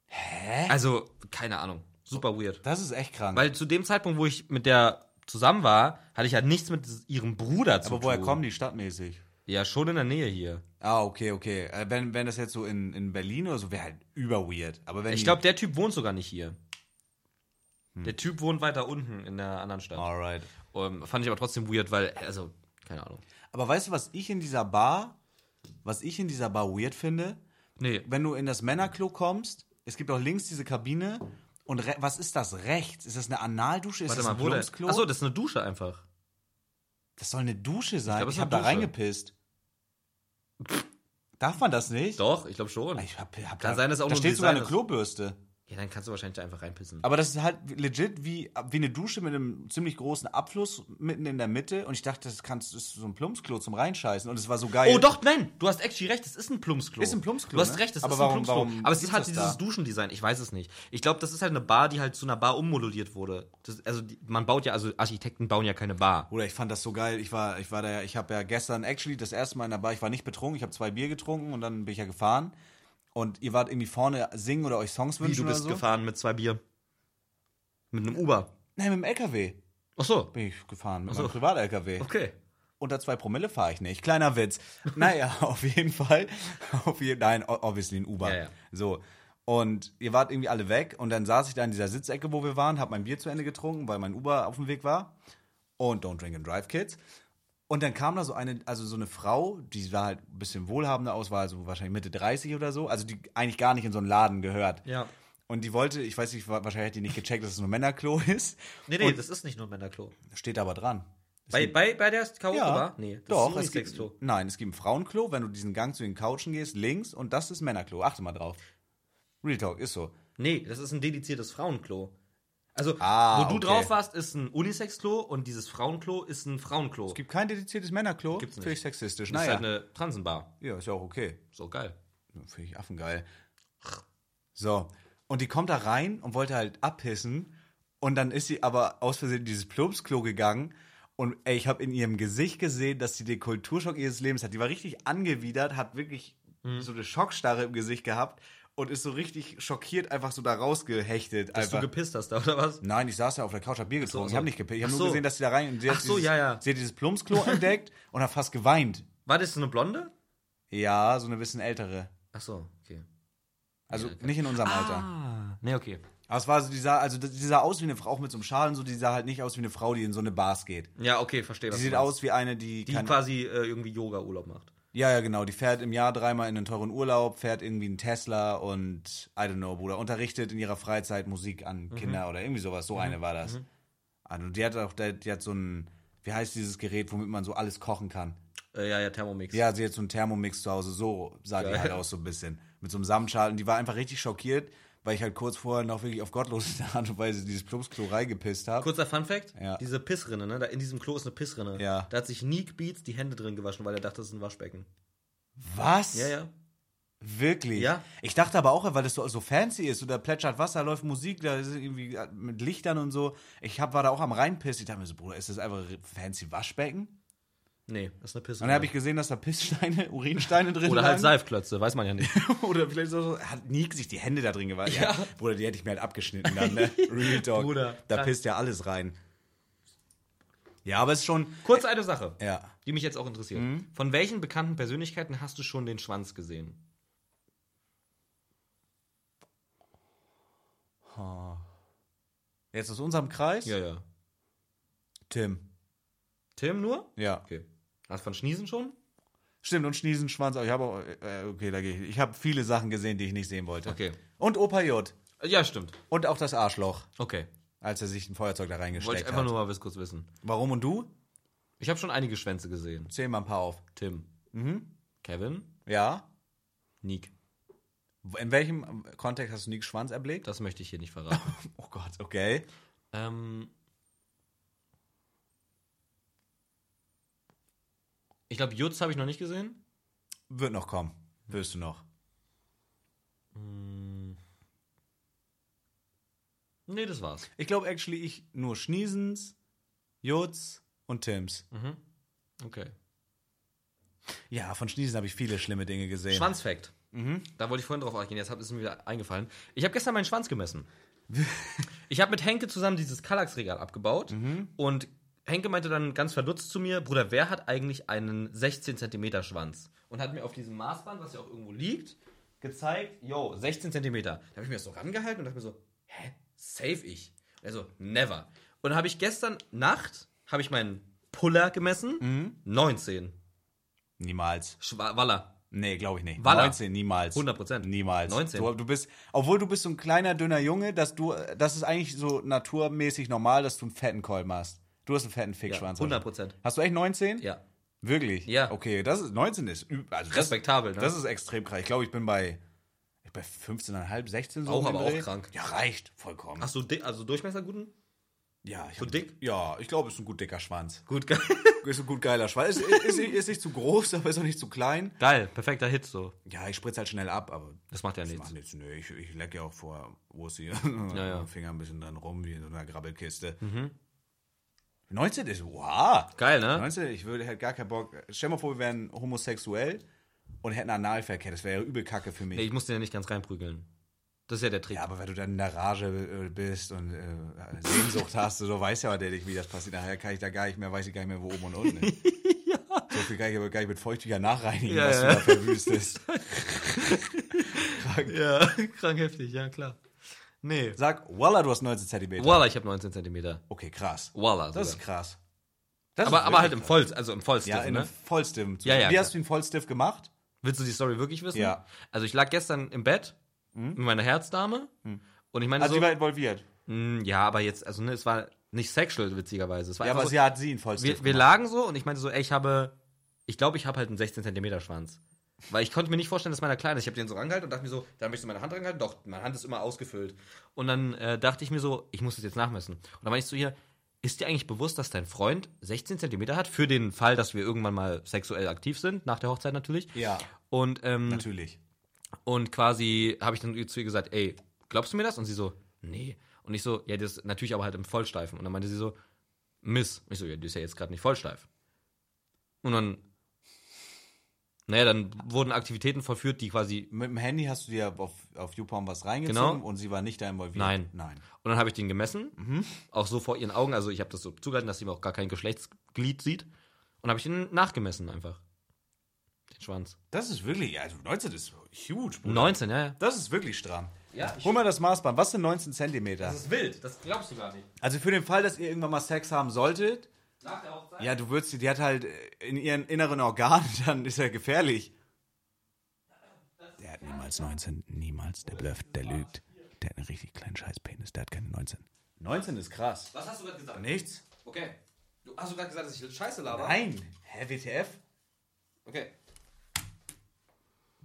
[SPEAKER 2] Hä?
[SPEAKER 1] also, keine Ahnung, super weird.
[SPEAKER 2] Das ist echt krank.
[SPEAKER 1] Weil zu dem Zeitpunkt, wo ich mit der zusammen war, hatte ich halt nichts mit ihrem Bruder zu
[SPEAKER 2] Aber
[SPEAKER 1] tun.
[SPEAKER 2] woher kommen die stadtmäßig?
[SPEAKER 1] Ja, schon in der Nähe hier.
[SPEAKER 2] Ah, okay, okay. Äh, Wenn, wenn das jetzt so in, in Berlin oder so wäre, halt über weird. Aber wenn
[SPEAKER 1] Ich
[SPEAKER 2] die-
[SPEAKER 1] glaube, der Typ wohnt sogar nicht hier.
[SPEAKER 2] Hm.
[SPEAKER 1] Der Typ wohnt weiter unten in der anderen Stadt.
[SPEAKER 2] Alright.
[SPEAKER 1] Ähm, fand ich aber trotzdem weird, weil, also, keine Ahnung.
[SPEAKER 2] Aber weißt du, was ich in dieser Bar, was ich in dieser Bar weird finde?
[SPEAKER 1] Nee.
[SPEAKER 2] wenn du in das Männerklo kommst, es gibt auch links diese Kabine und re- was ist das rechts? Ist das eine Analdusche? Ist
[SPEAKER 1] Warte
[SPEAKER 2] das
[SPEAKER 1] mal,
[SPEAKER 2] ein
[SPEAKER 1] wo denn?
[SPEAKER 2] Plumpsklo?
[SPEAKER 1] Achso, das ist eine Dusche einfach.
[SPEAKER 2] das soll eine Dusche sein.
[SPEAKER 1] glaub,
[SPEAKER 2] Ich,
[SPEAKER 1] es ist
[SPEAKER 2] habe
[SPEAKER 1] eine
[SPEAKER 2] da
[SPEAKER 1] Dusche.
[SPEAKER 2] reingepisst. Darf man das nicht?
[SPEAKER 1] Doch, ich glaube schon.
[SPEAKER 2] Ich hab, hab
[SPEAKER 1] Kann
[SPEAKER 2] da,
[SPEAKER 1] sein, dass auch
[SPEAKER 2] da
[SPEAKER 1] nur
[SPEAKER 2] steht
[SPEAKER 1] ein
[SPEAKER 2] sogar
[SPEAKER 1] Design
[SPEAKER 2] eine
[SPEAKER 1] ist.
[SPEAKER 2] Klobürste.
[SPEAKER 1] Ja, dann kannst du wahrscheinlich da einfach reinpissen.
[SPEAKER 2] Aber das ist halt legit wie, wie eine Dusche mit einem ziemlich großen Abfluss mitten in der Mitte. Und ich dachte, das, kannst, das ist so ein Plumpsklo zum Reinscheißen. Und es war so geil.
[SPEAKER 1] Oh doch, nein, du hast actually recht, es ist ein Plumpsklo.
[SPEAKER 2] Ist ein Plumpsklo,
[SPEAKER 1] Du hast
[SPEAKER 2] ne?
[SPEAKER 1] recht, es
[SPEAKER 2] Aber
[SPEAKER 1] ist
[SPEAKER 2] warum-
[SPEAKER 1] ein Plumpsklo.
[SPEAKER 2] warum
[SPEAKER 1] Aber es ist
[SPEAKER 2] gibt's
[SPEAKER 1] halt
[SPEAKER 2] das
[SPEAKER 1] dieses
[SPEAKER 2] da?
[SPEAKER 1] Duschendesign, ich weiß es nicht. Ich glaube, das ist halt eine Bar, die halt zu einer Bar ummoduliert wurde. Das, also die, man baut ja, also Architekten bauen ja keine Bar.
[SPEAKER 2] Oder ich fand das so geil. Ich war, ich war da, ja- ich habe ja gestern actually das erste Mal in der Bar. Ich war nicht betrunken. Ich habe zwei Bier getrunken und dann bin ich ja gefahren. Und ihr wart irgendwie vorne singen oder euch Songs
[SPEAKER 1] Wie,
[SPEAKER 2] wünschen
[SPEAKER 1] du bist
[SPEAKER 2] oder so.
[SPEAKER 1] gefahren mit zwei Bier. Mit einem Uber.
[SPEAKER 2] Nein, mit dem LKW
[SPEAKER 1] Ach so.
[SPEAKER 2] bin ich gefahren mit
[SPEAKER 1] so.
[SPEAKER 2] meinem Privat-LKW.
[SPEAKER 1] Okay.
[SPEAKER 2] Unter zwei Promille fahre ich nicht. Kleiner Witz. Naja, auf jeden Fall. Auf je, nein, o- obviously ein Uber.
[SPEAKER 1] Ja, ja.
[SPEAKER 2] So. Und ihr wart irgendwie alle weg und dann saß ich da in dieser Sitzecke, wo wir waren, habe mein Bier zu Ende getrunken, weil mein Uber auf dem Weg war. Und Don't Drink and Drive Kids. Und dann kam da so eine, also so eine Frau, die sah halt ein bisschen wohlhabender aus, war also wahrscheinlich Mitte 30 oder so, also die eigentlich gar nicht in so einen Laden gehört.
[SPEAKER 1] Ja.
[SPEAKER 2] Und die wollte, ich weiß nicht, wa- wahrscheinlich hat die nicht gecheckt, dass es nur Männerklo ist.
[SPEAKER 1] Nee, nee,
[SPEAKER 2] und
[SPEAKER 1] das ist nicht nur ein Männerklo.
[SPEAKER 2] steht aber dran.
[SPEAKER 1] Bei, bei, bei der Karaoke-Bar? Nee, das
[SPEAKER 2] doch,
[SPEAKER 1] ist ein
[SPEAKER 2] es gibt,
[SPEAKER 1] Unisex-Klo.
[SPEAKER 2] Nein, es gibt ein Frauenklo, wenn du diesen Gang zu den Couchen gehst, links und das ist Männerklo. Achte mal drauf. Real Talk, ist so.
[SPEAKER 1] Nee, das ist ein dediziertes Frauenklo. Also,
[SPEAKER 2] Ah,
[SPEAKER 1] wo du
[SPEAKER 2] okay.
[SPEAKER 1] drauf warst, ist ein Unisex-Klo und dieses Frauenklo ist ein Frauenklo.
[SPEAKER 2] Es gibt kein dediziertes Männerklo.
[SPEAKER 1] Gibt's nicht.
[SPEAKER 2] Finde ich sexistisch.
[SPEAKER 1] Das ist
[SPEAKER 2] Naja.
[SPEAKER 1] halt eine Transenbar.
[SPEAKER 2] ja, ist ja auch okay.
[SPEAKER 1] So geil.
[SPEAKER 2] Finde ich affengeil. So. Und die kommt da rein und wollte halt abpissen. Und dann ist sie aber aus Versehen in dieses Plumpsklo gegangen. Und ey, ich habe in ihrem Gesicht gesehen, dass sie den Kulturschock ihres Lebens hat. Die war richtig angewidert, hat wirklich
[SPEAKER 1] Mhm.
[SPEAKER 2] so eine Schockstarre im Gesicht gehabt und ist so richtig schockiert einfach so da rausgehechtet.
[SPEAKER 1] Dass
[SPEAKER 2] einfach.
[SPEAKER 1] du gepisst hast, da, oder was?
[SPEAKER 2] Nein, ich saß ja auf der Couch, hab Bier getrunken.
[SPEAKER 1] so.
[SPEAKER 2] Ich habe nicht gepisst. Ich habe
[SPEAKER 1] Ach
[SPEAKER 2] nur
[SPEAKER 1] so.
[SPEAKER 2] gesehen, dass sie da rein und sie hat,
[SPEAKER 1] Ach so,
[SPEAKER 2] dieses,
[SPEAKER 1] ja, ja.
[SPEAKER 2] Sie hat dieses Plumpsklo entdeckt und hat fast geweint.
[SPEAKER 1] War das so eine Blonde?
[SPEAKER 2] Ja, so eine bisschen ältere.
[SPEAKER 1] Ach so, okay.
[SPEAKER 2] Also nicht in unserem Alter.
[SPEAKER 1] Ah, nee, okay.
[SPEAKER 2] Aber es war so, die sah, also die sah aus wie eine Frau, auch mit so einem Schal und so, die sah halt nicht aus wie eine Frau, die in so eine Bars geht.
[SPEAKER 1] Ja, okay, verstehe.
[SPEAKER 2] Die sieht aus wie eine, die,
[SPEAKER 1] Die
[SPEAKER 2] keine-
[SPEAKER 1] quasi äh, irgendwie Yoga-Urlaub macht.
[SPEAKER 2] Ja, ja, genau. Die fährt im Jahr dreimal in einen teuren Urlaub, fährt irgendwie einen Tesla und, I don't know, Bruder, unterrichtet in ihrer Freizeit Musik
[SPEAKER 1] Mhm.
[SPEAKER 2] an Kinder oder irgendwie sowas. So eine war das. Also die hat auch, die, die hat so ein, wie heißt dieses Gerät, womit man so alles kochen kann?
[SPEAKER 1] Äh, ja, ja, Thermomix.
[SPEAKER 2] Ja, sie hat so einen Thermomix zu Hause, so sah die
[SPEAKER 1] Geil.
[SPEAKER 2] halt aus so ein bisschen. Mit so einem Samtschal. Und die war einfach richtig schockiert, weil ich halt kurz vorher noch wirklich auf gottlose Art und Weise dieses Plumpsklo reingepisst habe.
[SPEAKER 1] Kurzer Funfact:
[SPEAKER 2] Ja.
[SPEAKER 1] Diese Pissrinne, ne? Da in diesem Klo ist eine Pissrinne.
[SPEAKER 2] Ja.
[SPEAKER 1] Da hat sich Neek Beats die Hände drin gewaschen, weil er dachte, das ist ein Waschbecken.
[SPEAKER 2] Was?
[SPEAKER 1] Ja, ja.
[SPEAKER 2] Wirklich?
[SPEAKER 1] Ja.
[SPEAKER 2] Ich dachte aber auch, weil das so, so fancy ist, so da plätschert Wasser, läuft Musik, da ist irgendwie äh, mit Lichtern und so. Ich hab, war da auch am reinpissen. Ich dachte mir so, Bruder, ist das einfach ein fancy Waschbecken? Und
[SPEAKER 1] Nee, das ist eine Pissrinne.
[SPEAKER 2] dann habe ich gesehen, dass da Pisssteine, Urinsteine drin
[SPEAKER 1] oder halt
[SPEAKER 2] lagen.
[SPEAKER 1] Seifklötze, weiß man ja nicht.
[SPEAKER 2] Oder vielleicht so, hat Nick sich die Hände da drin gewaschen.
[SPEAKER 1] Ja.
[SPEAKER 2] Ja. Bruder, die hätte ich mir halt abgeschnitten dann, ne? Real Talk.
[SPEAKER 1] Bruder,
[SPEAKER 2] da
[SPEAKER 1] krank.
[SPEAKER 2] pisst ja alles rein. Ja, aber es ist schon.
[SPEAKER 1] Kurz eine Sache,
[SPEAKER 2] Ja.
[SPEAKER 1] die mich jetzt auch interessiert.
[SPEAKER 2] Mhm.
[SPEAKER 1] Von welchen bekannten Persönlichkeiten hast du schon den Schwanz gesehen?
[SPEAKER 2] Jetzt aus unserem Kreis?
[SPEAKER 1] ja.
[SPEAKER 2] Tim.
[SPEAKER 1] Tim nur?
[SPEAKER 2] Ja.
[SPEAKER 1] Okay. Hast du von Schniesen schon?
[SPEAKER 2] Stimmt, und Schniesenschwanz. aber Ich habe auch. Äh, okay, da gehe ich. Ich habe viele Sachen gesehen, die ich nicht sehen wollte.
[SPEAKER 1] Okay.
[SPEAKER 2] Und Opa J.
[SPEAKER 1] Ja, stimmt.
[SPEAKER 2] Und auch das Arschloch,
[SPEAKER 1] Okay.
[SPEAKER 2] als er sich ein Feuerzeug da
[SPEAKER 1] Wollte
[SPEAKER 2] reingesteckt
[SPEAKER 1] ich einfach
[SPEAKER 2] hat.
[SPEAKER 1] nur mal kurz wissen.
[SPEAKER 2] Warum und du?
[SPEAKER 1] Ich habe schon einige Schwänze gesehen.
[SPEAKER 2] Zähl mal ein paar auf.
[SPEAKER 1] Tim.
[SPEAKER 2] Mhm.
[SPEAKER 1] Kevin.
[SPEAKER 2] Ja?
[SPEAKER 1] Nick.
[SPEAKER 2] In welchem Kontext hast du Nick Schwanz erblickt?
[SPEAKER 1] Das möchte ich hier nicht verraten.
[SPEAKER 2] Oh Gott, okay.
[SPEAKER 1] ähm, ich glaube, Jutz habe ich noch nicht gesehen.
[SPEAKER 2] Wird noch kommen. Wirst du noch.
[SPEAKER 1] Nee, das war's.
[SPEAKER 2] Ich glaube actually, ich nur Schniesens, Jutz und Tims.
[SPEAKER 1] Okay.
[SPEAKER 2] Ja, von Schniesen habe ich viele schlimme Dinge gesehen.
[SPEAKER 1] Schwanzfact.
[SPEAKER 2] Mhm.
[SPEAKER 1] Da wollte ich vorhin drauf eingehen, jetzt hab- ist mir wieder eingefallen. Ich habe gestern meinen Schwanz gemessen. ich habe mit Henke zusammen dieses Kallax-Regal abgebaut
[SPEAKER 2] Mhm.
[SPEAKER 1] und Henke meinte dann ganz verdutzt zu mir, Bruder, wer hat eigentlich einen 16 cm Schwanz? Und hat mir auf diesem Maßband, was ja auch irgendwo liegt, gezeigt, yo, 16 cm. Da habe ich mir das so rangehalten und dachte mir so, hä, safe ich? Also, never. Und habe ich gestern Nacht,
[SPEAKER 2] Mhm.
[SPEAKER 1] habe ich meinen Puller gemessen, 19.
[SPEAKER 2] Niemals.
[SPEAKER 1] Schwa Waller.
[SPEAKER 2] Nee, glaube ich nicht.
[SPEAKER 1] Waller.
[SPEAKER 2] 19, niemals.
[SPEAKER 1] 100%.
[SPEAKER 2] Niemals.
[SPEAKER 1] 19.
[SPEAKER 2] Du, du bist, obwohl du bist so ein kleiner, dünner Junge, dass du, das ist eigentlich so naturmäßig normal, dass du einen fetten Kolben hast. Du hast einen fetten Fickschwanz.
[SPEAKER 1] Ja, 100%.
[SPEAKER 2] Hast du echt 19?
[SPEAKER 1] Ja.
[SPEAKER 2] Wirklich?
[SPEAKER 1] Ja.
[SPEAKER 2] Okay, das ist, 19 ist, üb- also das,
[SPEAKER 1] Respektabel, ne?
[SPEAKER 2] Das ist extrem krass. Ich glaube, ich bin bei, ich bin bei 15,5, 16 so.
[SPEAKER 1] Auch,
[SPEAKER 2] um den
[SPEAKER 1] aber auch
[SPEAKER 2] Dreh.
[SPEAKER 1] krank.
[SPEAKER 2] Ja, reicht. Vollkommen.
[SPEAKER 1] Hast du dick, also Durchmesser guten?
[SPEAKER 2] ja, ich
[SPEAKER 1] so
[SPEAKER 2] hab-
[SPEAKER 1] dick?
[SPEAKER 2] Ja, ich glaube, ist ein gut dicker Schwanz.
[SPEAKER 1] Gut, geil.
[SPEAKER 2] Ist ein gut geiler Schwanz. Ist, ist, ist, ist nicht zu groß, aber ist auch nicht zu klein.
[SPEAKER 1] geil, perfekter Hit so.
[SPEAKER 2] Ja, ich spritze halt schnell ab, aber
[SPEAKER 1] Das macht ja
[SPEAKER 2] das
[SPEAKER 1] nichts.
[SPEAKER 2] macht nichts. Nö, ich, ich leck ja auch vor Wursi.
[SPEAKER 1] ja. Mhm.
[SPEAKER 2] Finger ein bisschen dran rum, wie in so einer Grabbelkiste. 19 ist, wow.
[SPEAKER 1] Geil, ne?
[SPEAKER 2] 19, ich würde halt gar keinen Bock. Stell mal vor, wir wären homosexuell und hätten Analverkehr. Das wäre ja übel Kacke für mich.
[SPEAKER 1] Nee, ich muss den ja nicht ganz reinprügeln. Das ist ja der Trick.
[SPEAKER 2] ja, aber wenn du dann in der Rage äh, bist und äh, Sehnsucht hast, so weiß ja der nicht, wie das passiert. Nachher kann ich da gar nicht mehr, weiß ich gar nicht mehr, wo oben und unten ist. So viel kann ich aber gar nicht mit Feuchttücher nachreinigen,
[SPEAKER 1] Ja,
[SPEAKER 2] was
[SPEAKER 1] ja.
[SPEAKER 2] du da verwüstest.
[SPEAKER 1] Ja, krank heftig, ja klar. Nee.
[SPEAKER 2] Sag, Walla, du hast 19 Zentimeter.
[SPEAKER 1] Voila, ich habe 19 Zentimeter.
[SPEAKER 2] Okay, krass.
[SPEAKER 1] Voila,
[SPEAKER 2] Das ist
[SPEAKER 1] sogar.
[SPEAKER 2] krass. Das
[SPEAKER 1] aber,
[SPEAKER 2] ist
[SPEAKER 1] aber halt
[SPEAKER 2] wirklich
[SPEAKER 1] im Voll, also im Vollstift,
[SPEAKER 2] krass. Ja, in
[SPEAKER 1] ne?
[SPEAKER 2] einem Vollstift.
[SPEAKER 1] Ja, ja,
[SPEAKER 2] Wie
[SPEAKER 1] klar.
[SPEAKER 2] hast du den Vollstift gemacht?
[SPEAKER 1] Willst du die Story wirklich wissen?
[SPEAKER 2] Ja. Mhm.
[SPEAKER 1] Also ich lag gestern im Bett mit meiner Herzdame und ich meine
[SPEAKER 2] Also,
[SPEAKER 1] so,
[SPEAKER 2] die war involviert.
[SPEAKER 1] mh, ja, aber jetzt, also ne, es war nicht sexual witzigerweise. Es war
[SPEAKER 2] Ja,
[SPEAKER 1] einfach
[SPEAKER 2] aber
[SPEAKER 1] so,
[SPEAKER 2] sie hat sie einen Vollstift
[SPEAKER 1] also wir, wir lagen so und ich meinte so, ey, ich habe, ich glaube, ich habe halt einen 16 Zentimeter Schwanz. Weil ich konnte mir nicht vorstellen, dass meiner klein ist. Ich habe den so rangehalten und dachte mir so, da habe ich so meine Hand rangehalten. Doch, meine Hand ist immer ausgefüllt. Und dann äh, dachte ich mir so, ich muss das jetzt nachmessen. Und dann meinte ich zu ihr, ist dir eigentlich bewusst, dass dein Freund 16 Zentimeter hat? Für den Fall, dass wir irgendwann mal sexuell aktiv sind, nach der Hochzeit natürlich.
[SPEAKER 2] Ja.
[SPEAKER 1] Und, ähm,
[SPEAKER 2] Natürlich.
[SPEAKER 1] und quasi habe ich dann zu ihr gesagt, ey, glaubst du mir das? Und sie so, nee. Und ich so, ja, das ist natürlich aber halt im Vollsteifen. Und dann meinte sie so, Miss. Und ich so, ja, die ist ja jetzt gerade nicht vollsteif. Und dann, naja, dann wurden Aktivitäten vollführt, die quasi,
[SPEAKER 2] Mit dem Handy hast du dir auf, auf YouPorn was reingezogen
[SPEAKER 1] Genau.
[SPEAKER 2] und sie war nicht da involviert.
[SPEAKER 1] Nein.
[SPEAKER 2] Nein.
[SPEAKER 1] und dann habe ich den gemessen, auch so vor ihren Augen, also ich habe das so zugehalten, dass sie mir auch gar kein Geschlechtsglied sieht. Und habe ich ihn nachgemessen einfach. Den Schwanz.
[SPEAKER 2] Das ist wirklich, also 19 ist huge, Bruder.
[SPEAKER 1] 19, ja, ja.
[SPEAKER 2] Das ist wirklich stramm.
[SPEAKER 1] Ja, ich-
[SPEAKER 2] Hol mal das Maßband. Was sind 19 Zentimeter?
[SPEAKER 1] ist wild, das glaubst du gar nicht.
[SPEAKER 2] Also für den Fall, dass ihr irgendwann mal Sex haben solltet,
[SPEAKER 1] Nach der Hochzeit?
[SPEAKER 2] ja, du würdest, die die hat halt äh, in ihren inneren Organen, dann ist er gefährlich. Der hat niemals 19, niemals. Der blöft, der lügt. Der hat einen richtig kleinen Scheißpenis, der hat keine 19. 19 ist krass.
[SPEAKER 1] Was hast du gerade gesagt?
[SPEAKER 2] Nichts?
[SPEAKER 1] Okay. Du hast du gerade gesagt, dass ich Scheiße laber?
[SPEAKER 2] Nein. Hä, WTF?
[SPEAKER 1] Okay.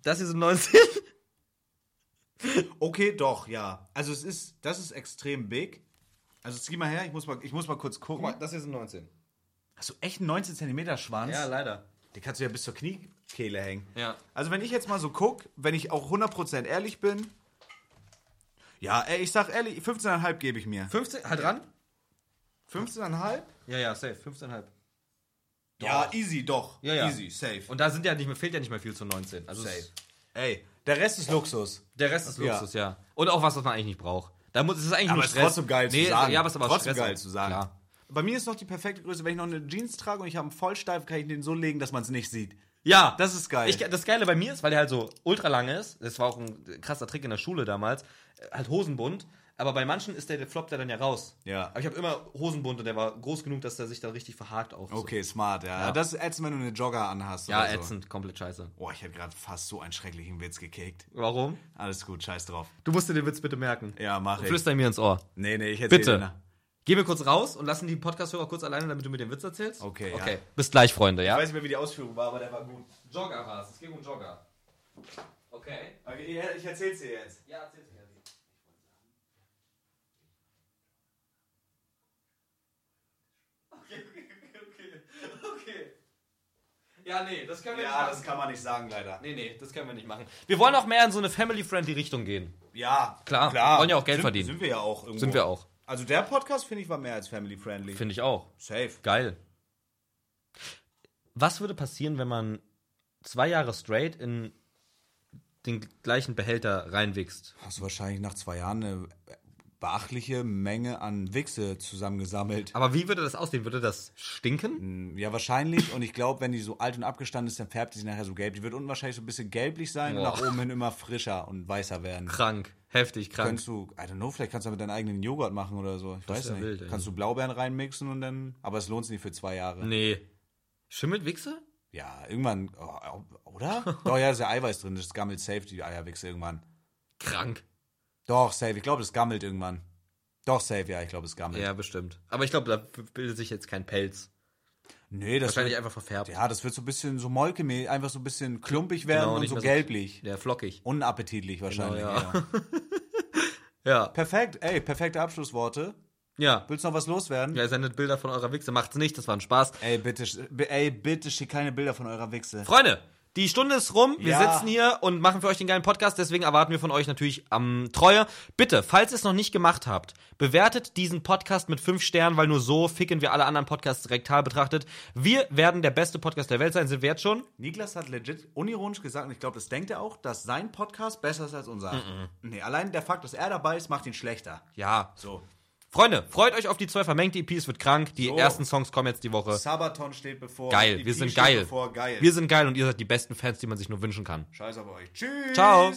[SPEAKER 1] Das hier sind 19.
[SPEAKER 2] Okay, doch, ja. Also es ist, das ist extrem big. Also zieh mal her, ich muss mal, ich muss mal kurz gucken.
[SPEAKER 1] das hier sind 19.
[SPEAKER 2] Hast du echt einen 19 Zentimeter Schwanz?
[SPEAKER 1] Ja, leider.
[SPEAKER 2] Den kannst du ja bis zur Kniekehle hängen.
[SPEAKER 1] Ja.
[SPEAKER 2] Also wenn ich jetzt mal so gucke, wenn ich auch 100% ehrlich bin, ja, ey, ich sag ehrlich, 15,5 gebe ich mir.
[SPEAKER 1] 15, halt ran?
[SPEAKER 2] 15,5?
[SPEAKER 1] Ja, ja, safe. 15,5.
[SPEAKER 2] Ja, easy, doch.
[SPEAKER 1] Ja, ja.
[SPEAKER 2] Easy, safe.
[SPEAKER 1] Und da sind ja nicht mehr, fehlt ja nicht mehr viel zu 19. Also
[SPEAKER 2] safe.
[SPEAKER 1] es-
[SPEAKER 2] Ey, der Rest ist Luxus.
[SPEAKER 1] der Rest ist Luxus, ja. Und auch was, was man eigentlich nicht braucht. Da muss es ist eigentlich
[SPEAKER 2] Aber
[SPEAKER 1] nur
[SPEAKER 2] es ist
[SPEAKER 1] Stress.
[SPEAKER 2] trotzdem geil
[SPEAKER 1] Nee,
[SPEAKER 2] zu sagen.
[SPEAKER 1] Ja, aber es ist aber
[SPEAKER 2] trotzdem
[SPEAKER 1] Stress
[SPEAKER 2] geil
[SPEAKER 1] auch.
[SPEAKER 2] zu sagen.
[SPEAKER 1] Klar.
[SPEAKER 2] Bei mir ist noch die perfekte Größe, wenn ich noch eine Jeans trage und ich habe einen Vollsteif, kann ich den so legen, dass man es nicht sieht.
[SPEAKER 1] Ja,
[SPEAKER 2] Das ist geil.
[SPEAKER 1] Ich, das Geile bei mir ist, weil der halt so ultra lang ist, das war auch ein krasser Trick in der Schule damals, äh, halt Hosenbund, aber bei manchen ist der, der floppt der dann ja raus.
[SPEAKER 2] Ja.
[SPEAKER 1] Aber ich habe immer Hosenbund und der war groß genug, dass der sich dann richtig verhakt auch. so.
[SPEAKER 2] Okay, Also. smart, ja. Das ist ätzend, wenn du eine Jogger anhast.
[SPEAKER 1] Ja,
[SPEAKER 2] oder so.
[SPEAKER 1] ätzend, komplett scheiße.
[SPEAKER 2] Boah, ich hätte gerade fast so einen schrecklichen Witz gekickt.
[SPEAKER 1] Warum?
[SPEAKER 2] Alles gut, scheiß drauf.
[SPEAKER 1] Du musst dir den Witz bitte merken.
[SPEAKER 2] Ja, mach ich.
[SPEAKER 1] Flüster mir ins Ohr.
[SPEAKER 2] Nee, nee, ich erzähl dir nach.
[SPEAKER 1] Bitte. Geh mir kurz raus und lassen die Podcast-Hörer kurz alleine, damit du mir den Witz erzählst.
[SPEAKER 2] Okay, ja.
[SPEAKER 1] Okay. Bis gleich, Freunde,
[SPEAKER 2] Ich
[SPEAKER 1] ja?
[SPEAKER 2] weiß nicht mehr, wie die Ausführung war, aber der war gut.
[SPEAKER 1] Jogger war's. Es ging um Jogger. Okay.
[SPEAKER 2] Okay, ja, ich erzähl's dir jetzt.
[SPEAKER 1] Ja, erzähl's mir. Okay, okay, okay. Ja, nee, das können wir
[SPEAKER 2] Ja,
[SPEAKER 1] nicht
[SPEAKER 2] das
[SPEAKER 1] machen.
[SPEAKER 2] kann man nicht sagen, leider.
[SPEAKER 1] Nee, nee, das können wir nicht machen. Wir wollen auch mehr in so eine family-friendly Richtung gehen.
[SPEAKER 2] Ja,
[SPEAKER 1] Klar, wollen ja auch Geld
[SPEAKER 2] sind,
[SPEAKER 1] verdienen.
[SPEAKER 2] Sind wir ja auch irgendwo.
[SPEAKER 1] Sind wir auch.
[SPEAKER 2] Also der Podcast, finde ich, war mehr als family-friendly.
[SPEAKER 1] Finde ich auch.
[SPEAKER 2] Safe.
[SPEAKER 1] Geil. Was würde passieren, wenn man zwei Jahre straight in den gleichen Behälter reinwichst?
[SPEAKER 2] Hast du wahrscheinlich nach zwei Jahren eine beachtliche Menge an Wichse zusammengesammelt.
[SPEAKER 1] Aber wie würde das aussehen? Würde das stinken?
[SPEAKER 2] Ja, wahrscheinlich. Und ich glaube, wenn die so alt und abgestanden ist, dann färbt die sich nachher so gelb. Die wird unten wahrscheinlich so ein bisschen gelblich sein und
[SPEAKER 1] Boah.
[SPEAKER 2] nach oben hin immer frischer und weißer werden.
[SPEAKER 1] Krank. Heftig krank.
[SPEAKER 2] Kannst du, I don't know, vielleicht kannst du damit deinen eigenen Joghurt machen oder so. Ich weiß
[SPEAKER 1] wär
[SPEAKER 2] nicht.
[SPEAKER 1] wild, ey.
[SPEAKER 2] kannst du Blaubeeren reinmixen und dann. Aber es lohnt sich nicht für zwei Jahre.
[SPEAKER 1] Nee. Schimmelt Wichse?
[SPEAKER 2] Ja, irgendwann, oh, oder? Doch, ja, ist ja Eiweiß drin. Das gammelt safe, die Eierwichse irgendwann.
[SPEAKER 1] Krank.
[SPEAKER 2] Doch, safe. Ich glaube, das gammelt irgendwann. Doch, safe, ja, ich glaube, es gammelt.
[SPEAKER 1] Ja, bestimmt. Aber ich glaube, da bildet sich jetzt kein Pelz.
[SPEAKER 2] Nee, das
[SPEAKER 1] Wahrscheinlich
[SPEAKER 2] wird,
[SPEAKER 1] einfach verfärbt.
[SPEAKER 2] ja, das wird so ein bisschen so molkemäßig, einfach so ein bisschen klumpig werden
[SPEAKER 1] Genau,
[SPEAKER 2] und
[SPEAKER 1] nicht
[SPEAKER 2] so
[SPEAKER 1] mehr
[SPEAKER 2] gelblich.
[SPEAKER 1] Ja, flockig.
[SPEAKER 2] Unappetitlich wahrscheinlich.
[SPEAKER 1] ja.
[SPEAKER 2] ja.
[SPEAKER 1] Ja.
[SPEAKER 2] Perfekt, ey, perfekte Abschlussworte.
[SPEAKER 1] Ja.
[SPEAKER 2] Willst du noch was loswerden?
[SPEAKER 1] Ja, sendet Bilder von eurer Wichse. Macht's nicht, das war ein Spaß.
[SPEAKER 2] Ey, bitte, sch- b- ey, bitte schick keine Bilder von eurer Wichse.
[SPEAKER 1] Freunde, die Stunde ist rum. Wir
[SPEAKER 2] Ja.
[SPEAKER 1] sitzen hier und machen für euch den geilen Podcast. Deswegen erwarten wir von euch natürlich am Treue. Bitte, falls ihr es noch nicht gemacht habt, bewertet diesen Podcast mit fünf Sternen, weil nur so ficken wir alle anderen Podcasts rektal betrachtet. Wir werden der beste Podcast der Welt sein. Sind wir jetzt schon?
[SPEAKER 2] Niklas hat legit unironisch gesagt, und ich glaube, das denkt er auch, dass sein Podcast besser ist als unser. Nee, allein der Fakt, dass er dabei ist, macht ihn schlechter.
[SPEAKER 1] Ja.
[SPEAKER 2] So.
[SPEAKER 1] Freunde, freut euch auf die zwei vermengte EPs. Wird krank. Die
[SPEAKER 2] So.
[SPEAKER 1] ersten Songs kommen jetzt die Woche.
[SPEAKER 2] Sabaton steht bevor.
[SPEAKER 1] Geil.
[SPEAKER 2] EP
[SPEAKER 1] Wir sind
[SPEAKER 2] steht
[SPEAKER 1] geil.
[SPEAKER 2] Bevor, geil.
[SPEAKER 1] Wir sind geil und ihr seid die besten Fans, die man sich nur wünschen kann.
[SPEAKER 2] Scheiß auf euch. Tschüss.
[SPEAKER 1] Ciao.